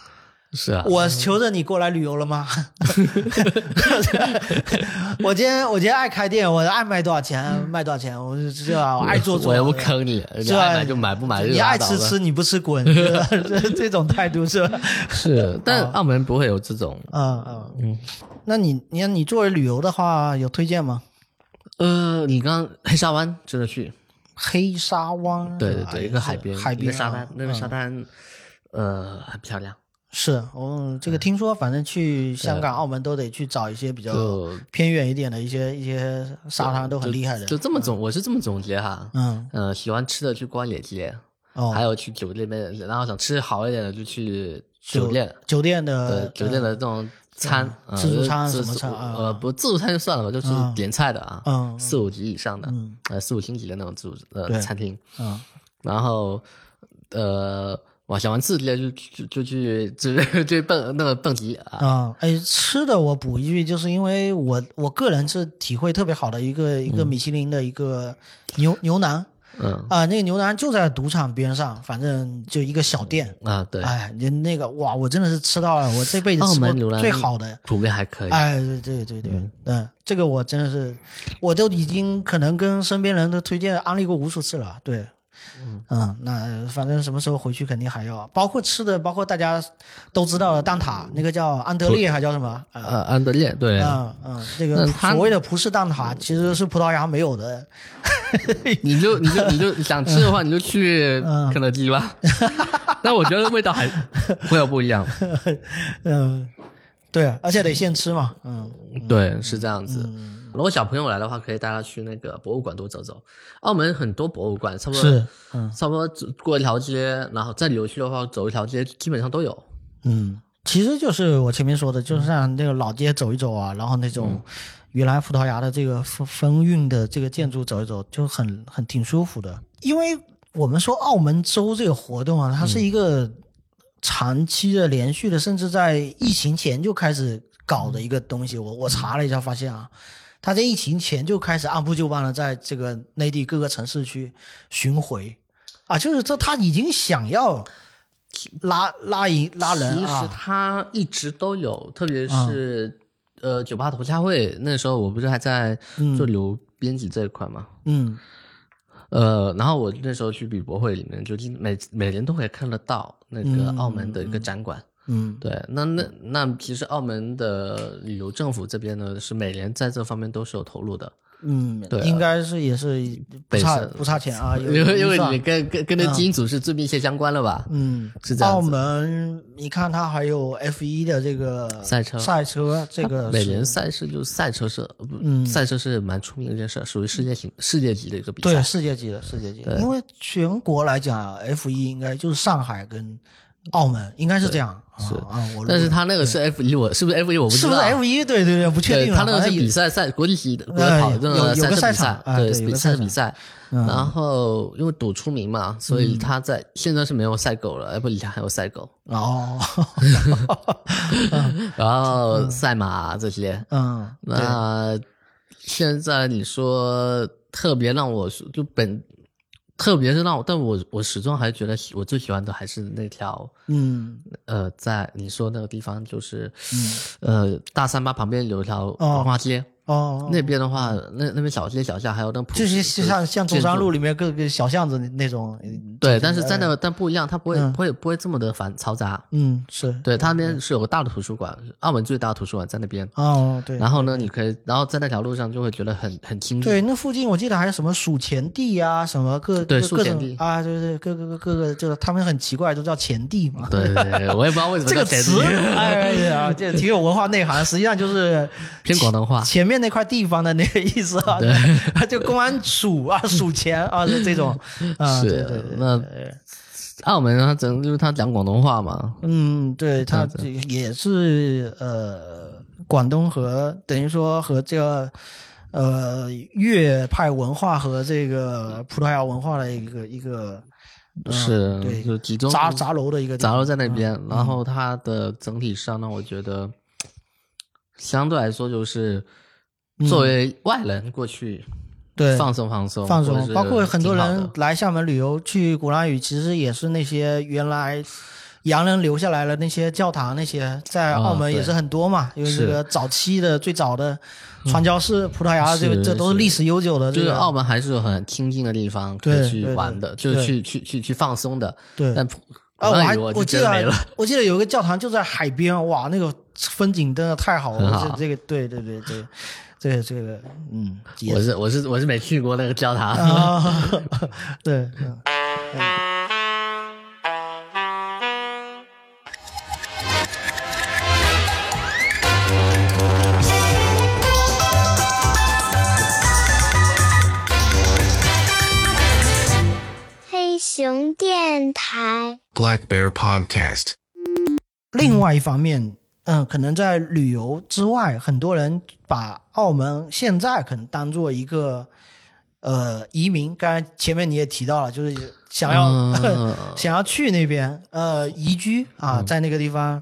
Speaker 3: 是啊，
Speaker 2: 我求着你过来旅游了吗？ *laughs* 我今天我今天爱开店，我爱卖多少钱卖多少钱，我就知道我爱做做。
Speaker 3: 嗯我又不坑你，你
Speaker 2: 是吧
Speaker 3: 爱买就买，不买就
Speaker 2: 你
Speaker 3: 拉
Speaker 2: 爱
Speaker 3: 倒
Speaker 2: 吃
Speaker 3: 了
Speaker 2: 吃，。你不吃滚，是吧这这种态度是吧？
Speaker 3: *laughs*
Speaker 2: *laughs*
Speaker 3: 是，但
Speaker 2: 啊
Speaker 3: 澳门不会有这种。
Speaker 2: 嗯嗯嗯。那你你看你作为旅游的话，有推荐吗？
Speaker 3: 呃，你刚黑沙湾值得去，
Speaker 2: 黑沙湾，
Speaker 3: 对对
Speaker 2: 哎
Speaker 3: 对，一个海边，
Speaker 2: 海
Speaker 3: 一
Speaker 2: 边
Speaker 3: 个沙
Speaker 2: 啊
Speaker 3: 滩，那个沙滩，呃，很漂亮。
Speaker 2: 是哦，
Speaker 3: 嗯
Speaker 2: 这个听说反正去香港、澳门都得去找一些比较
Speaker 3: 就
Speaker 2: 偏远一点的一些一些沙滩都很厉害的
Speaker 3: 就，这么总，我是这么总结哈。
Speaker 2: 嗯
Speaker 3: 呃，喜欢吃的去逛野街，
Speaker 2: 哦，
Speaker 3: 还有去酒店那边，然后想吃好一点的就去酒店。
Speaker 2: 酒店
Speaker 3: 对
Speaker 2: 的
Speaker 3: 酒店的这种餐，呃
Speaker 2: 自助餐
Speaker 3: 自
Speaker 2: 什么餐啊嗯
Speaker 3: 呃，不自助餐就算了吧，就是点菜的啊，
Speaker 2: 嗯嗯
Speaker 3: 四五级以上的
Speaker 2: 嗯，
Speaker 3: 呃，四五星级的那种自助
Speaker 2: 对
Speaker 3: 呃餐厅，
Speaker 2: 嗯
Speaker 3: 然后呃，我想玩刺激的就就就 *laughs* 去就就蹦那个蹦极啊，
Speaker 2: 啊，哎，吃的我补一句，就是因为我我个人是体会特别好的一个一个米其林的一个牛牛腩
Speaker 3: 嗯
Speaker 2: 啊、那个牛腩就在赌场边上，反正就一个小店。
Speaker 3: 啊对，
Speaker 2: 哎，你那个哇，我真的是吃到了我这辈子
Speaker 3: 澳
Speaker 2: 吃过
Speaker 3: 门牛腩
Speaker 2: 最好的。
Speaker 3: 普遍还可以，
Speaker 2: 哎，对对对对，嗯，这个我真的是，我都已经可能跟身边人都推荐安利过无数次了。对，嗯，那反正什么时候回去肯定还要，包括吃的，包括大家都知道的蛋挞，那个叫安德烈还叫什么？呃，
Speaker 3: 呃，安德烈，对，
Speaker 2: 嗯嗯，这
Speaker 3: 那
Speaker 2: 个
Speaker 3: 他
Speaker 2: 所谓的葡式蛋挞其实是葡萄牙没有的，
Speaker 3: 你就你就
Speaker 2: *laughs*
Speaker 3: 你就想吃的话，你就去
Speaker 2: 嗯
Speaker 3: 肯德基
Speaker 2: *laughs*
Speaker 3: 吧。但我觉得味道还 *laughs* 会有不一样。
Speaker 2: 嗯，对，而且得现吃嘛，嗯
Speaker 3: 对，是这样子。
Speaker 2: 嗯，
Speaker 3: 如果小朋友来的话，可以带他去那个博物馆多走走。澳门很多博物馆，差不多
Speaker 2: 是，嗯
Speaker 3: 差不多走过一条街，然后再扭去的话，走一条街基本上都有。
Speaker 2: 嗯，其实就是我前面说的，就是让那个老街走一走啊，然后那种原来葡萄牙的这个风风韵的这个建筑走一走，就很很挺舒服的。因为我们说澳门周这个活动啊，它
Speaker 3: 嗯
Speaker 2: 是一个长期的、连续的，甚至在疫情前就开始搞的一个东西。我我查了一下，发现啊。他在疫情前就开始按部就班的在这个内地各个城市去巡回，啊，就是这他已经想要拉拉一拉人
Speaker 3: 其实
Speaker 2: 啊，
Speaker 3: 它一直都有，特别是、呃酒吧头家会那时候，我不是还在做流编辑这一块嘛。
Speaker 2: 嗯
Speaker 3: 呃，然后我那时候去比博会里面，就经每每年都可以看得到那个
Speaker 2: 嗯
Speaker 3: 澳门的一个展馆。
Speaker 2: 嗯
Speaker 3: 对，那那那其实澳门的旅游政府这边呢，是每年在这方面都是有投入的。
Speaker 2: 嗯，
Speaker 3: 对啊
Speaker 2: 应该是也是不
Speaker 3: 本
Speaker 2: 差
Speaker 3: 身
Speaker 2: 不差钱
Speaker 3: *laughs*
Speaker 2: 啊，有
Speaker 3: 因为因为
Speaker 2: 预算
Speaker 3: 你跟跟跟那基因组是最密切相关了吧？
Speaker 2: 嗯
Speaker 3: 是这样子
Speaker 2: 澳门，你看它还有 F 一的这个
Speaker 3: 赛车
Speaker 2: 赛车这个
Speaker 3: *laughs* 每
Speaker 2: 是
Speaker 3: 年赛事就是赛车是，呃不
Speaker 2: 嗯
Speaker 3: 赛车是蛮出名的一件事，属于世界型世界级的一个比
Speaker 2: 对
Speaker 3: 赛。
Speaker 2: 世界级的世界级的，
Speaker 3: 对
Speaker 2: 因为全国来讲，F 一应该就是上海跟澳门应该是这样啊
Speaker 3: 是
Speaker 2: 啊，我
Speaker 3: 但是他那个是 F 一，我是不是 F 一我不
Speaker 2: 是
Speaker 3: 知
Speaker 2: 不
Speaker 3: 道
Speaker 2: 是。F 一？对对对，不确
Speaker 3: 对
Speaker 2: 定了。啊哎
Speaker 3: 他那个
Speaker 2: 好
Speaker 3: 是
Speaker 2: 像也
Speaker 3: 比赛赛国际级的国
Speaker 2: 哎
Speaker 3: 际跑的
Speaker 2: 有有
Speaker 3: 那
Speaker 2: 个赛场
Speaker 3: 赛车比
Speaker 2: 嗯
Speaker 3: 赛，
Speaker 2: 哎对有
Speaker 3: 比
Speaker 2: 个
Speaker 3: 赛
Speaker 2: 赛
Speaker 3: 比赛。然后因为赌出名嘛，所
Speaker 2: 嗯
Speaker 3: 以他在现在是没有赛狗了，F 以前还有赛狗， *laughs*
Speaker 2: 哦，
Speaker 3: 然后赛马这些。
Speaker 2: 嗯，对
Speaker 3: 那现在你说特别让我就本，特别是让我，但我我始终还觉得喜我最喜欢的还是那条
Speaker 2: 嗯
Speaker 3: 呃，在你说那个地方就是，呃，大三巴旁边有一条
Speaker 2: 哦
Speaker 3: 文化街，
Speaker 2: 哦，
Speaker 3: 那边的话，那那边小街小巷还有那普
Speaker 2: 就是
Speaker 3: 世
Speaker 2: 像像中山。
Speaker 3: 建
Speaker 2: 路
Speaker 3: 筑
Speaker 2: 里面各个小巷子那种，嗯
Speaker 3: 对，但是在那个但不一样，它不会
Speaker 2: 嗯
Speaker 3: 不会不会这么的繁嘈杂。
Speaker 2: 嗯是
Speaker 3: 对，它那边是有个大的图书馆，澳门最大的图书馆在那边。
Speaker 2: 哦对，
Speaker 3: 然后呢，你可以，然后在那条路上就会觉得很很清楚。
Speaker 2: 对，那附近我记得还有什么数钱地呀、什么各
Speaker 3: 对
Speaker 2: 各
Speaker 3: 数
Speaker 2: 各
Speaker 3: 钱
Speaker 2: 种
Speaker 3: 地
Speaker 2: 啊，对对，各个各各个就是他们很奇怪，都叫钱地嘛。
Speaker 3: 对对对，我也不知道为什么
Speaker 2: 这个
Speaker 3: 叫田
Speaker 2: 词，
Speaker 3: 地
Speaker 2: 哎呀，这挺有文化内涵，实际上就是
Speaker 3: 偏广东话。
Speaker 2: 前面那块地方的那个意思啊， *laughs* 就公安署啊、数钱啊这这种啊，对对
Speaker 3: *laughs* 是
Speaker 2: 对，
Speaker 3: 那澳门它整就是它讲广东话嘛，
Speaker 2: 嗯，对，它这也是呃，广东和等于说和这个呃粤派文化和这个葡萄牙文化的一个一个嗯
Speaker 3: 是
Speaker 2: 对
Speaker 3: 就集中
Speaker 2: 杂杂糅的一个地
Speaker 3: 杂
Speaker 2: 方嗯
Speaker 3: 糅在那边，然后它的整体上呢，我觉得相对来说就是作为外人过去
Speaker 2: 嗯对
Speaker 3: 放松放松
Speaker 2: 放
Speaker 3: 我觉
Speaker 2: 松，
Speaker 3: 得
Speaker 2: 包括很多
Speaker 3: 挺好
Speaker 2: 人
Speaker 3: 的
Speaker 2: 来厦门旅游去鼓浪屿，其实也是那些原来。洋人留下来了那些教堂，那些在
Speaker 3: 啊
Speaker 2: 澳门
Speaker 3: 对
Speaker 2: 也是很多嘛，因为这
Speaker 3: 是嗯
Speaker 2: 个早期的最早的传教士，葡萄牙这个
Speaker 3: 是
Speaker 2: 这都是
Speaker 3: 是
Speaker 2: 历史悠久的这
Speaker 3: 就
Speaker 2: 个，
Speaker 3: 是澳门还是有很清静的地方可
Speaker 2: 对
Speaker 3: 以去
Speaker 2: 对
Speaker 3: 玩的，就是
Speaker 2: 对
Speaker 3: 去去去去放松的。
Speaker 2: 对
Speaker 3: 但普
Speaker 2: 啊，
Speaker 3: 普
Speaker 2: 我
Speaker 3: 拉
Speaker 2: 还
Speaker 3: 语哎我就
Speaker 2: 我记
Speaker 3: 真
Speaker 2: 得
Speaker 3: 没了。
Speaker 2: 还我记得有一个教堂就在海边，哇，那个风景真的太好
Speaker 3: 很
Speaker 2: 了。
Speaker 3: 好
Speaker 2: 这这个对对对对，这个这个嗯，也
Speaker 3: 我是我是我是没去过那个教堂。
Speaker 2: 啊， *laughs* 对，嗯
Speaker 4: 黑熊电台。
Speaker 5: Black Bear Podcast.
Speaker 2: 另外一方面，嗯，可能在旅游之外，很多人把澳门现在可能当做一个呃移民。刚才前面你也提到了，就是想要、
Speaker 3: 嗯
Speaker 2: *laughs* 想要去那边呃移居啊，在那个地方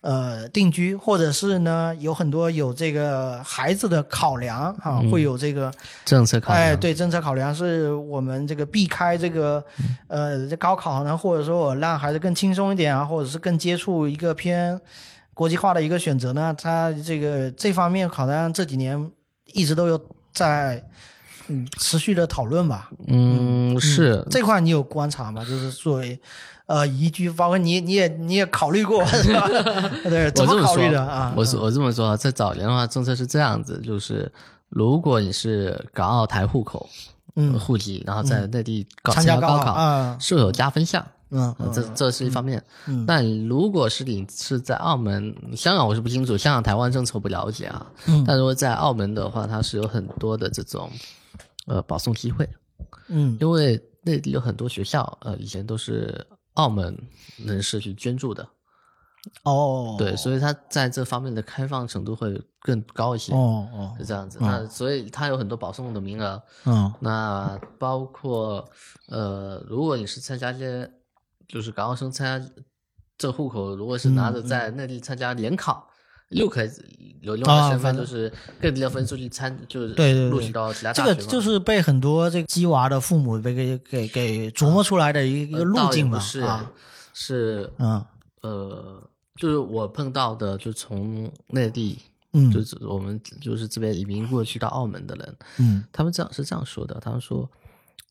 Speaker 2: 呃定居，或者是呢有很多有这个孩子的考量哈、啊，会有这个。
Speaker 3: 政策考量，
Speaker 2: 哎，对，政策考量是我们这个避开这个，呃，这高考呢，或者说我让孩子更轻松一点啊，或者是更接触一个偏国际化的一个选择呢，他这个这方面好像这几年一直都有在嗯持续的讨论吧。
Speaker 3: 嗯，是
Speaker 2: 这块你有观察吗？就是作为呃宜居，包括你你也你也考虑过是
Speaker 3: *laughs*
Speaker 2: 吧？对，怎
Speaker 3: 我这
Speaker 2: 么
Speaker 3: 么
Speaker 2: 考
Speaker 3: 说
Speaker 2: 虑的啊？
Speaker 3: 我是我这么说啊，在早年的话，政策是这样子，就是如果你是港澳台户口、
Speaker 2: 嗯
Speaker 3: 户籍，然后在内地搞
Speaker 2: 参加
Speaker 3: 高
Speaker 2: 高考啊
Speaker 3: 是有加分项。
Speaker 2: 嗯
Speaker 3: 呃这这是一方面。
Speaker 2: 嗯
Speaker 3: 但如果是你是在澳门、香港，我是不清楚，香港、台湾政策我不了解啊。
Speaker 2: 嗯
Speaker 3: 但如果在澳门的话，它是有很多的这种呃保送机会，
Speaker 2: 嗯
Speaker 3: 因为内地有很多学校，呃，以前都是澳门人士去捐助的，
Speaker 2: 哦，
Speaker 3: 对，所以它在这方面的开放程度会更高一些，
Speaker 2: 哦哦
Speaker 3: 是这样子。
Speaker 2: 嗯
Speaker 3: 那所以它有很多保送的名额，
Speaker 2: 嗯
Speaker 3: 那包括呃，如果你是参加一些，就是港澳生参加这户口，如果是拿
Speaker 2: 嗯
Speaker 3: 着在内地参加联考，又可以有另外
Speaker 2: 啊
Speaker 3: 的身份，
Speaker 2: 反正
Speaker 3: 就是更低的分数去参，就是
Speaker 2: 对对对
Speaker 3: 录取到其他
Speaker 2: 这
Speaker 3: 大学
Speaker 2: 个
Speaker 3: 嘛。
Speaker 2: 就是被很多这个鸡娃的父母被给给给琢磨出来的一个一个
Speaker 3: 呃
Speaker 2: 路
Speaker 3: 倒也
Speaker 2: 径
Speaker 3: 不
Speaker 2: 吧
Speaker 3: 是哎
Speaker 2: 啊，
Speaker 3: 是
Speaker 2: 嗯
Speaker 3: 呃，就是我碰到的，就从内地，
Speaker 2: 嗯
Speaker 3: 就是我们就是这边移民过去到澳门的人，
Speaker 2: 嗯
Speaker 3: 他们这样是这样说的，他们说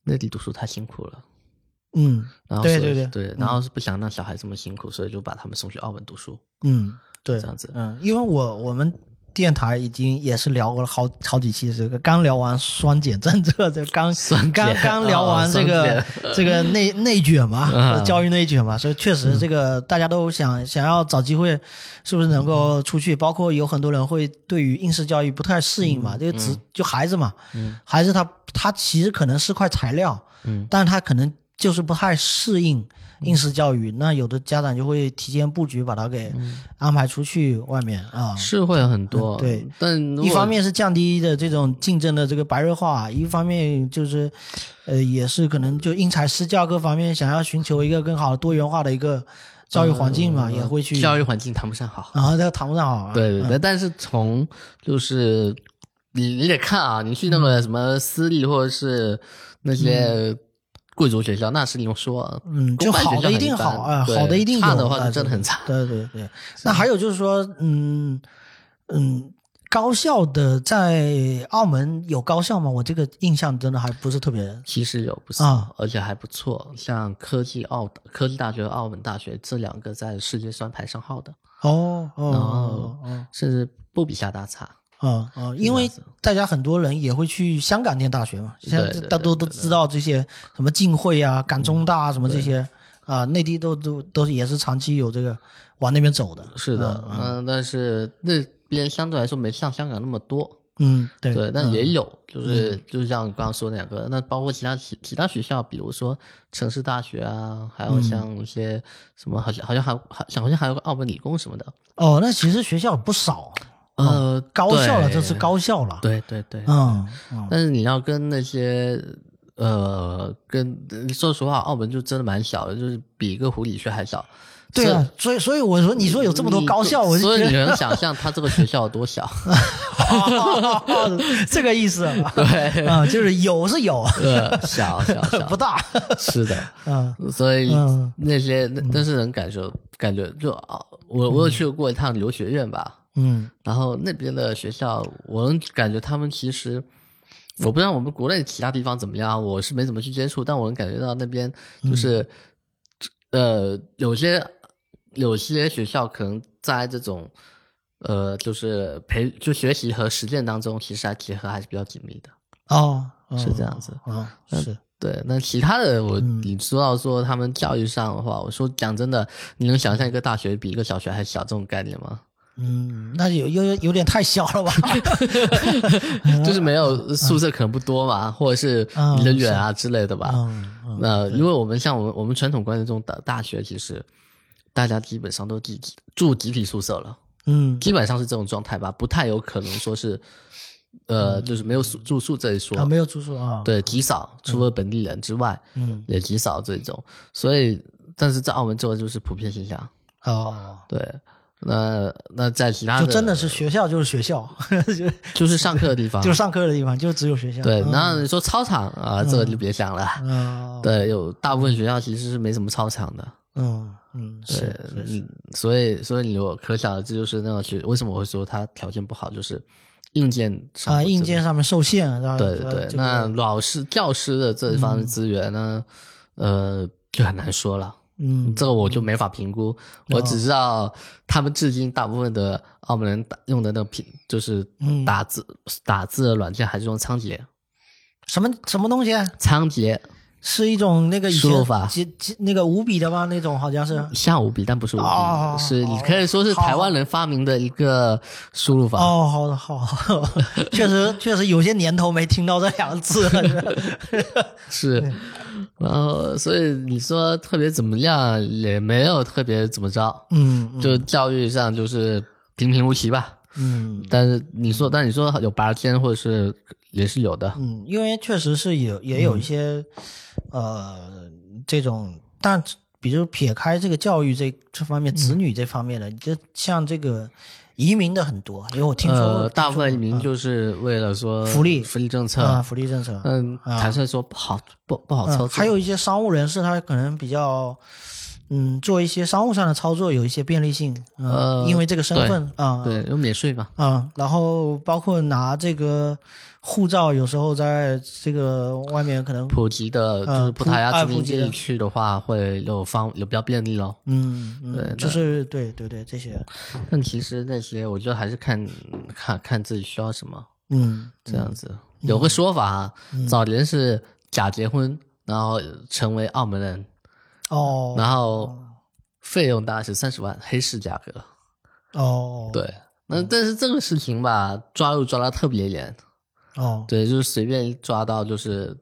Speaker 3: 内地读书太辛苦了。
Speaker 2: 嗯
Speaker 3: 然后
Speaker 2: 对
Speaker 3: 所以
Speaker 2: 对对
Speaker 3: 对，然后是不想让小孩这么辛苦，所以就把他们送去澳门读书，
Speaker 2: 嗯，对
Speaker 3: 这，样子。
Speaker 2: 嗯，因为我我们电台已经也是聊过了好好几期这个，刚聊完双减政策，这刚
Speaker 3: 双减
Speaker 2: 刚刚聊完
Speaker 3: 哦
Speaker 2: 这个、
Speaker 3: 双
Speaker 2: 这个内内卷嘛，
Speaker 3: 嗯
Speaker 2: 教育内卷嘛，所以确实这个大家都想、想要找机会，是不是能够出去？包括有很多人会对于应试教育不太适应
Speaker 3: 嗯
Speaker 2: 嘛，这个只就孩子嘛，孩子他他其实可能是块材料，
Speaker 3: 嗯
Speaker 2: 但是他可能就是不太适应应试教育，那有的家长就会提前布局把他给安排出去外面啊。
Speaker 3: 嗯是会有很多，
Speaker 2: 嗯对
Speaker 3: 但如果
Speaker 2: 一方面是降低的这种竞争的这个白热化，一方面就是，呃，也是可能就因材施教各方面想要寻求一个更好的多元化的一个教育环境嘛，也会去
Speaker 3: 嗯
Speaker 2: 嗯
Speaker 3: 教育环境谈不上好，
Speaker 2: 然后这个谈不上好啊。
Speaker 3: 对对对。但是从就是你你得看啊，你去那么什么私立或者是那些贵族学校，那是另说，
Speaker 2: 嗯，就
Speaker 3: 公办学校
Speaker 2: 好的
Speaker 3: 很
Speaker 2: 一
Speaker 3: 一
Speaker 2: 定好
Speaker 3: 般
Speaker 2: 啊，
Speaker 3: 对
Speaker 2: 好的一定有
Speaker 3: 差的话
Speaker 2: 啊
Speaker 3: 就真的很差。
Speaker 2: 对对对，那还有就是说，嗯嗯，高校的在澳门有高校吗？我这个印象真的还不是特别
Speaker 3: 其实有不少，
Speaker 2: 啊
Speaker 3: 而且还不错，像科技澳科技大学、和澳门大学这两个在世界上排上号的，
Speaker 2: 哦哦
Speaker 3: 然后甚至不比厦大差。
Speaker 2: 哦哦，因为大家很多人也会去香港念大学嘛，现在
Speaker 3: 对对
Speaker 2: 大家都
Speaker 3: 对
Speaker 2: 都
Speaker 3: 对嗯
Speaker 2: 知道这些什么浸会啊、港中大啊什么这些啊，内地都都都是也是长期有这个往那边走的。
Speaker 3: 是的，
Speaker 2: 嗯
Speaker 3: 嗯，但是那边相对来说没像香港那么多，
Speaker 2: 嗯，对
Speaker 3: 对，但
Speaker 2: 嗯
Speaker 3: 也有，就是就是像你刚刚说那两个，那包括其他其其他学校，比如说城市大学啊，还
Speaker 2: 嗯
Speaker 3: 有像一些什么，好像好像还还好像还有个澳门理工什么的，
Speaker 2: 哦，那其实学校不少，啊
Speaker 3: 呃，
Speaker 2: 哦高校了，
Speaker 3: 对
Speaker 2: 这是，高校了。，
Speaker 3: 对对对，
Speaker 2: 嗯嗯
Speaker 3: 但是你要跟那些。呃，跟说实话，澳门就真的蛮小的，就是比一个湖里区还小。
Speaker 2: 对啊，所以所以我说，你说有这么多高校，我就
Speaker 3: 所以
Speaker 2: 觉
Speaker 3: 你
Speaker 2: 得
Speaker 3: 能想象它这个学校有
Speaker 2: *laughs*
Speaker 3: 多小？
Speaker 2: 这个意思啊，
Speaker 3: 对，
Speaker 2: 啊，就是有是有，
Speaker 3: 呃，小小
Speaker 2: 不
Speaker 3: 小，
Speaker 2: 大，
Speaker 3: 是
Speaker 2: *laughs*
Speaker 3: 的，
Speaker 2: 嗯
Speaker 3: 所以
Speaker 2: 嗯
Speaker 3: 那些那但是能感受感觉就啊，我我有去过一趟留学院吧，
Speaker 2: 嗯
Speaker 3: 然后那边的学校，我能感觉他们其实。我不知道我们国内其他地方怎么样，啊我是没怎么去接触，但我能感觉到那边
Speaker 2: 嗯
Speaker 3: 就是，呃，有些有些学校可能在这种，呃，就是培就学习和实践当中，其实还结合还是比较紧密的，
Speaker 2: 哦，嗯
Speaker 3: 是这样子。
Speaker 2: 哦，是
Speaker 3: 对，那其他的我，
Speaker 2: 嗯
Speaker 3: 你说到说他们教育上的话，我说讲真的，你能想象一个大学比一个小学还小这种概念吗？ *laughs*
Speaker 2: 嗯，那有有有点太小了吧？
Speaker 3: 就是没
Speaker 2: 啊
Speaker 3: 有呃宿舍可能不多嘛，或者是离得远啊之类的吧。
Speaker 2: 嗯嗯
Speaker 3: 那因为我们像我们我们传统观念中的大学，其实大家基本上都集体住集体宿舍了，
Speaker 2: 嗯，
Speaker 3: 基本上是这种状态吧，不太有可能说是，呃，就是没有宿住宿这一说。
Speaker 2: 嗯啊，没有住宿啊，，
Speaker 3: 对，极少，除了本地人之外，
Speaker 2: 嗯
Speaker 3: 也极少这种。所以，但是在澳门这个就是普遍现象。
Speaker 2: 哦，
Speaker 3: 对，那那在其他
Speaker 2: 就真的是学校就是学校， *laughs* 就
Speaker 3: 就是上课的地方，
Speaker 2: 就是上课的地方就只有学校。
Speaker 3: 啊对。
Speaker 2: 嗯
Speaker 3: 然后你说操场啊，这个就别想了。
Speaker 2: 嗯
Speaker 3: *laughs* 对，有大部分学校其实是没什么操场的。
Speaker 2: 嗯嗯是
Speaker 3: 对，
Speaker 2: 是是
Speaker 3: 嗯，所以所以你我可想而知，就是那个学为什么我会说它条件不好，就是硬件上
Speaker 2: 啊，硬件上面受限，啊然后
Speaker 3: 对对对，那老师教师的这方
Speaker 2: 嗯
Speaker 3: 面资源呢，呃，就很难说了。
Speaker 2: 嗯，哦
Speaker 3: 这个我就没法评估，我只知道他们至今大部分的澳门人打用的那个屏，就是
Speaker 2: 嗯
Speaker 3: 打字、打字的软件还是用仓颉，
Speaker 2: 什么什么东西啊？
Speaker 3: 仓颉
Speaker 2: 是一种那个以前
Speaker 3: 输入法
Speaker 2: 几几那个五笔的吗？那种好像是
Speaker 3: 下五笔，但不是五笔，
Speaker 2: 哦
Speaker 3: 是
Speaker 2: 哦
Speaker 3: 你可以说是
Speaker 2: 好
Speaker 3: 台湾人发明的一个输入法。
Speaker 2: 哦，好的，好，好 *laughs* 确实确实有些年头没听到这两个字
Speaker 3: *laughs*
Speaker 2: 了。
Speaker 3: 是，然后所以你说特别怎么样，也没有特别怎么着，
Speaker 2: 嗯嗯
Speaker 3: 就教育上就是平平无奇吧。
Speaker 2: 嗯
Speaker 3: 但是你说，但你说有拔尖或者是也是有的，
Speaker 2: 嗯，因为确实是有也有一些、
Speaker 3: 嗯
Speaker 2: 呃这种，但比如撇开这个教育这这方
Speaker 3: 嗯
Speaker 2: 面，子女这方面的，就像这个移民的很多，因为我听说、
Speaker 3: 呃，大
Speaker 2: 听
Speaker 3: 部
Speaker 2: 说
Speaker 3: 分移民就是为了说
Speaker 2: 福利
Speaker 3: 福利政策，
Speaker 2: 啊、福利政策，
Speaker 3: 嗯，坦率说不好不不好操作。
Speaker 2: 嗯，还有一些商务人士，他可能比较，嗯，做一些商务上的操作有一些便利性，嗯、
Speaker 3: 呃
Speaker 2: 因为这个身份啊，
Speaker 3: 对有免税嘛，
Speaker 2: 啊、然后包括拿这个护照，有时候在这个外面可能，
Speaker 3: 普及的就是
Speaker 2: 呃
Speaker 3: 葡萄牙
Speaker 2: 普
Speaker 3: 殖
Speaker 2: 啊
Speaker 3: 民
Speaker 2: 普及的
Speaker 3: 地区的话，会有方有比较便利咯。
Speaker 2: 嗯，
Speaker 3: 对
Speaker 2: 嗯就是对对对，这些，
Speaker 3: 但其实那些我觉得还是看看看自己需要什么
Speaker 2: 嗯，
Speaker 3: 这样子。有个说法啊，早年是假结婚，然后成为澳门人，
Speaker 2: 哦
Speaker 3: 然后费用大概是三十万黑市价格。
Speaker 2: 哦，，
Speaker 3: 对，那但是这个事情吧，抓又抓的特别严，
Speaker 2: 哦，
Speaker 3: 对，就是随便抓到就是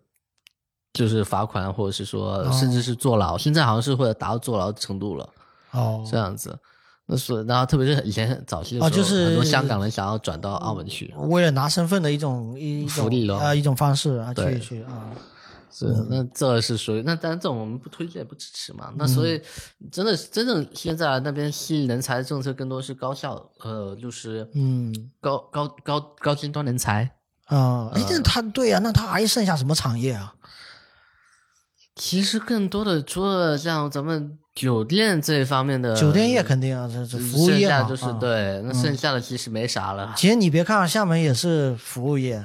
Speaker 3: 就是罚款，或者是说甚至是坐牢，现在好像是会达到坐牢的程度了，
Speaker 2: 哦，
Speaker 3: 这样子。那所以然后特别是以前很早期的时候，
Speaker 2: 哦就是哦
Speaker 3: 很多香港人想要转到澳门去，
Speaker 2: 为了拿身份的一种一一种
Speaker 3: 福利咯
Speaker 2: 啊、一种方式啊，去
Speaker 3: 对
Speaker 2: 去啊，
Speaker 3: 是那这是属于那当然这种我们不推荐不支持嘛。那所以
Speaker 2: 嗯
Speaker 3: 真的是真正现在那边吸引人才的政策更多是高校，呃，就是
Speaker 2: 嗯
Speaker 3: 高高高高尖端人才，
Speaker 2: 啊，哎、那他对啊，那他还剩下什么产业啊？
Speaker 3: 其实更多的除了像咱们酒店这一方面的
Speaker 2: 酒店业肯定啊，这这服务
Speaker 3: 剩
Speaker 2: 业
Speaker 3: 嗯下
Speaker 2: 嘛，
Speaker 3: 就是、
Speaker 2: 啊
Speaker 3: 对，那剩下的其实没啥了。
Speaker 2: 其实你别看啊厦门也是服务业，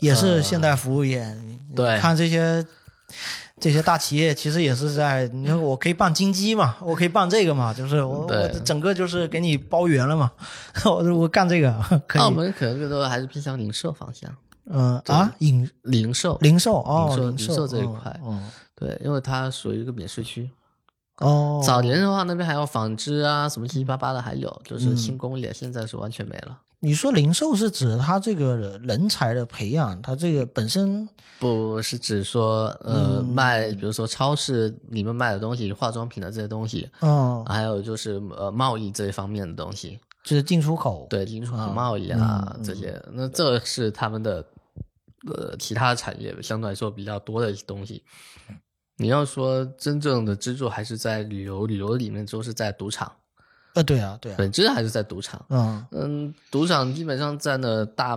Speaker 2: 也是现代服务业。你
Speaker 3: 嗯对
Speaker 2: 看这些这些大企业，其实也是在你看，我可以办金鸡嘛，我可以办这个嘛，就是我我
Speaker 3: 对
Speaker 2: 整个就是给你包圆了嘛。 *laughs* 我我干这个可
Speaker 3: 澳
Speaker 2: 以，
Speaker 3: 门可能更多还是偏向零售方向，
Speaker 2: 嗯啊，零
Speaker 3: 零售
Speaker 2: 零售哦，
Speaker 3: 零售零售
Speaker 2: 售
Speaker 3: 这一
Speaker 2: 哦
Speaker 3: 块
Speaker 2: 哦
Speaker 3: 对，因为它属于一个免税区。
Speaker 2: 哦，
Speaker 3: 早年的话，那边还有纺织啊，什么七七八八的，还有
Speaker 2: 嗯
Speaker 3: 就是轻工业，现在是完全没了。
Speaker 2: 你说零售是指他这个人才的培养，他这个本身
Speaker 3: 不是指说呃、
Speaker 2: 嗯
Speaker 3: 卖，比如说超市里面卖的东西，化妆品的这些东西，
Speaker 2: 嗯，
Speaker 3: 还有就是呃贸易这一方面的东西。
Speaker 2: 就是进出口
Speaker 3: 对，进出口贸易啊、
Speaker 2: 嗯
Speaker 3: 这些，那这是他们的呃其他产业相对来说比较多的东西。
Speaker 2: 嗯
Speaker 3: 你要说真正的支柱还是在旅游，旅游里面就是在赌场，
Speaker 2: 呃，对啊对啊，
Speaker 3: 本质还是在赌场。
Speaker 2: 嗯，
Speaker 3: 嗯，赌场基本上占了大，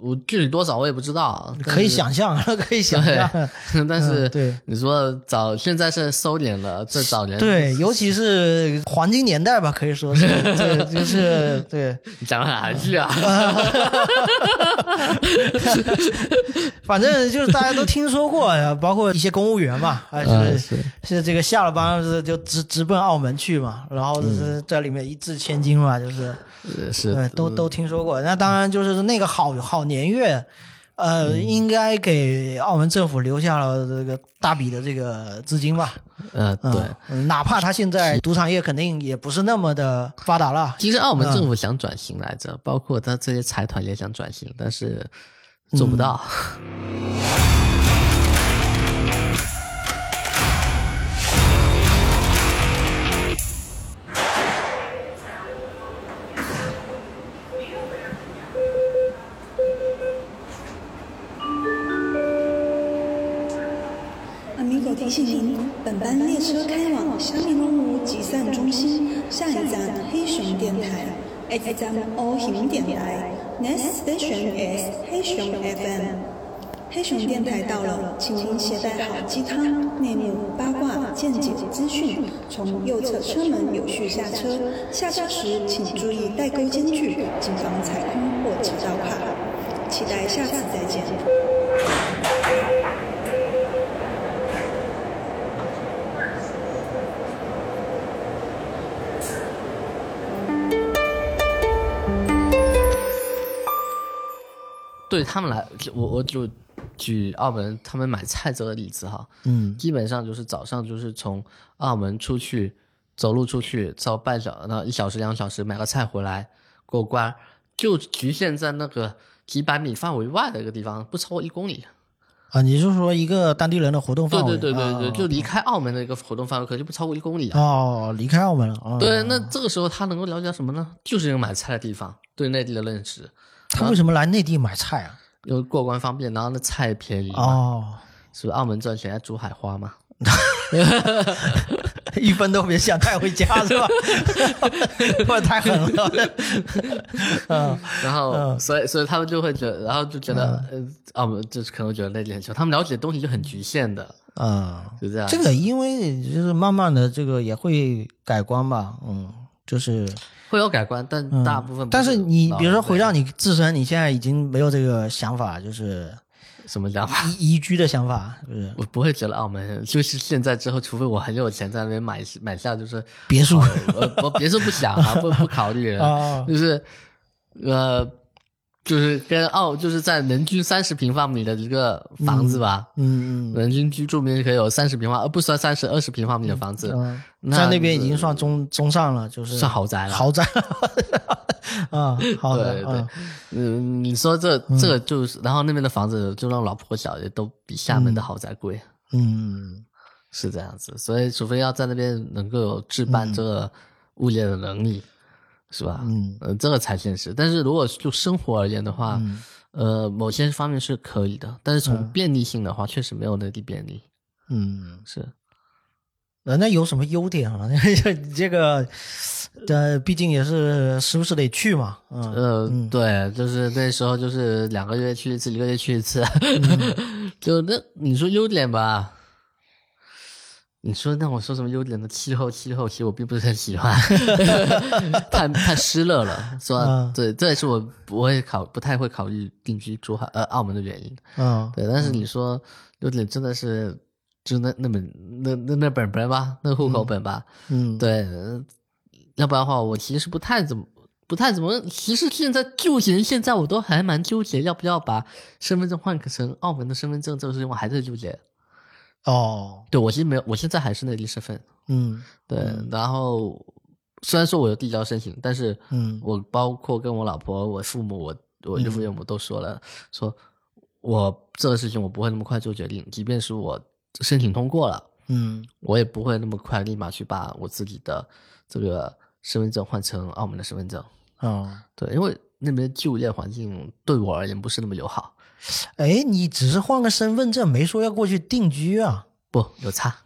Speaker 3: 我具体多少我也不知道，但
Speaker 2: 可以
Speaker 3: 是
Speaker 2: 想象， *laughs* 可以想象。
Speaker 3: 对，但是、 *laughs*
Speaker 2: 对
Speaker 3: 你说早现在是收敛了，这早
Speaker 2: *laughs*
Speaker 3: 年
Speaker 2: 对，尤其是黄金年代吧，可以说是，对，就是对，
Speaker 3: 讲得很含蓄啊，
Speaker 2: 反正就是大家都听说过，呃 *laughs* 包括一些公务员嘛，啊，就是
Speaker 3: 嗯 *laughs* 是
Speaker 2: 是这个下了班是就直直奔澳门去嘛，然后就是在里面一掷千金嘛，就是
Speaker 3: 嗯
Speaker 2: 嗯
Speaker 3: 是
Speaker 2: 对，
Speaker 3: 是
Speaker 2: 都都听说过。那当然就是那个好好年月。呃，应该给澳门政府留下了这个大笔的这个资金吧？
Speaker 3: 呃
Speaker 2: 嗯
Speaker 3: 对，
Speaker 2: 嗯哪怕他现在赌场业肯定也不是那么的发达了，
Speaker 3: 其实澳门政府想转型来
Speaker 2: 嗯
Speaker 3: 着，包括他这些财团也想转型，但是
Speaker 2: 嗯
Speaker 3: 做不到。 *laughs*
Speaker 6: Amigo 提醒您，本班列车开往香米龙湖集散中心，下一站黑熊电台，H 站欧熊电台，Next station is 黑熊 FM。黑熊电台到了，请您携带好鸡汤、内幕、八卦、见解、资讯，从右侧车门有序下车。下车时请注意代沟间距，谨防踩空或挤到卡。期待下次再见。
Speaker 3: 对他们来，我我就举澳门他们买菜这个例子哈，
Speaker 2: 嗯
Speaker 3: 基本上就是早上就是从澳门出去，走路出去，走半小那一小时两小时买个菜回来过关，就局限在那个几百米范围外的一个地方，不超过一公里。
Speaker 2: 啊，你是说一个当地人的活动
Speaker 3: 对
Speaker 2: 范围？
Speaker 3: 对对对对，
Speaker 2: 啊
Speaker 3: 就离开澳门的一个活动范围，可能就不超过一公里啊。
Speaker 2: 哦，离开澳门了。哦、
Speaker 3: 对，那这个时候他能够了解到什么呢？就是一个买菜的地方，对内地的认识，
Speaker 2: 他为什么来内地买菜啊？
Speaker 3: 因为过关方便，然后那菜便宜嘛，
Speaker 2: 哦， *laughs*
Speaker 3: 是不是？澳门赚钱，珠海花嘛。
Speaker 2: 一分都别想带回家 *laughs* 是吧？我太狠
Speaker 3: *laughs*
Speaker 2: 了。嗯
Speaker 3: 然后，
Speaker 2: 嗯
Speaker 3: 所以所以他们就会觉得，然后就觉得，呃，澳门就是可能觉得内地很穷，他们了解的东西就很局限的，
Speaker 2: 嗯。
Speaker 3: 就这样。
Speaker 2: 这个因为就是慢慢的这个也会改观吧，嗯，就是
Speaker 3: 会有改观，但
Speaker 2: 嗯
Speaker 3: 大部分不
Speaker 2: 但是你比如说回到
Speaker 3: 你
Speaker 2: 你自身，你现在已经没有这个想法，就是
Speaker 3: 什么想法？ *laughs*
Speaker 2: 移移居的想法，是不是？
Speaker 3: 我不会觉得澳门就是现在之后，除非我很有钱在那边买买下，就是
Speaker 2: 别墅
Speaker 3: 呃我我别墅不想啊，不不考虑了，
Speaker 2: 哦
Speaker 3: *laughs* 就是呃，就是跟澳就是在人均三十平方米的一个房子吧，
Speaker 2: *laughs* 嗯嗯
Speaker 3: 人均居住面积可以有三十平方，呃，不算三十，二十平方米的房子，
Speaker 2: 嗯，
Speaker 3: 那
Speaker 2: 在那边已经算中中上了，就是
Speaker 3: 算豪宅了
Speaker 2: 豪宅 *laughs* 啊，好的，
Speaker 3: 对对
Speaker 2: 嗯，
Speaker 3: 嗯，你说这这个就是，然后那边的房子就让老婆小也都比厦门的豪宅贵，
Speaker 2: 嗯，
Speaker 3: 是这样子。所以，除非要在那边能够有置办这个物业的能力，是吧？
Speaker 2: 嗯
Speaker 3: 呃，这个才现实。但是如果就生活而言的话，
Speaker 2: 嗯
Speaker 3: 呃，某些方面是可以的，但是从便利性的话，确实没有内地便利。
Speaker 2: 嗯，
Speaker 3: 是，
Speaker 2: 呃那有什么优点啊？你 *laughs* 这个，呃，毕竟也是时不时得去嘛，嗯
Speaker 3: 呃，
Speaker 2: 嗯
Speaker 3: 对，就是那时候就是两个月去一次，一个月去一次，
Speaker 2: 嗯
Speaker 3: *laughs* 就那你说优点吧。你说让我说什么优点呢？气候，气候，其实我并不是很
Speaker 2: *laughs*
Speaker 3: 喜欢，太太湿热了，是吧？
Speaker 2: 嗯
Speaker 3: 对，这也是我不会考，不太会考虑定居珠海呃澳门的原因。
Speaker 2: 嗯
Speaker 3: 对，但是你说优点真的是，就那那本那那那本本吧，那户口本吧，
Speaker 2: 嗯，
Speaker 3: 对，呃要不然的话，我其实不太怎么。不太怎么，其实现在纠结，现在我都还蛮纠结，要不要把身份证换成澳门的身份证这个事情，我还在纠结。
Speaker 2: 哦，
Speaker 3: 对我其实没有，我现在还是内地身份。
Speaker 2: 嗯
Speaker 3: 对，然后虽然说我有递交申请，但是
Speaker 2: 嗯
Speaker 3: 我包括跟我老婆、我父母、我我岳父岳母都说了，说我这个事情我不会那么快做决定，即便是我申请通过了，
Speaker 2: 嗯
Speaker 3: 我也不会那么快立马去把我自己的这个身份证换成澳门的身份证。
Speaker 2: 哦，
Speaker 3: 对，因为那边就业环境对我而言不是那么友好，
Speaker 2: 哎，你只是换个身份证，没说要过去定居啊。
Speaker 3: 不有差。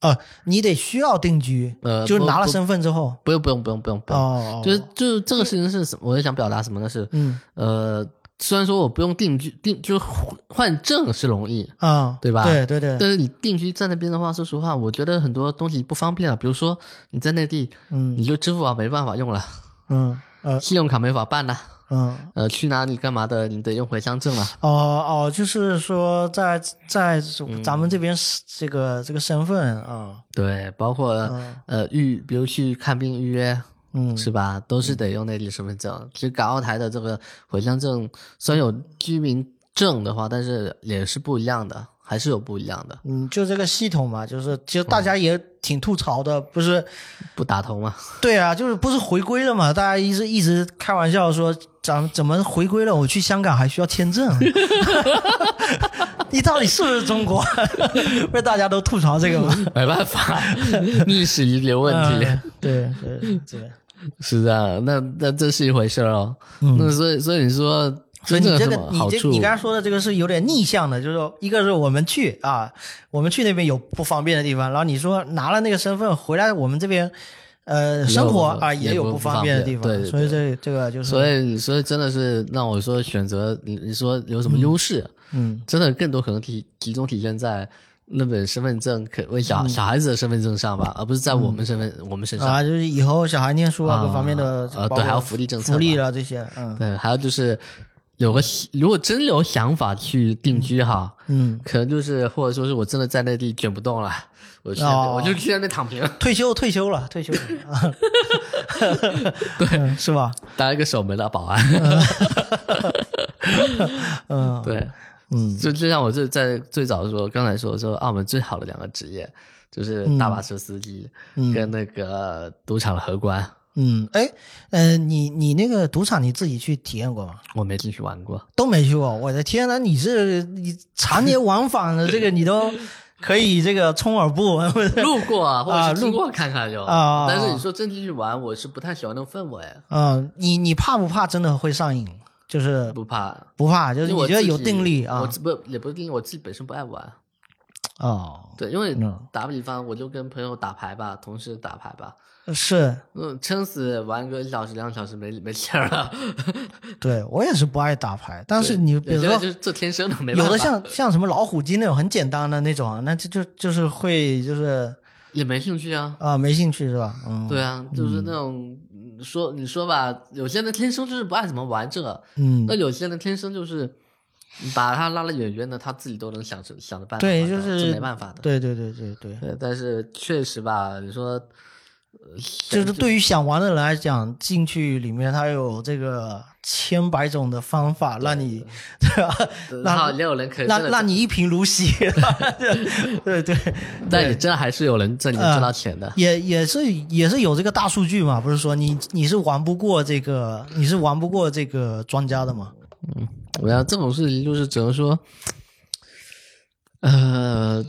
Speaker 2: 啊，你得需要定居，
Speaker 3: 呃
Speaker 2: 就是
Speaker 3: 不
Speaker 2: 拿了
Speaker 3: 不
Speaker 2: 身份之后，
Speaker 3: 不用不用不用不用不用，
Speaker 2: 哦，
Speaker 3: 就是就是这个事情是什么？我也想表达什么呢？是
Speaker 2: 嗯
Speaker 3: 呃，虽然说我不用定居定就是换换证是容易，
Speaker 2: 啊，
Speaker 3: 对吧
Speaker 2: 对对对，
Speaker 3: 但是你定居在那边的话，说实话，我觉得很多东西不方便了。啊比如说你在内地，
Speaker 2: 嗯
Speaker 3: 你就支付宝没办法用了， *laughs*
Speaker 2: 嗯呃
Speaker 3: 信用卡没法办了，
Speaker 2: 嗯，
Speaker 3: 呃，去哪里干嘛的，你得用回乡证了。
Speaker 2: 哦哦，就是说在在咱们这边是这个这个身份啊，
Speaker 3: *laughs* 对，包括、
Speaker 2: 嗯
Speaker 3: 呃预，比如去看病预约，
Speaker 2: 嗯
Speaker 3: 是吧？都是得用内地身份证。其实港澳台的这个回乡证，虽然有居民证的话，但是也是不一样的，还是有不一样的，
Speaker 2: 嗯，就这个系统嘛，就是其实大家也挺吐槽的，不是？
Speaker 3: 不打通嘛。
Speaker 2: 对啊，就是不是回归了嘛？大家一直一直开玩笑说，咱们怎么回归了？我去香港还需要签证？你到底是不是中国？ *laughs* 不是大家都吐槽这个吗？
Speaker 3: 没办 *laughs* 法，历史遗留问题、
Speaker 2: 嗯对对对，
Speaker 3: 是的。那那这是一回事儿哦。那所以所以你说
Speaker 2: 所以
Speaker 3: 真
Speaker 2: 你
Speaker 3: 正
Speaker 2: 这个
Speaker 3: 有什么
Speaker 2: 你
Speaker 3: 好
Speaker 2: 这
Speaker 3: 处？
Speaker 2: 你刚才说的这个是有点逆向的，就是说一个是我们去啊，我们去那边有不方便的地方，然后你说拿了那个身份回来，我们这边呃生活啊
Speaker 3: 也
Speaker 2: 也有
Speaker 3: 不
Speaker 2: 不
Speaker 3: 方
Speaker 2: 方便的地
Speaker 3: 便
Speaker 2: 方，啊
Speaker 3: 对对
Speaker 2: 所以这这个就是
Speaker 3: 所以所以真的是让我说选择，你你说有什么优势？
Speaker 2: 嗯
Speaker 3: 真的更多可能体集中体现在那本身份证可为小、小孩子的身份证上吧，而不是在我们身份、我们身上。
Speaker 2: 嗯啊，就是以后小孩念书啊，
Speaker 3: 啊
Speaker 2: 各方面的
Speaker 3: 呃对
Speaker 2: 包括
Speaker 3: 还有福利政策
Speaker 2: 福利
Speaker 3: 嘛
Speaker 2: 了这些，嗯，
Speaker 3: 对，还有就是有个如果真有想法去定居哈，
Speaker 2: 嗯，
Speaker 3: 可能就是或者说是我真的在内地卷不动了，我去那边、
Speaker 2: 哦
Speaker 3: 我就去那边躺平， *laughs*
Speaker 2: 退休退休了，退休了，对，是吧？
Speaker 3: 当一个守门的保安。
Speaker 2: *laughs* 嗯，，
Speaker 3: *laughs* 对，
Speaker 2: 嗯
Speaker 3: 就就像我最在最早的时候，刚才说说澳门最好的两个职业就是大巴车司机
Speaker 2: 嗯
Speaker 3: 跟那个赌场的荷官，
Speaker 2: 嗯，哎，呃，你你那个赌场你自己去体验过吗？
Speaker 3: 我没进去玩过。
Speaker 2: 都没去过，我的天呐，你这你常年往返的这个你都可以这个充耳不闻，不是？
Speaker 3: 路过啊，或者
Speaker 2: 啊
Speaker 3: 是
Speaker 2: 路
Speaker 3: 经过看看就。
Speaker 2: 啊
Speaker 3: 但是你说真进去玩，我是不太喜欢那种氛啊围，
Speaker 2: 嗯，你你怕不怕真的会上瘾？就是
Speaker 3: 不怕。
Speaker 2: 啊不怕，就是
Speaker 3: 因为
Speaker 2: 你
Speaker 3: 我
Speaker 2: 觉得
Speaker 3: 自己
Speaker 2: 有定力啊
Speaker 3: 我？自不也不是定力，我自己本身不爱玩。
Speaker 2: 哦，
Speaker 3: 对，因为
Speaker 2: 嗯
Speaker 3: 打比方，我就跟朋友打牌吧，同事打牌吧，
Speaker 2: 是，
Speaker 3: 嗯，撑死玩个一小时、两小时没没劲儿了。
Speaker 2: 对我也是不爱打牌，但是
Speaker 3: *laughs*
Speaker 2: 你比
Speaker 3: 有
Speaker 2: 如
Speaker 3: 些
Speaker 2: 说
Speaker 3: 人就是这天生的，没办
Speaker 2: 有
Speaker 3: 法
Speaker 2: 的像像什么老虎机那种很简单的那种，那就就就是会就是
Speaker 3: 也没兴趣啊。
Speaker 2: 啊、没兴趣是吧？嗯，
Speaker 3: 对，啊，就是那种、嗯说你说吧，有些人天生就是不爱怎么玩这个，
Speaker 2: 嗯
Speaker 3: 那，有些人天生就是你把他拉得远远的，他自己都能想着想着办法玩
Speaker 2: 对，
Speaker 3: 到。
Speaker 2: 就是
Speaker 3: 这没办法的。
Speaker 2: 对对对对对，
Speaker 3: 对，但是确实吧，你说，呃
Speaker 2: 就是对于想玩的人来讲，进去里面它有这个千百种的方法让你，对吧？
Speaker 3: 然后
Speaker 2: 让
Speaker 3: 也有人可以
Speaker 2: 让
Speaker 3: 真的
Speaker 2: 让你一贫如洗，
Speaker 3: *laughs*
Speaker 2: 对对，嗯
Speaker 3: 但也真的还是有人挣能挣到钱的。
Speaker 2: 也也是也是有这个大数据嘛，不是说你你是玩不过这个你是玩不过这个庄家的
Speaker 3: 嗯
Speaker 2: 嘛？
Speaker 3: 我要这种事情就是只能说，呃，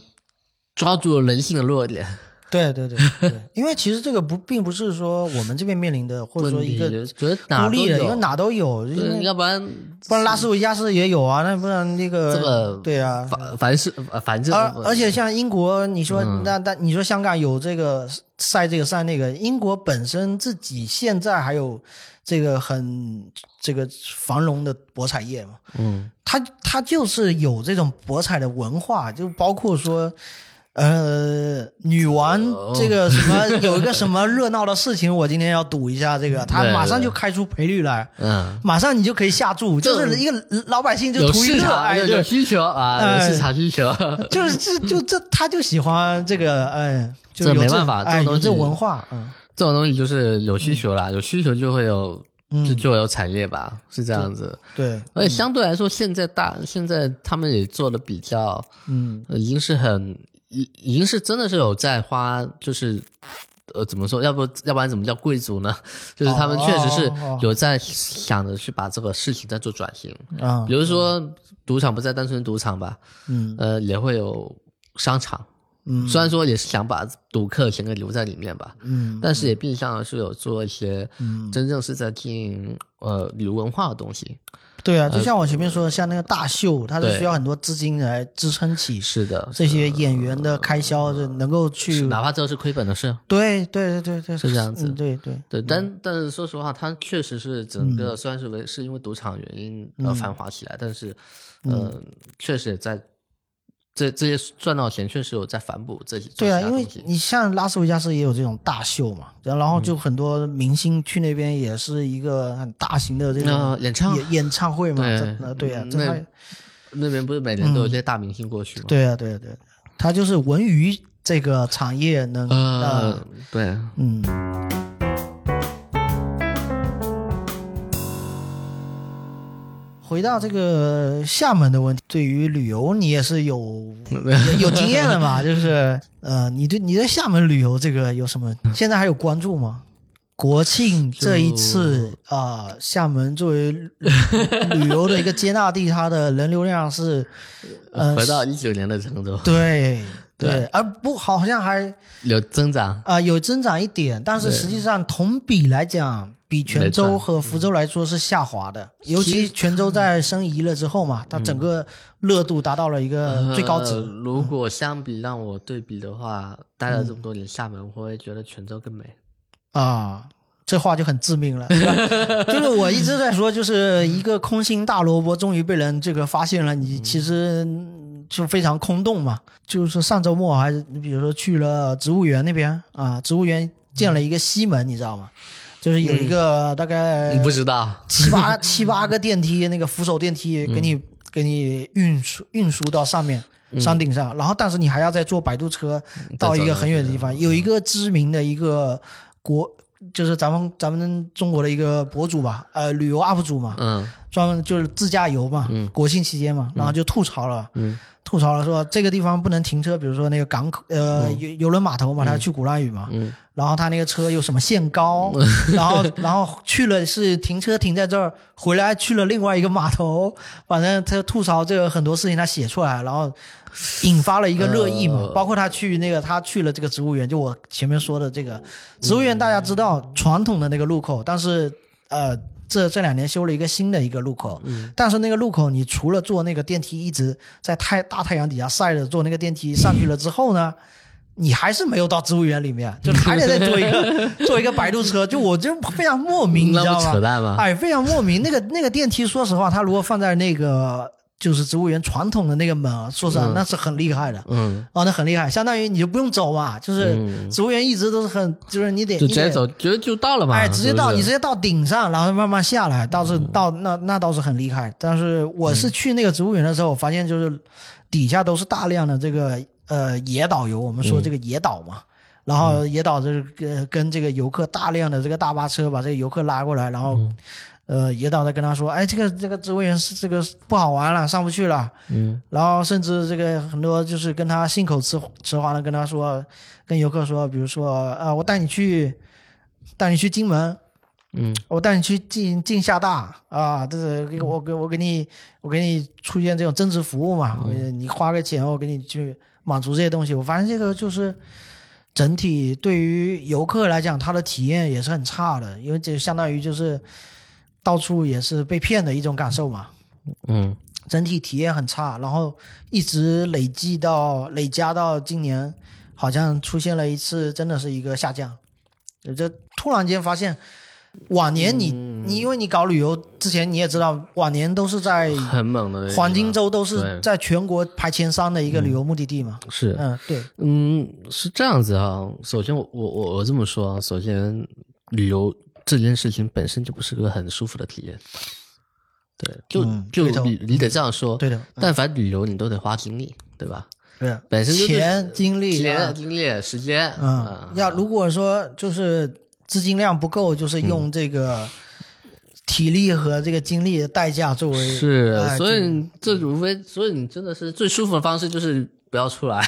Speaker 3: 抓住人性的弱点，
Speaker 2: 对对对
Speaker 3: *laughs*
Speaker 2: 对，因为其实这个不并不是说我们这边面临的，或者说一个
Speaker 3: 问题觉得哪
Speaker 2: 孤立的，
Speaker 3: 都
Speaker 2: 因
Speaker 3: 有
Speaker 2: 为哪都有，因
Speaker 3: 对，
Speaker 2: 为嗯
Speaker 3: 要不然
Speaker 2: 不然拉斯维加斯也有啊，那不然那个
Speaker 3: 这个
Speaker 2: 对啊，
Speaker 3: 凡凡是呃反正
Speaker 2: 而而且像英国，你说
Speaker 3: 嗯
Speaker 2: 那那你说香港有这个晒这个晒那个，英国本身自己现在还有这个很这个繁荣的博彩业嘛，
Speaker 3: 嗯，
Speaker 2: 它它就是有这种博彩的文化，就包括说。呃，女王
Speaker 3: 哦
Speaker 2: 这个什么有一个什么热闹的事情，我今天要赌一下这个，他
Speaker 3: 对
Speaker 2: 马上
Speaker 3: 对
Speaker 2: 就开出赔率来，
Speaker 3: 嗯，
Speaker 2: 马上你就可以下注，就
Speaker 3: 这
Speaker 2: 是一个老百姓就
Speaker 3: 有
Speaker 2: 图一
Speaker 3: 市
Speaker 2: 乐，
Speaker 3: 场
Speaker 2: 哎，
Speaker 3: 有
Speaker 2: 对
Speaker 3: 有需求啊，
Speaker 2: 哎
Speaker 3: 有市场需求， *laughs*
Speaker 2: 就是这就这，他就喜欢这个，哎，就
Speaker 3: 这
Speaker 2: 有
Speaker 3: 没办法
Speaker 2: 哎，
Speaker 3: 这种
Speaker 2: 有
Speaker 3: 东西
Speaker 2: 这文化，嗯
Speaker 3: 这种东西就是有需求啦，有需求就会有就
Speaker 2: 嗯，
Speaker 3: 就会有产业吧，是这样子。
Speaker 2: 对，
Speaker 3: 而且相对来说，现在大现在他们也做的比较，
Speaker 2: 嗯
Speaker 3: 呃已经是很已已经是真的是有在花，就是呃怎么说，要不要不然怎么叫贵族呢？ *laughs* 就是他们确实是
Speaker 2: 哦
Speaker 3: 有在想着去把这个事情在做转型，
Speaker 2: 啊
Speaker 3: 比，如说赌场不再单纯赌场吧，
Speaker 2: 嗯
Speaker 3: 呃也会有商场，
Speaker 2: 嗯，
Speaker 3: 虽然说也是想把赌客全给留在里面吧，
Speaker 2: 嗯
Speaker 3: 但是也变相的是有做一些
Speaker 2: 嗯，
Speaker 3: 真正是在经营呃旅游文化的东西，
Speaker 2: 对啊，就像我前面说的，像那个大秀，它是
Speaker 3: 呃对
Speaker 2: 需要很多资金来支撑起
Speaker 3: 是的，
Speaker 2: 这些演员的开销，是能够去
Speaker 3: 嗯是，哪怕这是亏本的事。
Speaker 2: 对对对对对，
Speaker 3: 是这样子
Speaker 2: 嗯嗯对对，
Speaker 3: 对，但但是说实话，它确实是整个虽然是为是因为赌场原因
Speaker 2: 嗯
Speaker 3: 而繁华起来，但是，呃，确实也在这这些赚到的钱确实有在反哺这些做
Speaker 2: 对啊，
Speaker 3: 其他
Speaker 2: 因为
Speaker 3: 东西嗯
Speaker 2: 你像拉斯维加斯也有这种大秀嘛，然然后就很多明星去那边也是一个很大型的这
Speaker 3: 呃
Speaker 2: 种
Speaker 3: 演唱
Speaker 2: 演演唱会嘛，
Speaker 3: 对
Speaker 2: 这呃对啊，
Speaker 3: 嗯
Speaker 2: 这
Speaker 3: 那
Speaker 2: 还嗯
Speaker 3: 那边不是每年都有这些大明星过去吗？，
Speaker 2: 对啊对啊对啊，它就是文娱这个产业能
Speaker 3: 呃，对，
Speaker 2: 嗯回到这个厦门的问题，对于旅游你也是
Speaker 3: *laughs*
Speaker 2: 有有有经验的嘛？就是呃，你对你对厦门旅游这个有什么？现在还有关注吗？国庆这一次啊、厦门作为旅游的一个接纳地，它的人流量是呃
Speaker 3: 回到一九年的成都
Speaker 2: 对对
Speaker 3: *laughs* 对，
Speaker 2: 而不好像还
Speaker 3: 有增长，
Speaker 2: 啊、有增长一点，但是实际上同比来讲，比泉州和福州来说是下滑
Speaker 3: 嗯
Speaker 2: 的，尤其泉州在申遗了之后嘛，它整个热度达到了一个最高值。
Speaker 3: 呃如果相比让我对比的话，待了这么多年厦门，我会觉得泉州更美。
Speaker 2: 啊，这话就很致命了，
Speaker 3: *laughs*
Speaker 2: 是吧？就是我一直在说，就是一个空心大萝卜终于被人这个发现了，你其实就非常空洞嘛。就是上周末还是你比如说去了植物园那边啊，植物园建了一个西门，你知道吗？就是有一个大概
Speaker 3: 嗯你不知道，
Speaker 2: 七八 *laughs* 七八个电梯，那个扶手电梯给你、给你运输运输到上面山顶上，然后但是你还要再坐摆渡车到一个很远的地方。有一个知名的一个国，就是咱们咱们中国的一个博主吧，呃，旅游 UP 主嘛，
Speaker 3: 嗯，
Speaker 2: 专门就是自驾游嘛，国庆期间嘛，然后就吐槽了，吐槽了说这个地方不能停车，比如说那个港口，呃，游游轮码头嘛，他去鼓浪屿嘛，然后他那个车有什么限高，然后然后去了是停车停在这儿，回来去了另外一个码头，反正他吐槽这个很多事情他写出来，然后引发了一个热议嘛，包括他去那个他去了这个植物园，就我前面说的这个植物园，大家知道传统的那个路口，但是呃。这这两年修了一个新的一个路口，但是那个路口你除了坐那个电梯一直在太大太阳底下晒着坐那个电梯上去了之后呢，你还是没有到植物园里面，就还得再坐一
Speaker 3: *laughs*
Speaker 2: 个坐一个摆渡车，就我就非常莫名，你知道
Speaker 3: 那
Speaker 2: 吗？
Speaker 3: 不扯淡吗
Speaker 2: 哎，非常莫名。那个那个电梯，说实话，它如果放在那个就是植物园传统的那个门啊，说实话、那是很厉害的。
Speaker 3: 嗯，
Speaker 2: 哦，那很厉害，相当于你就不用走嘛，就是植物园一直都是很，就是你得
Speaker 3: 就直接
Speaker 2: 你得
Speaker 3: 走，直接就到了嘛，
Speaker 2: 哎，直接到
Speaker 3: 是不嗯
Speaker 2: 你
Speaker 3: 是
Speaker 2: 直接到顶上，然后慢慢下来，倒是到那那倒是很厉害。但是我
Speaker 3: 嗯
Speaker 2: 是去那个植物园的时候，我发现就是底下都是大量的这个呃野导游，我们
Speaker 3: 嗯
Speaker 2: 说这个野导嘛。然后野导就是跟跟这个游客大量的这个大巴车把这个游客拉过来，然后，
Speaker 3: 嗯
Speaker 2: 呃，野导在跟他说，哎，这个这个植物园是这个不好玩了，上不去了。
Speaker 3: 嗯，
Speaker 2: 然后甚至这个很多就是跟他信口雌雌黄的跟他说，跟游客说，比如说啊、我带你去，带你去金门，
Speaker 3: 嗯，
Speaker 2: 我带你去进进厦大啊，这是给我给我给你我给你出现这种增值服务嘛，我你花个钱我给你去满足这些东西，我发现这个就是。整体对于游客来讲，他的体验也是很差的，因为这相当于就是到处也是被骗的一种感受嘛。
Speaker 3: 嗯
Speaker 2: 整体体验很差，然后一直累计到累加到今年，好像出现了一次真的是一个下降。我这突然间发现，往年你、
Speaker 3: 嗯
Speaker 2: 你因为你搞旅游之前你也知道，往年都是在
Speaker 3: 很猛的
Speaker 2: 黄金周都是
Speaker 3: 对
Speaker 2: 在全国排前三的一个旅游目的地嘛。
Speaker 3: 是
Speaker 2: 嗯，对，
Speaker 3: 嗯，是这样子啊。首先我，我我我这么说啊，首先，旅游这件事情本身就不是个很舒服的体验。对，就、
Speaker 2: 嗯
Speaker 3: 就
Speaker 2: 对头
Speaker 3: 你你得这样说。
Speaker 2: 对的嗯
Speaker 3: 但凡旅游，你都得花精力，对吧？
Speaker 2: 对，
Speaker 3: 本身就是
Speaker 2: 钱、精力、
Speaker 3: 钱、
Speaker 2: 啊
Speaker 3: 精力、时间，啊
Speaker 2: 嗯，要如果说就是资金量不够，就是用
Speaker 3: 嗯
Speaker 2: 这个体力和这个精力的代价作为
Speaker 3: 是，
Speaker 2: 哎
Speaker 3: 所以
Speaker 2: 这
Speaker 3: 你这无非，所以你真的是最舒服的方式就是不要出来。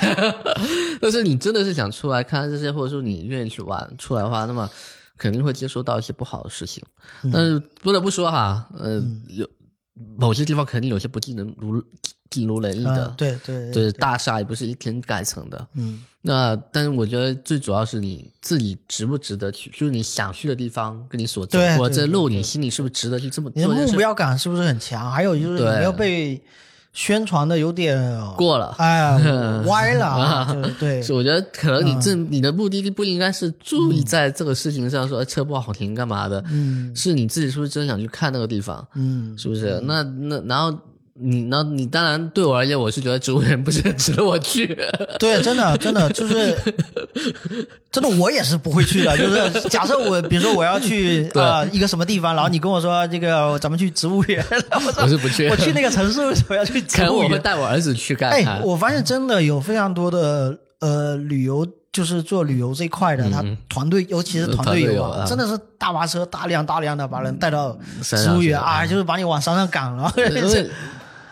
Speaker 3: *laughs* 但是你真的是想出来看看这些，或者说你愿意去玩出来的话，那么肯定会接收到一些不好的事情。
Speaker 2: 嗯
Speaker 3: 但是不得不说哈，呃，有某些地方肯定有些不尽人如尽如人意的，
Speaker 2: 嗯，对对
Speaker 3: 对，大厦也不是一天改成的。
Speaker 2: 嗯，
Speaker 3: 那但是我觉得最主要是你自己值不值得去，就是你想去的地方，跟你所走
Speaker 2: 对
Speaker 3: 过
Speaker 2: 对
Speaker 3: 这
Speaker 2: 对
Speaker 3: 路，你心里是不是值得去这么
Speaker 2: 你
Speaker 3: 做
Speaker 2: 的
Speaker 3: 这件
Speaker 2: 目
Speaker 3: 事？
Speaker 2: 标感是不是很强？还有就是
Speaker 3: 对
Speaker 2: 你没有被宣传的有点
Speaker 3: 过了
Speaker 2: *laughs*
Speaker 3: *laughs*
Speaker 2: 哎，歪了啊，就是对，
Speaker 3: 是，我觉得可能你这、你的目的地不应该是注意在这个事情上说，哎车不好停干嘛的，
Speaker 2: 嗯
Speaker 3: 是你自己是不是真想去看那个地方，
Speaker 2: 嗯，
Speaker 3: 是不是？那那然后你那你当然对我而言，我是觉得植物园不是 *laughs* 很值得我去，
Speaker 2: 对，真的真的就是 *laughs* 真的，我也是不会去的。就是假设我，比如说我要
Speaker 3: *laughs*
Speaker 2: 去呃一个什么地方，然后你跟我说这个咱们去植物园，我说
Speaker 3: *laughs* 我是不去
Speaker 2: 我去那个城市为什么要去
Speaker 3: 可
Speaker 2: 植
Speaker 3: 能
Speaker 2: 物
Speaker 3: 我会
Speaker 2: 园？
Speaker 3: 带我儿子去看看。
Speaker 2: 哎，我发现真的有非常多的呃旅游，就是做旅游这一块的，他团队，尤其是团队游
Speaker 3: 嗯团队游
Speaker 2: 啊，
Speaker 3: 啊嗯
Speaker 2: 真的是大巴车大量大量的把人带到
Speaker 3: 山
Speaker 2: 植
Speaker 3: 上
Speaker 2: 物
Speaker 3: 去
Speaker 2: 园
Speaker 3: 了
Speaker 2: 啊，就是把你往山上赶了。 *laughs*
Speaker 3: 因为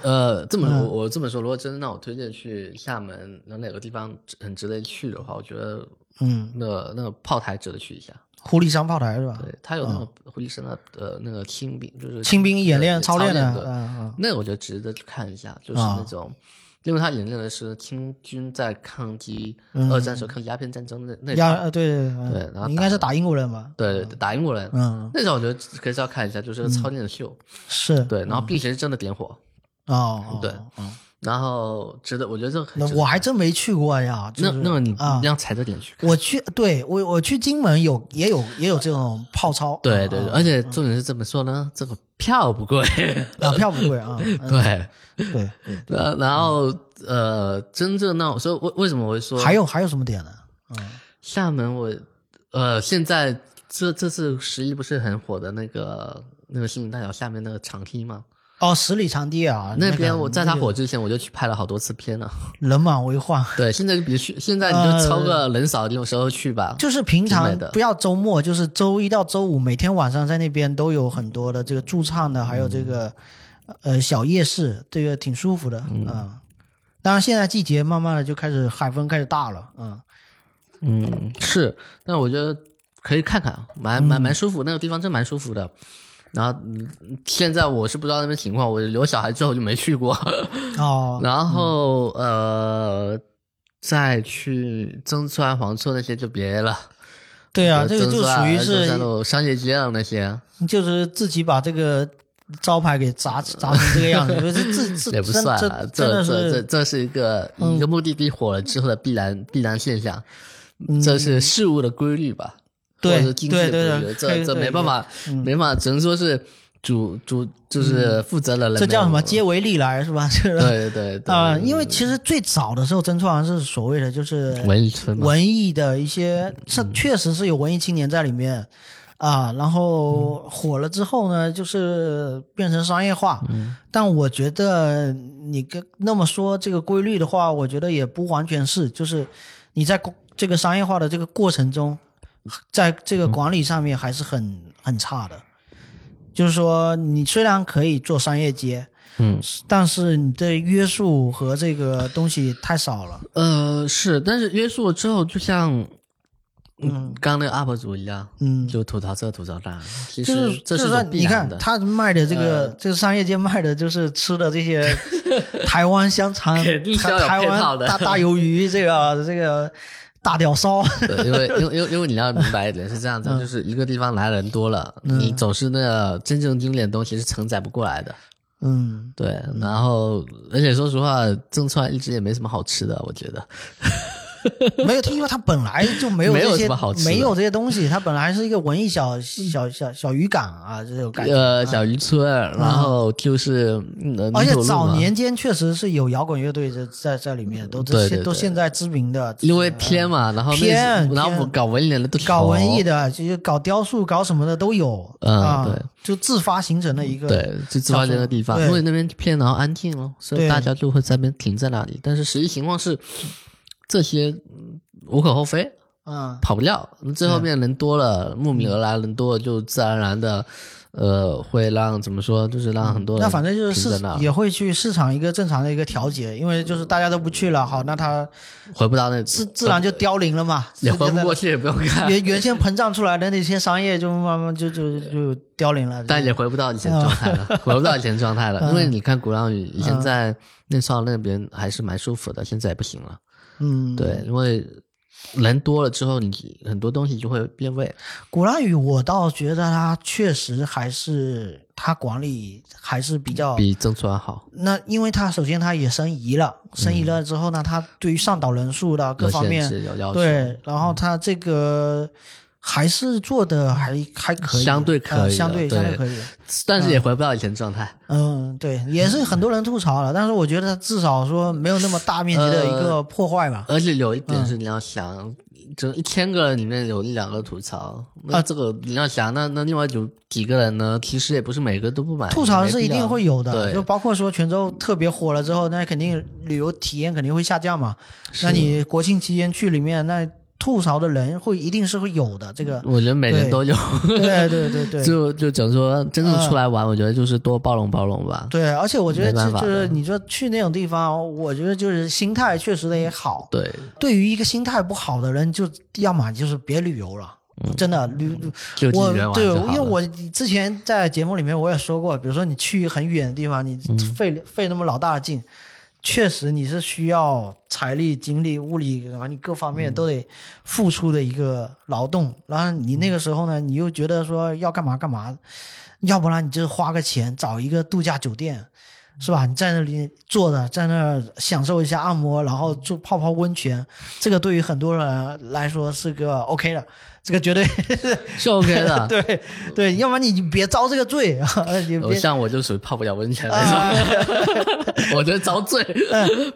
Speaker 3: 呃，这么说，我这么说，如果真的让我推荐去厦门，那哪个地方很值得去的话，我觉得，
Speaker 2: 嗯，
Speaker 3: 那那个炮台值得去一下。
Speaker 2: 狐狸山炮台是吧？
Speaker 3: 对，他有那种回力山的呃那个清兵，就是
Speaker 2: 清嗯兵演练
Speaker 3: 对
Speaker 2: 操
Speaker 3: 操
Speaker 2: 练的
Speaker 3: 对
Speaker 2: 嗯嗯啊
Speaker 3: 那个我觉得值得去看一下，就是那种，因为他演练的是清军在抗击
Speaker 2: 嗯
Speaker 3: 二战时候抗击鸦片战争的那
Speaker 2: 要
Speaker 3: 场，
Speaker 2: 呃对对对
Speaker 3: 对然后
Speaker 2: 你应该是打英国人吧？
Speaker 3: 对对打英国人，
Speaker 2: 嗯
Speaker 3: 那场我觉得可以是要看一下，就是个操练的秀，
Speaker 2: 是，
Speaker 3: 对，然后并且是真的点火，
Speaker 2: 哦，哦
Speaker 3: 对
Speaker 2: 哦
Speaker 3: 然后觉得我觉得这很
Speaker 2: 那我还真没去过呀。就
Speaker 3: 那
Speaker 2: 是
Speaker 3: 那你
Speaker 2: 啊
Speaker 3: 你，要踩着点去看。
Speaker 2: 我去，对我我去金门有也有也有这种泡操，啊
Speaker 3: 对对对，而
Speaker 2: 且
Speaker 3: 且重点是怎么说呢？这个票不贵，
Speaker 2: 啊票不贵啊，嗯
Speaker 3: *laughs* 对，
Speaker 2: 对
Speaker 3: 嗯
Speaker 2: 对
Speaker 3: 然然后呃，真正那我说为为什么我会说
Speaker 2: 还有还有什么点呢？
Speaker 3: 厦门我？呃，现在这这次十一不是很火的那个那个新闻大桥下面那个长梯吗？
Speaker 2: 哦，十里长堤啊，
Speaker 3: 那
Speaker 2: 个
Speaker 3: 边我在它
Speaker 2: 那个
Speaker 3: 火之前我就去拍了好多次片了。 *laughs*
Speaker 2: 人满为患， *laughs*
Speaker 3: 对，现在就比如去，现在你就抽个人少的时候去吧。
Speaker 2: 呃就是平
Speaker 3: 挺
Speaker 2: 常
Speaker 3: 美的
Speaker 2: 不要周末，就是周一到周五每天晚上在那边都有很多的这个驻唱的，还有这个、
Speaker 3: 嗯
Speaker 2: 呃小夜市，这个挺舒服的啊、嗯当然现在季节慢慢的就开始海风开始大了，嗯，
Speaker 3: 嗯，是，但我觉得可以看看，
Speaker 2: 嗯
Speaker 3: 蛮蛮蛮舒服，那个地方真蛮舒服的。然后嗯现在我是不知道那边情况，我留小孩之后就没去过。
Speaker 2: 哦，
Speaker 3: 然后呃，再去曾川黄厝那些就别了。
Speaker 2: 对啊，这
Speaker 3: 比
Speaker 2: 个
Speaker 3: 如
Speaker 2: 就
Speaker 3: 曾川
Speaker 2: 属于
Speaker 3: 中山
Speaker 2: 是
Speaker 3: 路商业街啊那些，
Speaker 2: 就是自己把这个招牌给砸砸成这个样子，就是自自
Speaker 3: *laughs* 也不算
Speaker 2: 真
Speaker 3: 啊
Speaker 2: 真。真
Speaker 3: 这
Speaker 2: 的
Speaker 3: 这这
Speaker 2: 是嗯
Speaker 3: 这是一个一个目的地火了之后的必然必然现象，这是事物的规律吧？
Speaker 2: 嗯对
Speaker 3: 或者是经济
Speaker 2: 对
Speaker 3: 的
Speaker 2: 对
Speaker 3: 规律
Speaker 2: 对
Speaker 3: 这这
Speaker 2: 对嗯
Speaker 3: 没办法，没办法，只能说是主主就是负责人了。
Speaker 2: 这叫什么？
Speaker 3: 没
Speaker 2: 皆
Speaker 3: 有
Speaker 2: 为利来是吧？ *laughs* 这个
Speaker 3: 对对对
Speaker 2: 啊、因为其实最早的时候，曾创是所谓的就是
Speaker 3: 文艺村嘛
Speaker 2: 文艺的一些，是确实是有文艺青年在里面啊。然后火了之后呢，就是变成商业化。但我觉得你跟那么说这个规律的话，我觉得也不完全是，就是你在公这个商业化的这个过程中，在这个管理上面还是很很差的。就是说，你虽然可以做商业街，
Speaker 3: 嗯，
Speaker 2: 但是你的约束和这个东西太少了。
Speaker 3: 呃是，但是约束了之后，就像。嗯，刚那个 UP 主一样，
Speaker 2: 嗯
Speaker 3: 就吐槽这吐槽那，其
Speaker 2: 就
Speaker 3: 实
Speaker 2: 是
Speaker 3: 这
Speaker 2: 就是说，
Speaker 3: 种必
Speaker 2: 你
Speaker 3: 然
Speaker 2: 看
Speaker 3: 的。呃
Speaker 2: 他卖的这个，这个商业街卖的就是吃的这
Speaker 3: *laughs*
Speaker 2: 些台湾香肠、
Speaker 3: 肯定是要
Speaker 2: 台台
Speaker 3: 有配套
Speaker 2: 湾
Speaker 3: 的
Speaker 2: 大大鱿鱼，这个这个大屌烧，
Speaker 3: 对，因为因为因为因为你要明白一点是这样子，
Speaker 2: 嗯
Speaker 3: 就是一个地方来人多了，你总是那个真正经典的东西是承载不过来的。
Speaker 2: 嗯，
Speaker 3: 对，然后而且说实话，正川一直也没什么好吃的，我觉得。
Speaker 2: 没有，因为它本来就没有
Speaker 3: 没有
Speaker 2: 这
Speaker 3: 什
Speaker 2: 些
Speaker 3: 么好吃的
Speaker 2: 没有这些东西，它本来是一个文艺小小小小渔港啊，这种感觉。嗯
Speaker 3: 呃，小渔村，然后就是嗯
Speaker 2: 而且
Speaker 3: 泥土路嘛
Speaker 2: 早年间确实是有摇滚乐队在在在里面，都
Speaker 3: 对
Speaker 2: 这
Speaker 3: 对
Speaker 2: 些都
Speaker 3: 对
Speaker 2: 现在知名的，
Speaker 3: 因为天嘛，然后那
Speaker 2: 偏
Speaker 3: 然后
Speaker 2: 偏
Speaker 3: 搞文艺的都
Speaker 2: 搞文艺
Speaker 3: 的，
Speaker 2: 的，就是搞雕塑、搞什么的都有，
Speaker 3: 嗯
Speaker 2: 啊
Speaker 3: 对，嗯
Speaker 2: 就自发形成的一个，
Speaker 3: 对，就自发这个地方，
Speaker 2: 对
Speaker 3: 因为那边偏然后安静咯，所以
Speaker 2: 对
Speaker 3: 大家就会在那边停在那里。但是实际情况是，这些嗯无可厚非，
Speaker 2: 嗯，
Speaker 3: 跑不掉。最后面人多了，慕名而来人多了，就自然而然的，呃，会让怎么说，就是让很多人
Speaker 2: 嗯那反正就是
Speaker 3: 停在
Speaker 2: 市
Speaker 3: 那
Speaker 2: 也会去市场一个正常的一个调节，因为就是大家都不去了，好，那它
Speaker 3: 回不到那
Speaker 2: 自自然就凋零了嘛，
Speaker 3: 嗯 *laughs* 也回
Speaker 2: 就
Speaker 3: 不
Speaker 2: 在 *laughs*
Speaker 3: 过去，也不用看，
Speaker 2: 原原先膨胀出来的那些商业就慢慢就就就凋零了，
Speaker 3: 但也回不到以前
Speaker 2: 嗯
Speaker 3: 状态
Speaker 2: *laughs*
Speaker 3: 了，回不到以前状态了。因为你看鼓浪屿以前在内少那边还是蛮舒服的，现在也不行了。
Speaker 2: 嗯，
Speaker 3: 对，因为人多了之后，你很多东西就会变味。
Speaker 2: 鼓浪屿我倒觉得它确实还是它管理还是比较
Speaker 3: 比曾川好，
Speaker 2: 那因为它首先它也申遗了，申遗了之后呢，它对于上岛人数的各
Speaker 3: 嗯有
Speaker 2: 方
Speaker 3: 限
Speaker 2: 面，
Speaker 3: 制有要求，
Speaker 2: 对，然
Speaker 3: 嗯
Speaker 2: 后它这个还是做的还还可以，
Speaker 3: 相对可
Speaker 2: 呃
Speaker 3: 以
Speaker 2: 相
Speaker 3: 的
Speaker 2: 对
Speaker 3: 对
Speaker 2: 相对可以。
Speaker 3: 但是也回不到以前状态。
Speaker 2: 嗯，对，也是很多人吐槽了，但是我觉得它至少说没有那么大面积的一
Speaker 3: 呃
Speaker 2: 个破坏吧。
Speaker 3: 而且有一
Speaker 2: 嗯
Speaker 3: 点是你要想，就一千个人里面有一两个吐槽，
Speaker 2: 啊
Speaker 3: 那这个你要想，那那另外有几个人呢？其实也不是每个都不满意，
Speaker 2: 吐槽
Speaker 3: 哎没
Speaker 2: 是
Speaker 3: 必
Speaker 2: 一定
Speaker 3: 要
Speaker 2: 会有的，
Speaker 3: 对，
Speaker 2: 就包括说泉州特别火了之后，那肯定旅游体验肯定会下降嘛。那你国庆期间去里面，那吐槽的人会一定是会有的。这
Speaker 3: *laughs*
Speaker 2: 个，
Speaker 3: 我觉得每人都有。
Speaker 2: 对对对对，嗯
Speaker 3: 就就讲说，真正出来玩，我觉得就是多包容包容吧。
Speaker 2: 对，而且我觉得
Speaker 3: 没办
Speaker 2: 就
Speaker 3: 法
Speaker 2: 就是
Speaker 3: 的
Speaker 2: 你说去那种地方，我觉得就是心态确实的也好。
Speaker 3: 对，
Speaker 2: 对于一个心态不好的人，就要么就是别旅游了。真的，旅
Speaker 3: 就
Speaker 2: 我
Speaker 3: 自己玩
Speaker 2: 对，
Speaker 3: 就好
Speaker 2: 因为
Speaker 3: 了
Speaker 2: 我之前在节目里面我也说过，比如说你去很远的地方，你
Speaker 3: 嗯
Speaker 2: 费、费那么老大的劲，确实你是需要财力、精力、物力，然后你各方
Speaker 3: 嗯
Speaker 2: 面都得付出的一个劳动。然后你那个时候呢，你又觉得说要干嘛干嘛，要不然你就花个钱找一个度假酒店，是吧？你在那里坐着，在那儿享受一下按摩，然后做泡泡温泉，这个对于很多人来说是个 OK 的，这个绝对。
Speaker 3: 是 OK
Speaker 2: *laughs*
Speaker 3: 的
Speaker 2: 对对，要不然你就别遭这个罪， *laughs* 你
Speaker 3: 我
Speaker 2: 别
Speaker 3: 嗯
Speaker 2: 啊
Speaker 3: 像我就属于泡不了温泉那种， *laughs* 我觉得遭罪。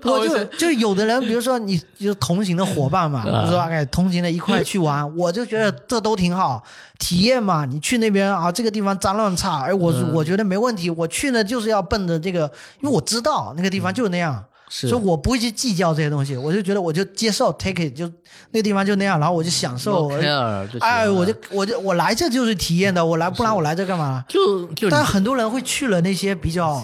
Speaker 3: 泡
Speaker 2: 我
Speaker 3: 温
Speaker 2: 就
Speaker 3: 泉
Speaker 2: 就有的人，比如说你就同行的伙伴嘛，比
Speaker 3: 啊
Speaker 2: 如说哎，同行的一块去
Speaker 3: *laughs*
Speaker 2: 玩，我就觉得这都挺好，体验嘛。你去那边啊，这个地方脏乱差，哎，我
Speaker 3: 嗯
Speaker 2: 我觉得没问题。我去呢就是要奔着这个，因为我知道那个地方就是那样，
Speaker 3: 嗯是
Speaker 2: 所以我不会去计较这些东西。我就觉得我就接受 take it，就那个地方就那样，然后我就享受
Speaker 3: No。care，就
Speaker 2: 哎，
Speaker 3: 行了
Speaker 2: 我就我就我来这就是体验的，我来不然我来这干嘛？
Speaker 3: 就就
Speaker 2: 但
Speaker 3: 你
Speaker 2: 很多人会去了那些比较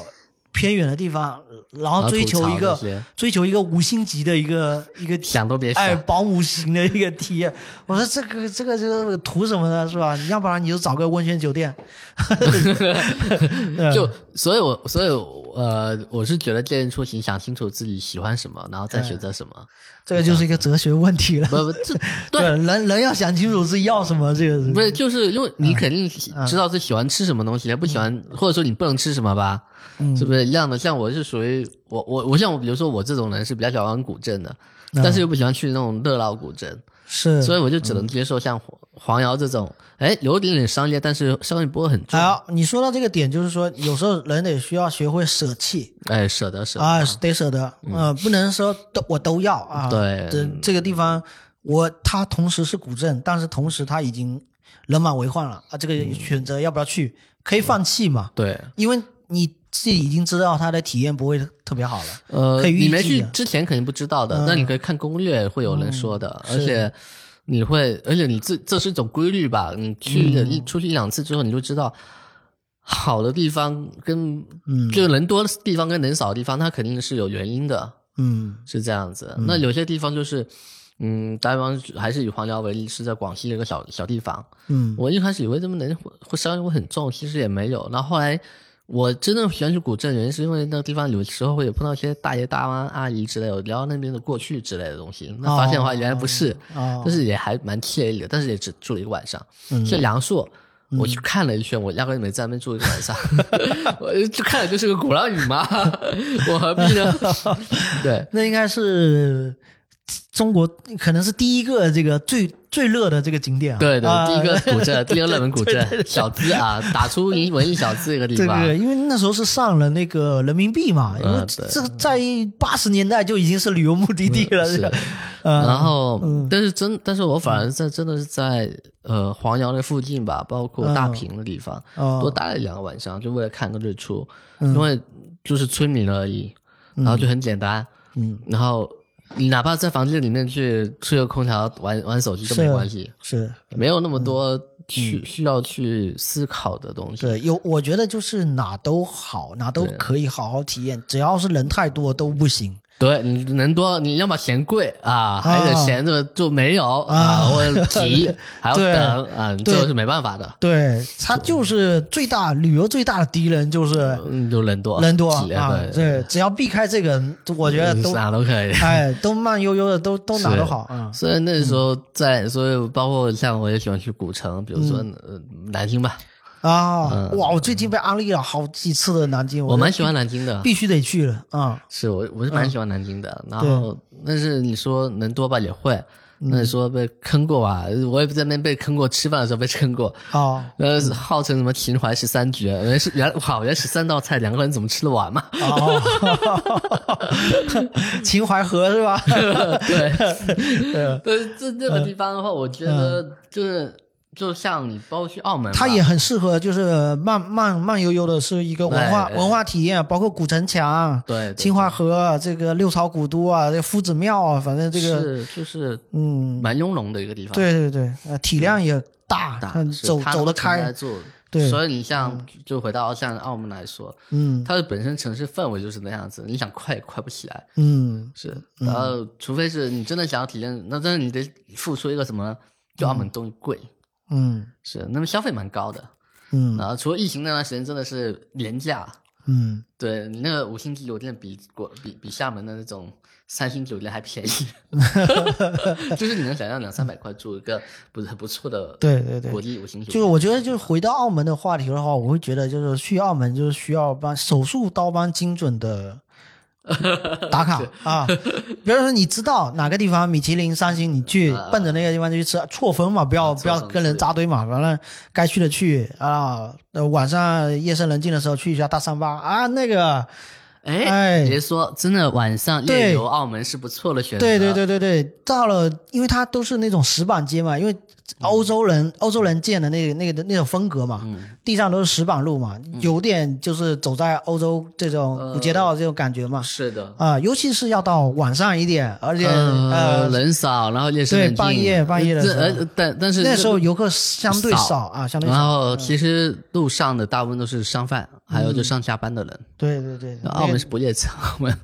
Speaker 2: 偏远的地方，然后追求一
Speaker 3: 然后
Speaker 2: 个
Speaker 3: 吐槽这些
Speaker 2: 追求一个五星级的一个一个
Speaker 3: 想都别想
Speaker 2: 哎，保姆型的一个体验。我说这个这个这个图什么呢？是吧？你要不然你就找个温泉酒店，
Speaker 3: *laughs*
Speaker 2: 嗯
Speaker 3: 就所以我，所以我呃，我是觉得建议出行想清楚自己喜欢什么，然后
Speaker 2: 嗯
Speaker 3: 再选择什么。
Speaker 2: 这个就是一个哲学问题了。
Speaker 3: 不不，这
Speaker 2: 对，
Speaker 3: 对。
Speaker 2: 人人要想清楚自己要什么，这个是
Speaker 3: 不是，就是因为
Speaker 2: 嗯
Speaker 3: 你肯定知道自己喜欢吃什么东西，也不喜欢，或者说你不能吃什么吧，
Speaker 2: 嗯
Speaker 3: 是不是一样的？像我是属于我我我像我，比如说我这种人是比较喜欢玩古镇的，
Speaker 2: 嗯
Speaker 3: 但是又不喜欢去那种热闹古镇，
Speaker 2: 是。
Speaker 3: 所以我就
Speaker 2: 嗯
Speaker 3: 只能接受像黄黄瑶这种，哎，有点点商业，但是商业不会很重
Speaker 2: 还，有，你说到这个点，就是说，有时候人得需要学会舍弃
Speaker 3: 哎，舍得舍得
Speaker 2: 啊，得舍得，呃，不能说都我都要啊。
Speaker 3: 嗯对
Speaker 2: 这这个地方我它同时是古镇，但是同时它已经人满为患了啊，这
Speaker 3: 嗯
Speaker 2: 个选择要不要去，可以放弃嘛，
Speaker 3: 对，
Speaker 2: 因为你自己已经知道它的体验不会特别好了。
Speaker 3: 呃，
Speaker 2: 可以预
Speaker 3: 你没
Speaker 2: 计啊
Speaker 3: 去
Speaker 2: 的
Speaker 3: 之前肯定不知道的，那你可以看攻略，会有人说的，而
Speaker 2: 嗯是
Speaker 3: 且你会，而且你这这是一种规律吧？你去
Speaker 2: 嗯
Speaker 3: 了一、出去一两次之后，你就知道好的地方跟、
Speaker 2: 嗯
Speaker 3: 就人多的地方跟人少的地方，它肯定是有原因的，
Speaker 2: 嗯
Speaker 3: 是这样子。那有些地方就是。嗯，打比方还是以黄寮为例，是在广西的一个小小地方。
Speaker 2: 嗯
Speaker 3: 我一开始以为这么人会会商业会很重，其实也没有。然后后来我真正喜欢去古镇，原因是因为那个地方有时候会有碰到一些大爷大妈、阿姨之类的，聊那边的过去之类的东西。那发现的话，原来不是，
Speaker 2: 哦嗯
Speaker 3: 但是也还蛮惬意的。但是也只住了一个晚上。像梁硕，我去看了一圈，我压根没在那边住一个
Speaker 2: *laughs*
Speaker 3: 晚上，我就看了就是个鼓浪屿嘛， *laughs* 我何必呢？ *laughs* 对，
Speaker 2: 那应该是中国可能是第一个这个最最热的这个景点啊。
Speaker 3: 对对，
Speaker 2: 啊
Speaker 3: 第一个古
Speaker 2: *laughs*
Speaker 3: 镇，第一个热门古
Speaker 2: 对
Speaker 3: 镇
Speaker 2: 对对，
Speaker 3: 小资啊，打出一文艺小资一个地
Speaker 2: 对
Speaker 3: 方
Speaker 2: 对，对，因为那时候是上了那个人民币嘛，因为
Speaker 3: 嗯对
Speaker 2: 这个在八十年代就已经是旅游目的地了。
Speaker 3: 是
Speaker 2: 这个呃
Speaker 3: 然后，但是真，但是我反而在真的是在呃黄姚那附近吧，包括大坪的地方，
Speaker 2: 嗯哦嗯
Speaker 3: 多待了两个晚上，就为了看个日出，因为就是村民而已，然后就很简单，嗯，然后你哪怕在房间里面去吹个空调、玩玩手机都没
Speaker 2: 是
Speaker 3: 关系，
Speaker 2: 是
Speaker 3: 没有那么多去、需要去思考的东西。
Speaker 2: 对，有我觉得就是哪都好，哪都
Speaker 3: 对
Speaker 2: 可以好好体验，只要是人太多都不行。
Speaker 3: 对，你能多，你要么嫌贵啊，还得
Speaker 2: 啊
Speaker 3: 嫌着就没有啊，或者
Speaker 2: *laughs*
Speaker 3: 急，还要
Speaker 2: 对
Speaker 3: 等啊，
Speaker 2: 对
Speaker 3: 这个是没办法的。
Speaker 2: 对，它就是最大旅游最大的敌人就是
Speaker 3: 嗯，就人多，
Speaker 2: 人多
Speaker 3: 挤
Speaker 2: 啊，
Speaker 3: 对，
Speaker 2: 对，只要避开这个，我觉得都
Speaker 3: 哪都可以。
Speaker 2: 哎都慢悠悠的，都都哪都
Speaker 3: 是
Speaker 2: 好啊。
Speaker 3: 所以那时候在，所以包括像我也喜欢去古城，比如说
Speaker 2: 嗯
Speaker 3: 呃南京吧，
Speaker 2: 啊，哇！我最近被安利了好几次的南京，
Speaker 3: 嗯我
Speaker 2: 觉得
Speaker 3: 蛮喜欢南京的，
Speaker 2: 必须得去了啊。
Speaker 3: 是我我是蛮喜欢南京的。然后，但是你说能多吧也会，
Speaker 2: 嗯
Speaker 3: 那你说被坑过啊，我也在那边被坑过，吃饭的时候被坑过。
Speaker 2: 哦，
Speaker 3: 呃，号称什么秦淮十三绝，原来是原好，原来十三道菜，两个人怎么吃得完嘛？ *laughs*
Speaker 2: *laughs* 哦，秦淮河是吧？
Speaker 3: 对，对，这这个地方的话，我觉得就是就像你包括去澳门吧，
Speaker 2: 它也很适合，就是慢慢慢悠悠的，是一个文化
Speaker 3: 对
Speaker 2: 文化体验，包括古城墙、
Speaker 3: 哎对对
Speaker 2: 秦淮河、这个六朝古都啊，这个夫子庙啊，反正这个
Speaker 3: 是就是
Speaker 2: 嗯，
Speaker 3: 蛮雍容的一个地方，
Speaker 2: 对对对，呃，体量也大，
Speaker 3: 大，
Speaker 2: 嗯
Speaker 3: 是
Speaker 2: 走
Speaker 3: 它
Speaker 2: 走得
Speaker 3: 承载
Speaker 2: 开，
Speaker 3: 住。
Speaker 2: 对
Speaker 3: 所以你像就回到像澳门来说，
Speaker 2: 嗯
Speaker 3: 它的本身城市氛围就是那样子，你想快也快不起来，
Speaker 2: 嗯
Speaker 3: 是，然后除非是你真的想要体验，那但是你得付出一个什么，就澳门东西贵，
Speaker 2: 嗯
Speaker 3: 是，那么消费蛮高的。
Speaker 2: 嗯
Speaker 3: 然后除了疫情那段时间真的是廉价，
Speaker 2: 嗯，
Speaker 3: 对，那个五星级酒店比国比比厦门的那种三星酒店还
Speaker 2: *laughs*
Speaker 3: 便宜，就是你能想象两三百块住一个不是很不错的
Speaker 2: 对对对
Speaker 3: 国际五星酒
Speaker 2: 就
Speaker 3: 店，
Speaker 2: 是我觉得，就是回到澳门的话题的话，我会觉得就是去澳门就是需要帮手术刀帮精准的打
Speaker 3: *laughs*
Speaker 2: 卡啊。比如说你知道哪个地方米其林三星，你去
Speaker 3: 啊
Speaker 2: 奔着那个地方就去吃，错峰嘛，不要
Speaker 3: 啊
Speaker 2: 不要
Speaker 3: 错峰
Speaker 2: 跟人
Speaker 3: 是
Speaker 2: 扎堆嘛，完了该去的去啊。呃晚上夜深人静的时候去一下大三巴啊，那个哎
Speaker 3: 哎，别说真的，晚上
Speaker 2: 对
Speaker 3: 夜游澳门是不错的选择，
Speaker 2: 对对对对对，到了，因为它都是那种石板街嘛，因为欧洲人、
Speaker 3: 嗯
Speaker 2: 欧洲人建的那个那个那种风格嘛，地上都是石板路嘛，
Speaker 3: 嗯
Speaker 2: 有点就是走在欧洲这
Speaker 3: 呃
Speaker 2: 种古街道这种感觉嘛，
Speaker 3: 是的，
Speaker 2: 啊、尤其是要到晚上一点，而且
Speaker 3: 呃，
Speaker 2: 呃，
Speaker 3: 人少，然后夜深
Speaker 2: 对
Speaker 3: 人静，
Speaker 2: 半夜半夜的
Speaker 3: 这
Speaker 2: 时候
Speaker 3: 呃，但但是
Speaker 2: 那
Speaker 3: 这
Speaker 2: 时候
Speaker 3: 个
Speaker 2: 游客相对
Speaker 3: 少
Speaker 2: 少啊，相对
Speaker 3: 然
Speaker 2: 少，
Speaker 3: 后其实路上的大部分都是商贩，还有就上下班的人。
Speaker 2: 对对对，嗯那
Speaker 3: 澳门是不夜城，澳门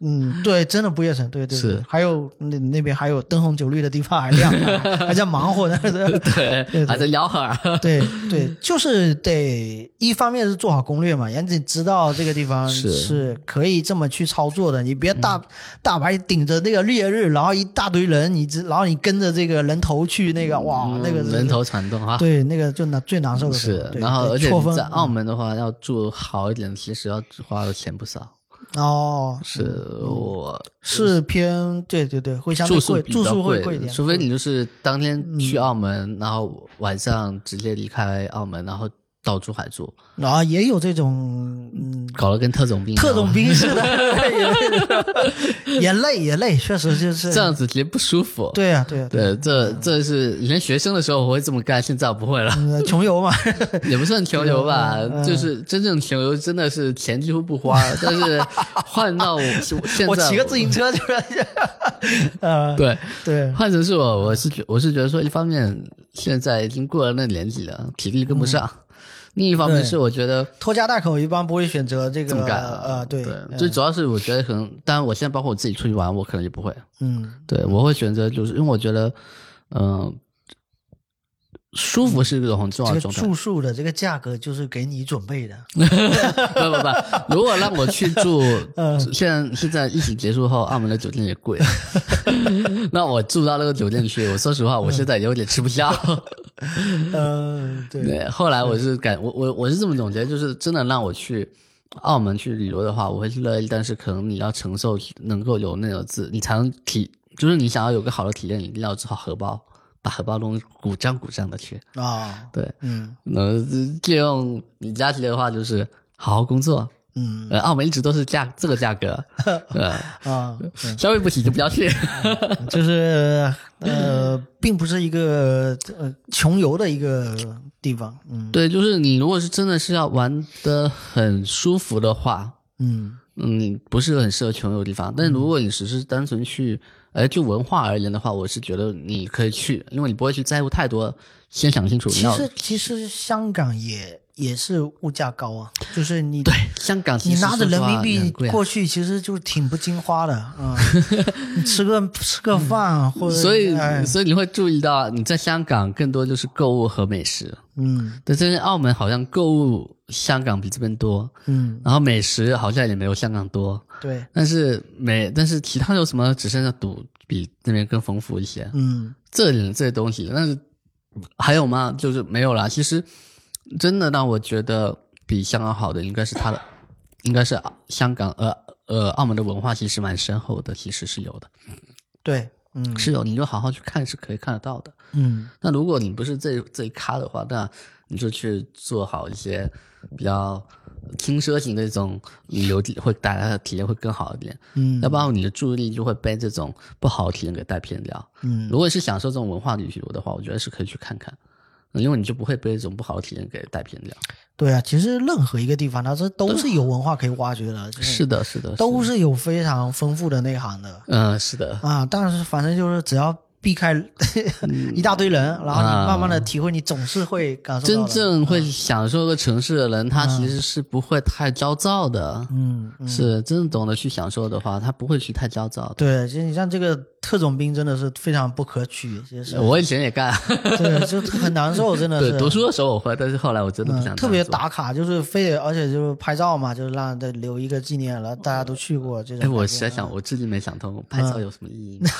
Speaker 2: 嗯，对，真的不夜城，对对对
Speaker 3: 是，
Speaker 2: 还有那那边还有灯红酒绿的地方还亮，
Speaker 3: *laughs*
Speaker 2: 还在忙活呢， *laughs* 对
Speaker 3: 对，还在聊会儿。
Speaker 2: *laughs* 对对，就是得一方面是做好攻略嘛，也得知道这个地方
Speaker 3: 是嗯
Speaker 2: 是可以这么去操作的。你别大、大白顶着那个烈日，然后一大堆人，你只然后你跟着这个人头去那个，哇，哦那个
Speaker 3: 嗯
Speaker 2: 是
Speaker 3: 人头攒动啊。
Speaker 2: 对那个就难最难受的时
Speaker 3: 是
Speaker 2: 候，对
Speaker 3: 然后
Speaker 2: 对
Speaker 3: 而且
Speaker 2: 错峰嗯
Speaker 3: 在澳门的话，要住好一点，其实要花的钱不少。
Speaker 2: 哦
Speaker 3: 是我
Speaker 2: 是偏对对对，会相对
Speaker 3: 住宿
Speaker 2: 贵，
Speaker 3: 比
Speaker 2: 住
Speaker 3: 较
Speaker 2: 宿会贵
Speaker 3: 贵
Speaker 2: 一
Speaker 3: 的，
Speaker 2: 点，嗯
Speaker 3: 除非你就是当天去澳门，然后晚上直接离开澳门，然后到珠海住，
Speaker 2: 然后也有这种嗯
Speaker 3: 搞得跟特种兵一样。
Speaker 2: 特种兵
Speaker 3: *laughs*
Speaker 2: 似的，也累也累也累，确实就是
Speaker 3: 这样子其实不舒服。
Speaker 2: 对呀、对呀、啊对呀、
Speaker 3: 对，这这是以前学生的时候我会这么干，现在我不会了，
Speaker 2: 嗯穷游嘛。
Speaker 3: *laughs* 也不算穷游吧
Speaker 2: *laughs* 嗯嗯，
Speaker 3: 就是真正穷游真的是钱几乎不花，但是换到我现在
Speaker 2: *laughs* 我骑个自行车就是 *laughs* 呃，
Speaker 3: 对。
Speaker 2: 对，
Speaker 3: 换成是我，我是觉我是觉得说，一方面现在已经过了那年纪了，体力跟
Speaker 2: 嗯
Speaker 3: 不上；另一方面
Speaker 2: 对
Speaker 3: 是我觉得
Speaker 2: 拖家带口一般不会选择这个
Speaker 3: 这么干啊
Speaker 2: 呃，对，嗯
Speaker 3: 最主要是我觉得可能，当然我现在包括我自己出去玩，我可能也不会。
Speaker 2: 嗯
Speaker 3: 对，我会选择就是因为我觉得，嗯、舒服是一种很重要
Speaker 2: 这
Speaker 3: 的
Speaker 2: 个
Speaker 3: 状态。
Speaker 2: 住宿的这个价格就是给你准备的，
Speaker 3: 不不不，如果让我去住，
Speaker 2: *laughs* 嗯
Speaker 3: 现在现在疫情结束后，澳门的酒店也贵， *laughs* 那我住到那个酒店去，我说实话，我现在有点吃不消。
Speaker 2: 嗯， *laughs* 对，
Speaker 3: *laughs* 对，后来我是感我我我是这么总结，就是真的让我去澳门去旅游的话，我会乐意，但是可能你要承受能够有那个自，你才能体，就是你想要有个好的体验，你一定要做好荷包，把荷包弄鼓胀鼓胀的去。
Speaker 2: 啊，
Speaker 3: 对，
Speaker 2: 嗯
Speaker 3: 那借用李佳琦的话就是好好工作。
Speaker 2: 嗯
Speaker 3: 呃，澳门一直都是价这个价格， *laughs* 呃，
Speaker 2: 啊，
Speaker 3: 消费不起就不要去。 *laughs*
Speaker 2: 就是呃，并不是一个呃穷游的一个地方，嗯
Speaker 3: 对，就是你如果是真的是要玩的很舒服的话，
Speaker 2: 嗯
Speaker 3: 嗯，不是很适合穷游的地方。但如果你只是单纯去，哎，就文化而言的话，我是觉得你可以去，因为你不会去在乎太多。先想清楚，你
Speaker 2: 其
Speaker 3: 要
Speaker 2: 实其实香港也也是物价高啊，就是你
Speaker 3: 对香港其
Speaker 2: 你
Speaker 3: 实
Speaker 2: 拿着
Speaker 3: 说实
Speaker 2: 人民
Speaker 3: 话也很贵
Speaker 2: 币
Speaker 3: 啊
Speaker 2: 过去，其实就是挺不经花的
Speaker 3: *laughs*
Speaker 2: 啊。你吃个吃个饭，或者
Speaker 3: 嗯所以
Speaker 2: 哎
Speaker 3: 所以你会注意到你在香港更多就是购物和美食。
Speaker 2: 嗯
Speaker 3: 对，但是澳门好像购物香港比这边多，
Speaker 2: 嗯，
Speaker 3: 然后美食好像也没有香港多，
Speaker 2: 对，
Speaker 3: 但是美但是其他有什么只剩下赌比那边更丰富一些。
Speaker 2: 嗯
Speaker 3: 这里这东西，但是还有吗？就是没有啦。其实真的让我觉得比香港好的，应该是它的，应该是香港呃呃澳门的文化其实蛮深厚的，其实是有的，
Speaker 2: 对，嗯
Speaker 3: 是有，你就好好去看是可以看得到的。
Speaker 2: 嗯
Speaker 3: 那如果你不是这这一咖的话，那你就去做好一些比较轻奢型的这种旅游地，会带来的体验会更好一点。
Speaker 2: 嗯，
Speaker 3: 要不然你的注意力就会被这种不好的体验给带偏掉。
Speaker 2: 嗯
Speaker 3: 如果是享受这种文化旅游的话，我觉得是可以去看看，因为你就不会被这种不好的体验给带偏掉。
Speaker 2: 对啊，其实任何一个地方，它这都是有文化可以挖掘的，就是
Speaker 3: 的，是的，
Speaker 2: 都
Speaker 3: 是，
Speaker 2: 是有非常丰富的内涵的
Speaker 3: 嗯，是的，
Speaker 2: 啊。但是反正就是只要避开
Speaker 3: 嗯
Speaker 2: 一大堆人，然后你慢慢的体会，你总是会感受到
Speaker 3: 啊真
Speaker 2: 的
Speaker 3: 正会享受一个城市的人，他其实是不会太焦躁的。
Speaker 2: 嗯嗯嗯
Speaker 3: 是真正懂得去享受的话，他不会去太焦躁的。
Speaker 2: 对，其实你像这个特种兵真的是非常不可取，就是
Speaker 3: 我以前也干，
Speaker 2: 对，就很难受，真的是。
Speaker 3: 对，读书的时候我会，但是后来我真的不想、
Speaker 2: 嗯、特别打卡，就是非得，而且就是拍照嘛，就是让再留一个纪念了，大家都去过这种。
Speaker 3: 哎，我在想，我至今没想通拍照有什么意义吗？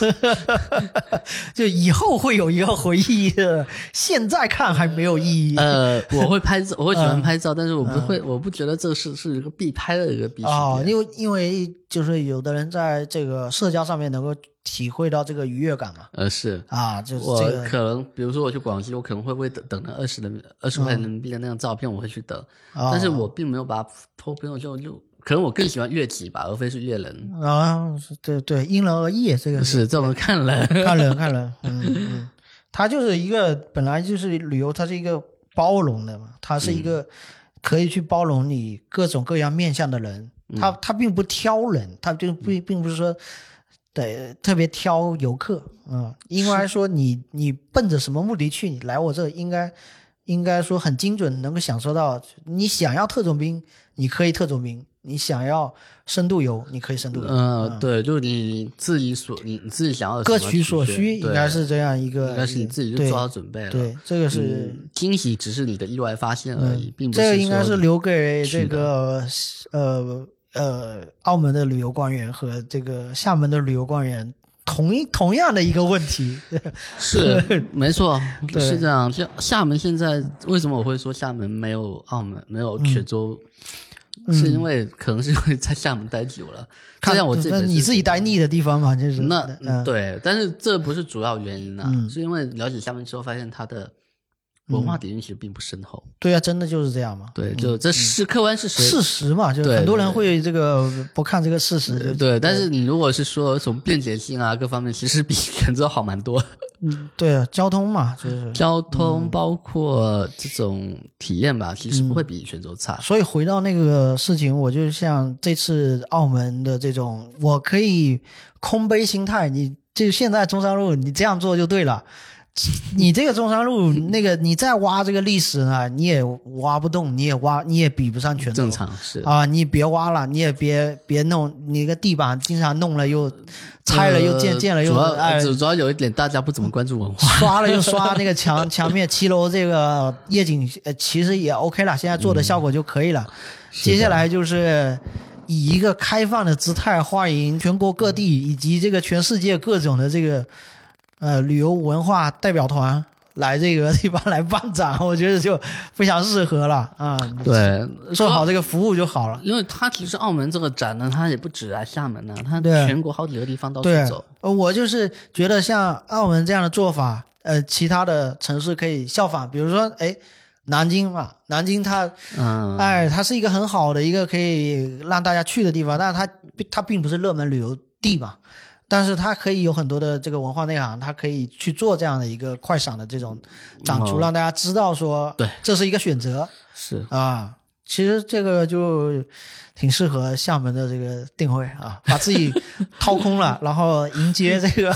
Speaker 2: *laughs* 就以后会有一个回忆的，现在看还没有意义。
Speaker 3: *laughs* 呃，我会拍照，我会喜欢拍照，嗯、但是我不会，嗯、我不觉得这是是一个必拍的一个必须。
Speaker 2: 哦，因为因为就是有的人在这个社交上面能够。体会到这个愉悦感嘛？
Speaker 3: 呃，是
Speaker 2: 啊，就是
Speaker 3: 我
Speaker 2: 这个
Speaker 3: 可能，比如说我去广西，我可能会为等等那二十人二十块人民币的那张照片，我会去等，
Speaker 2: 嗯哦、
Speaker 3: 但是我并没有把它抛朋友圈，就可能我更喜欢悦己
Speaker 2: 嗯
Speaker 3: 吧，而非是悦人
Speaker 2: 啊。对对，因人而异，这个
Speaker 3: 是这种看人，
Speaker 2: 看人，看人。嗯嗯，它就是一个本来就是旅游，它是一个包容的嘛，它是一个可以去包容你各种各样面向的人，嗯、它它并不挑人，它就并并不是说。对，特别挑游客，嗯，应该说你你奔着什么目的去，你来我这应该应该说很精准，能够享受到你想要特种兵，你可以特种兵；你想要深度游，你可以深度游。
Speaker 3: 嗯，嗯对，就是你自己所你自己想要
Speaker 2: 各取所需，应该是这样一个，
Speaker 3: 应该是你自己就做好准备了。
Speaker 2: 对，这个是、
Speaker 3: 嗯、惊喜，只是你的意外发现而已，
Speaker 2: 嗯、
Speaker 3: 并不
Speaker 2: 这个应该是留给这个呃。呃，澳门的旅游官员和这个厦门的旅游官员同一同样的一个问
Speaker 3: *laughs*
Speaker 2: 题，
Speaker 3: 是没错，
Speaker 2: *laughs*
Speaker 3: 是这样。像厦门现在为什么我会说厦门没有澳门没有泉州，
Speaker 2: 嗯、
Speaker 3: 是因为可能是因为在厦门待久了，看像我自己，嗯
Speaker 2: 你自己待腻的地方嘛，就是
Speaker 3: 那、
Speaker 2: 嗯、
Speaker 3: 对，但是这不是主要原因啊，
Speaker 2: 嗯、
Speaker 3: 是因为了解厦门之后发现它的。文化底蕴其实并不深厚、嗯，
Speaker 2: 对啊，真的就是这样嘛。
Speaker 3: 对，就这是客观事实，
Speaker 2: 嗯事实嘛，就是很多人会这个不看这个事实。
Speaker 3: 呃嗯对,对，但是你如果是说从便捷性啊各方面，其实比泉州好蛮
Speaker 2: *laughs*
Speaker 3: 多。
Speaker 2: 嗯，对啊，交通嘛，就是
Speaker 3: 交
Speaker 2: 嗯
Speaker 3: 通包括这种体验吧，其实不会比泉州差。
Speaker 2: 所以回到那个事情，我就像这次澳门的这种，我可以空杯心态，你就现在中山路你这样做就对了。你这个中山路，那个你再挖这个历史呢，你也挖不动，你也挖，你也比不上泉州。
Speaker 3: 正常是
Speaker 2: 啊，你别挖了，你也别别弄，你个地板经常弄了又拆了又建，建了又
Speaker 3: 呃主要、
Speaker 2: 哎、
Speaker 3: 主要有一点，大家不怎么关注文化，
Speaker 2: *laughs* 刷了又刷那个墙墙面，七楼这个夜景呃其实也 OK 了，现在做的效果就可以了。嗯、接下来就是。以一个开放的姿态欢迎全国各地以及这个全世界各种的这个。呃，旅游文化代表团来这个地方来办展，我觉得就非常适合了啊。嗯、
Speaker 3: *laughs* 对，
Speaker 2: 做好这个服务就好了。
Speaker 3: 因为它其实澳门这个展呢，它也不止啊厦门呢、啊，它全国好几个地方到处走。
Speaker 2: 呃我就是觉得像澳门这样的做法，呃，其他的城市可以效仿，比如说，哎。南京嘛，南京它，
Speaker 3: 嗯，
Speaker 2: 哎，它是一个很好的一个可以让大家去的地方，但是它它并不是热门旅游地嘛。但是它可以有很多的这个文化内涵，它可以去做这样的一个快闪的这种展出，
Speaker 3: 嗯、
Speaker 2: 让大家知道说，
Speaker 3: 对，
Speaker 2: 这是一个选择， *laughs*
Speaker 3: 是
Speaker 2: 啊，其实这个就挺适合厦门的这个定位
Speaker 3: *laughs*
Speaker 2: 啊，把自己掏空了，然后迎接这个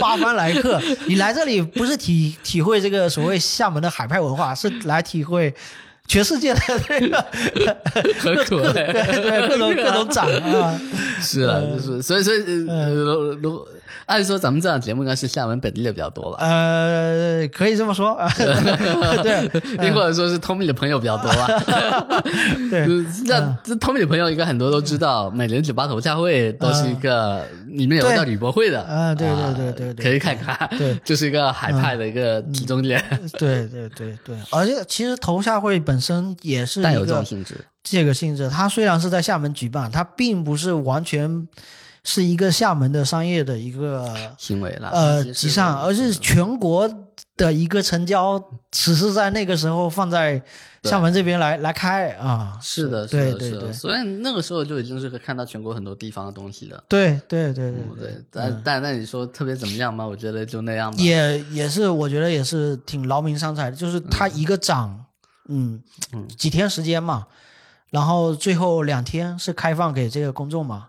Speaker 2: 八方来客。你来这里不是体体会这个所谓厦门的海派文化，是来体会。全世界的这
Speaker 3: *laughs*
Speaker 2: 个
Speaker 3: 很可爱，
Speaker 2: 对对，各 *laughs* 种各种展啊，嗯
Speaker 3: 是啊，就是所以所以呃如如按说咱们这档节目应该是厦门本地的比较多吧？
Speaker 2: 呃，可以这么
Speaker 3: *laughs*
Speaker 2: 说，啊对，嗯
Speaker 3: 又或者说是 Tommy 的朋友比较多吧？
Speaker 2: *laughs* 对，嗯
Speaker 3: 那这 Tommy 的朋友应该很多都知道，每年酒吧头下会都是一个里面有个叫旅博会的，
Speaker 2: 啊，嗯对对对对，
Speaker 3: 可以看看，
Speaker 2: 对，
Speaker 3: *laughs*
Speaker 2: 嗯
Speaker 3: 就是一个海派的一个集中点，
Speaker 2: 对对对对，而且其实头下会本。本身也是
Speaker 3: 带有这种性质，
Speaker 2: 这个性质，它虽然是在厦门举办，它并不是完全是一个厦门的商业的一
Speaker 3: 啊
Speaker 2: 个
Speaker 3: 行为了，
Speaker 2: 呃，集上，而
Speaker 3: 嗯
Speaker 2: 是全国的一个成交，只是在那个时候放在厦门这边来来开啊。
Speaker 3: 是的，
Speaker 2: 对
Speaker 3: 是的，
Speaker 2: 对对，
Speaker 3: 所以那个时候就已经是看到全国很多地方的东西了。
Speaker 2: 对对对
Speaker 3: 嗯对对，但但那你说特别怎么样嘛？我觉得就那样吧。
Speaker 2: 嗯也也是，我觉得也是挺劳民伤财的，就是它一个涨。嗯，几天时间嘛，然后最后两天是开放给这个公众嘛，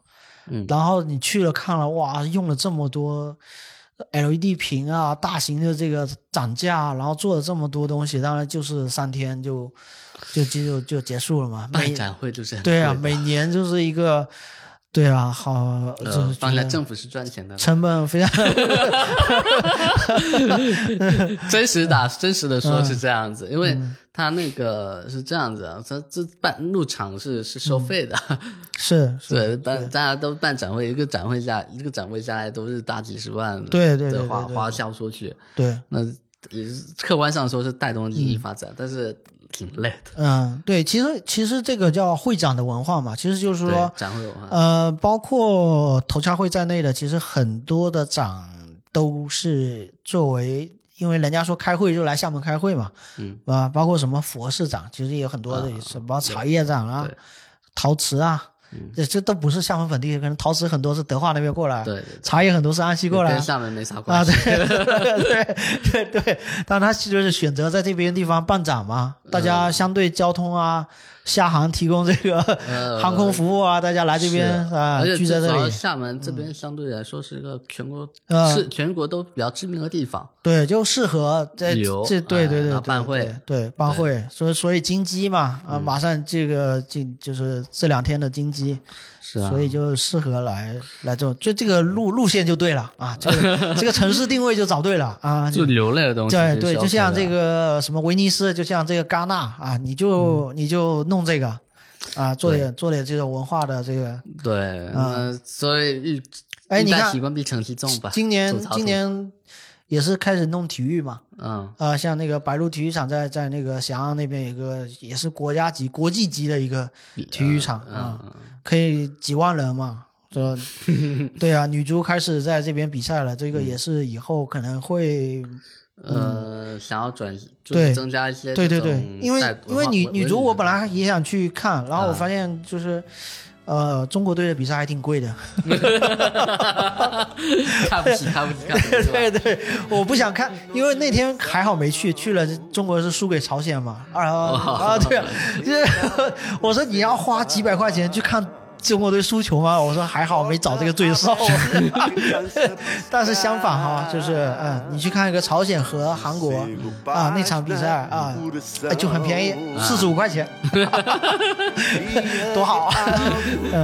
Speaker 3: 嗯，
Speaker 2: 然后你去了看了，哇，用了这么多 LED 屏啊，大型的这个展架，然后做了这么多东西，当然就是三天就就就就结束了嘛。啊
Speaker 3: 办展会就是
Speaker 2: 对啊，每年就是一个对啊，好，
Speaker 3: 呃
Speaker 2: 这，
Speaker 3: 当然政
Speaker 2: 府
Speaker 3: 府是赚钱的，
Speaker 2: 成本
Speaker 3: *laughs*
Speaker 2: 非常
Speaker 3: 真实
Speaker 2: 嗯
Speaker 3: 打真实的说是这样子，因为他那个是这样子啊，他这办入场是是收费的， *laughs*
Speaker 2: 是，嗯是
Speaker 3: 对，办大家都办展会，一个展会下一个展会下来都是大几十万的，
Speaker 2: 对对对对
Speaker 3: 花
Speaker 2: 对
Speaker 3: 花销出去，
Speaker 2: 对，
Speaker 3: 那也是客观上说是带动经济发展，但是挺累的，
Speaker 2: 嗯，对，其实其实这个叫会长的文化嘛，其实就是
Speaker 3: 对
Speaker 2: 说，
Speaker 3: 展会文化，
Speaker 2: 呃，包括头茶会在内的，其实很多的长都是作为，因为人家说开会就来厦门开会嘛，
Speaker 3: 嗯，
Speaker 2: 啊，包括什么佛事长，其实也有很多的，
Speaker 3: 啊
Speaker 2: 什么茶叶长啊
Speaker 3: 对、
Speaker 2: 陶瓷啊
Speaker 3: 嗯，
Speaker 2: 这这都不是厦门本地，可能陶瓷很多是德化那边过来，
Speaker 3: 对对对
Speaker 2: 茶叶很多是安溪啊过来
Speaker 3: 跟，厦门没啥
Speaker 2: 啊，
Speaker 3: 关系
Speaker 2: 对，
Speaker 3: *laughs*
Speaker 2: 对对对，但他就是选择在这边地方办展嘛，
Speaker 3: 嗯
Speaker 2: 大家相对交通啊、下航提供这个
Speaker 3: 呃
Speaker 2: 航空服务啊，大家来这边
Speaker 3: 是
Speaker 2: 啊
Speaker 3: 而且
Speaker 2: 聚在
Speaker 3: 主
Speaker 2: 这
Speaker 3: 要
Speaker 2: 里，嗯
Speaker 3: 厦门这边相对来说是一个全国
Speaker 2: 呃
Speaker 3: 是全国都比较知名的地方，
Speaker 2: 对，就适合在
Speaker 3: 旅游
Speaker 2: 这对
Speaker 3: 哎
Speaker 2: 对对
Speaker 3: 然后
Speaker 2: 对
Speaker 3: 办会嗯
Speaker 2: 对对办会，所以所以金鸡嘛啊，马上这个进就是这两天的金鸡，
Speaker 3: 是啊，
Speaker 2: 所以就适合来来这种，就这个路路线就对了啊，这个 *laughs* 这个城市定位就找对了啊，
Speaker 3: 就流泪的东西
Speaker 2: 对
Speaker 3: 是
Speaker 2: 对，就
Speaker 3: OK
Speaker 2: 像
Speaker 3: 的
Speaker 2: 这个什么威尼斯，就像这个戛纳啊，你就、
Speaker 3: 嗯
Speaker 2: 你就弄这个啊，做点做点这种文化的这个。
Speaker 3: 对，嗯，所以预
Speaker 2: 哎
Speaker 3: 一
Speaker 2: 你
Speaker 3: 代
Speaker 2: 看
Speaker 3: 习惯必承其重吧。
Speaker 2: 今年
Speaker 3: 吐槽
Speaker 2: 今，年也是开始弄体育嘛，
Speaker 3: 吐槽嗯，
Speaker 2: 啊、像那个白鹿体育场在在那个翔阳那边有个也是国家级、国际级的一个体育场
Speaker 3: 嗯
Speaker 2: 啊、可以几万人嘛。
Speaker 3: *laughs*
Speaker 2: 这对啊，女足开始在这边比赛了，这个
Speaker 3: 嗯
Speaker 2: 也是以后可能会
Speaker 3: 呃，想要转
Speaker 2: 嗯
Speaker 3: 就
Speaker 2: 对
Speaker 3: 是增加一些
Speaker 2: 对对
Speaker 3: 这
Speaker 2: 对
Speaker 3: 种，
Speaker 2: 因为
Speaker 3: 带
Speaker 2: 因
Speaker 3: 文
Speaker 2: 为
Speaker 3: 化
Speaker 2: 女
Speaker 3: 文
Speaker 2: 女足我本来也想去看，然后我
Speaker 3: 啊
Speaker 2: 发现就是，呃，中国队的比赛还挺贵
Speaker 3: *laughs*
Speaker 2: 的。
Speaker 3: *laughs* 看不起看不起看不起，是吧
Speaker 2: 对 *laughs* 对，我不想看，因为那天还好没去，去了中国是输给朝鲜嘛。啊
Speaker 3: 哦
Speaker 2: 啊，对
Speaker 3: *laughs*
Speaker 2: 啊，就是我说你要花几百块钱去看。中国队输球吗？我说还好没找这个罪
Speaker 3: 哦
Speaker 2: 受， *laughs* 但是相反哈，就是嗯，你去看一个朝鲜和韩国啊那场比赛啊，哎就很便宜，四十五块
Speaker 3: *laughs*
Speaker 2: 钱， *laughs* 多好啊！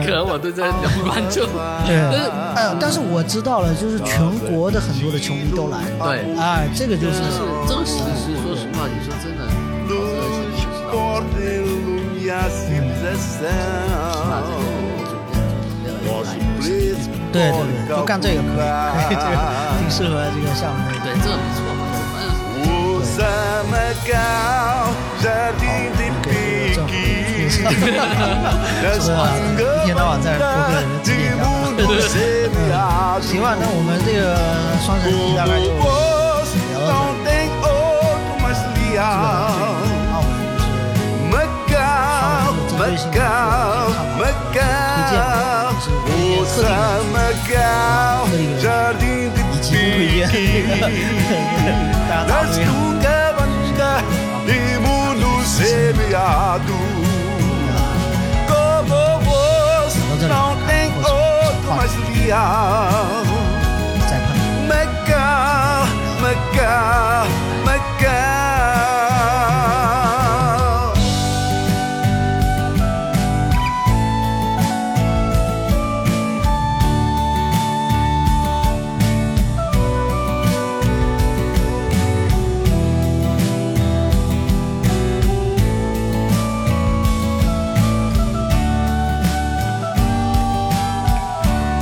Speaker 3: 可能我对这比较关
Speaker 2: *laughs*
Speaker 3: 注。
Speaker 2: 对，
Speaker 1: É.
Speaker 2: 哎，但是我知道了，就是全国的很多的球迷都来，
Speaker 3: 对，
Speaker 2: 哎，这个就
Speaker 3: 但
Speaker 2: 是
Speaker 3: 是这个事实说实话，你说真的，我真的是不知道。
Speaker 1: Correm lumea civilização
Speaker 2: 对对对，就干这个可 *laughs* 以，可以，这个挺适合这个项目的。
Speaker 3: 对，这个不错，反正
Speaker 1: O Zamagal, jardim de
Speaker 2: 这种
Speaker 1: pique
Speaker 2: 是吧？一天到晚在播客里面自己
Speaker 1: de
Speaker 2: 聊。
Speaker 1: mundo semeado
Speaker 2: 行吧，那我们这个双城记大概就
Speaker 1: Como
Speaker 2: 基
Speaker 1: você não tem outro mais
Speaker 2: 本上这个
Speaker 1: leal
Speaker 2: 澳门就是
Speaker 1: Macau, Macau, Macau O Zamagal, jardim de
Speaker 2: 以及不推荐
Speaker 1: pique
Speaker 2: 大家打
Speaker 1: Das
Speaker 2: 不赢。
Speaker 1: nunca banda de mundo semeado Como vos não tem outro mais leal
Speaker 2: 再碰。
Speaker 1: Macá, Macá, Macá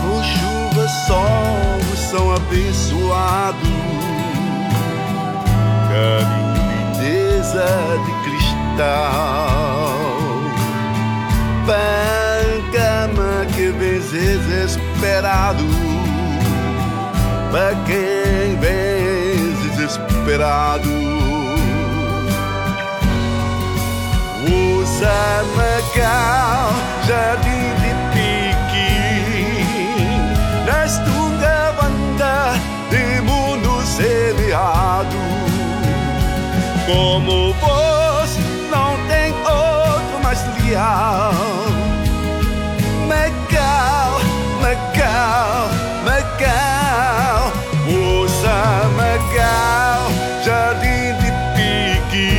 Speaker 1: Com chuva, sol, são abençoados. Carinho, lindeza de cristal. Pancama que vem desesperado. Pra quem vem desesperado. Usa Macau, jardim de pique, nas tunga banda de mundo semeado. Como vós não tem outro mais leal. Macau, Macau, Macau, usa Macau, jardim de pique.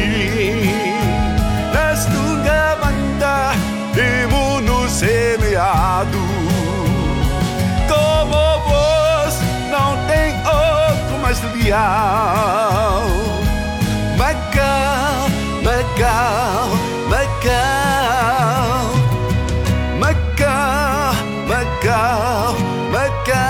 Speaker 1: Nas tunga banda, de mundo semeado. Macau, Macau, Macau, Macau, Macau, Macau, Macau.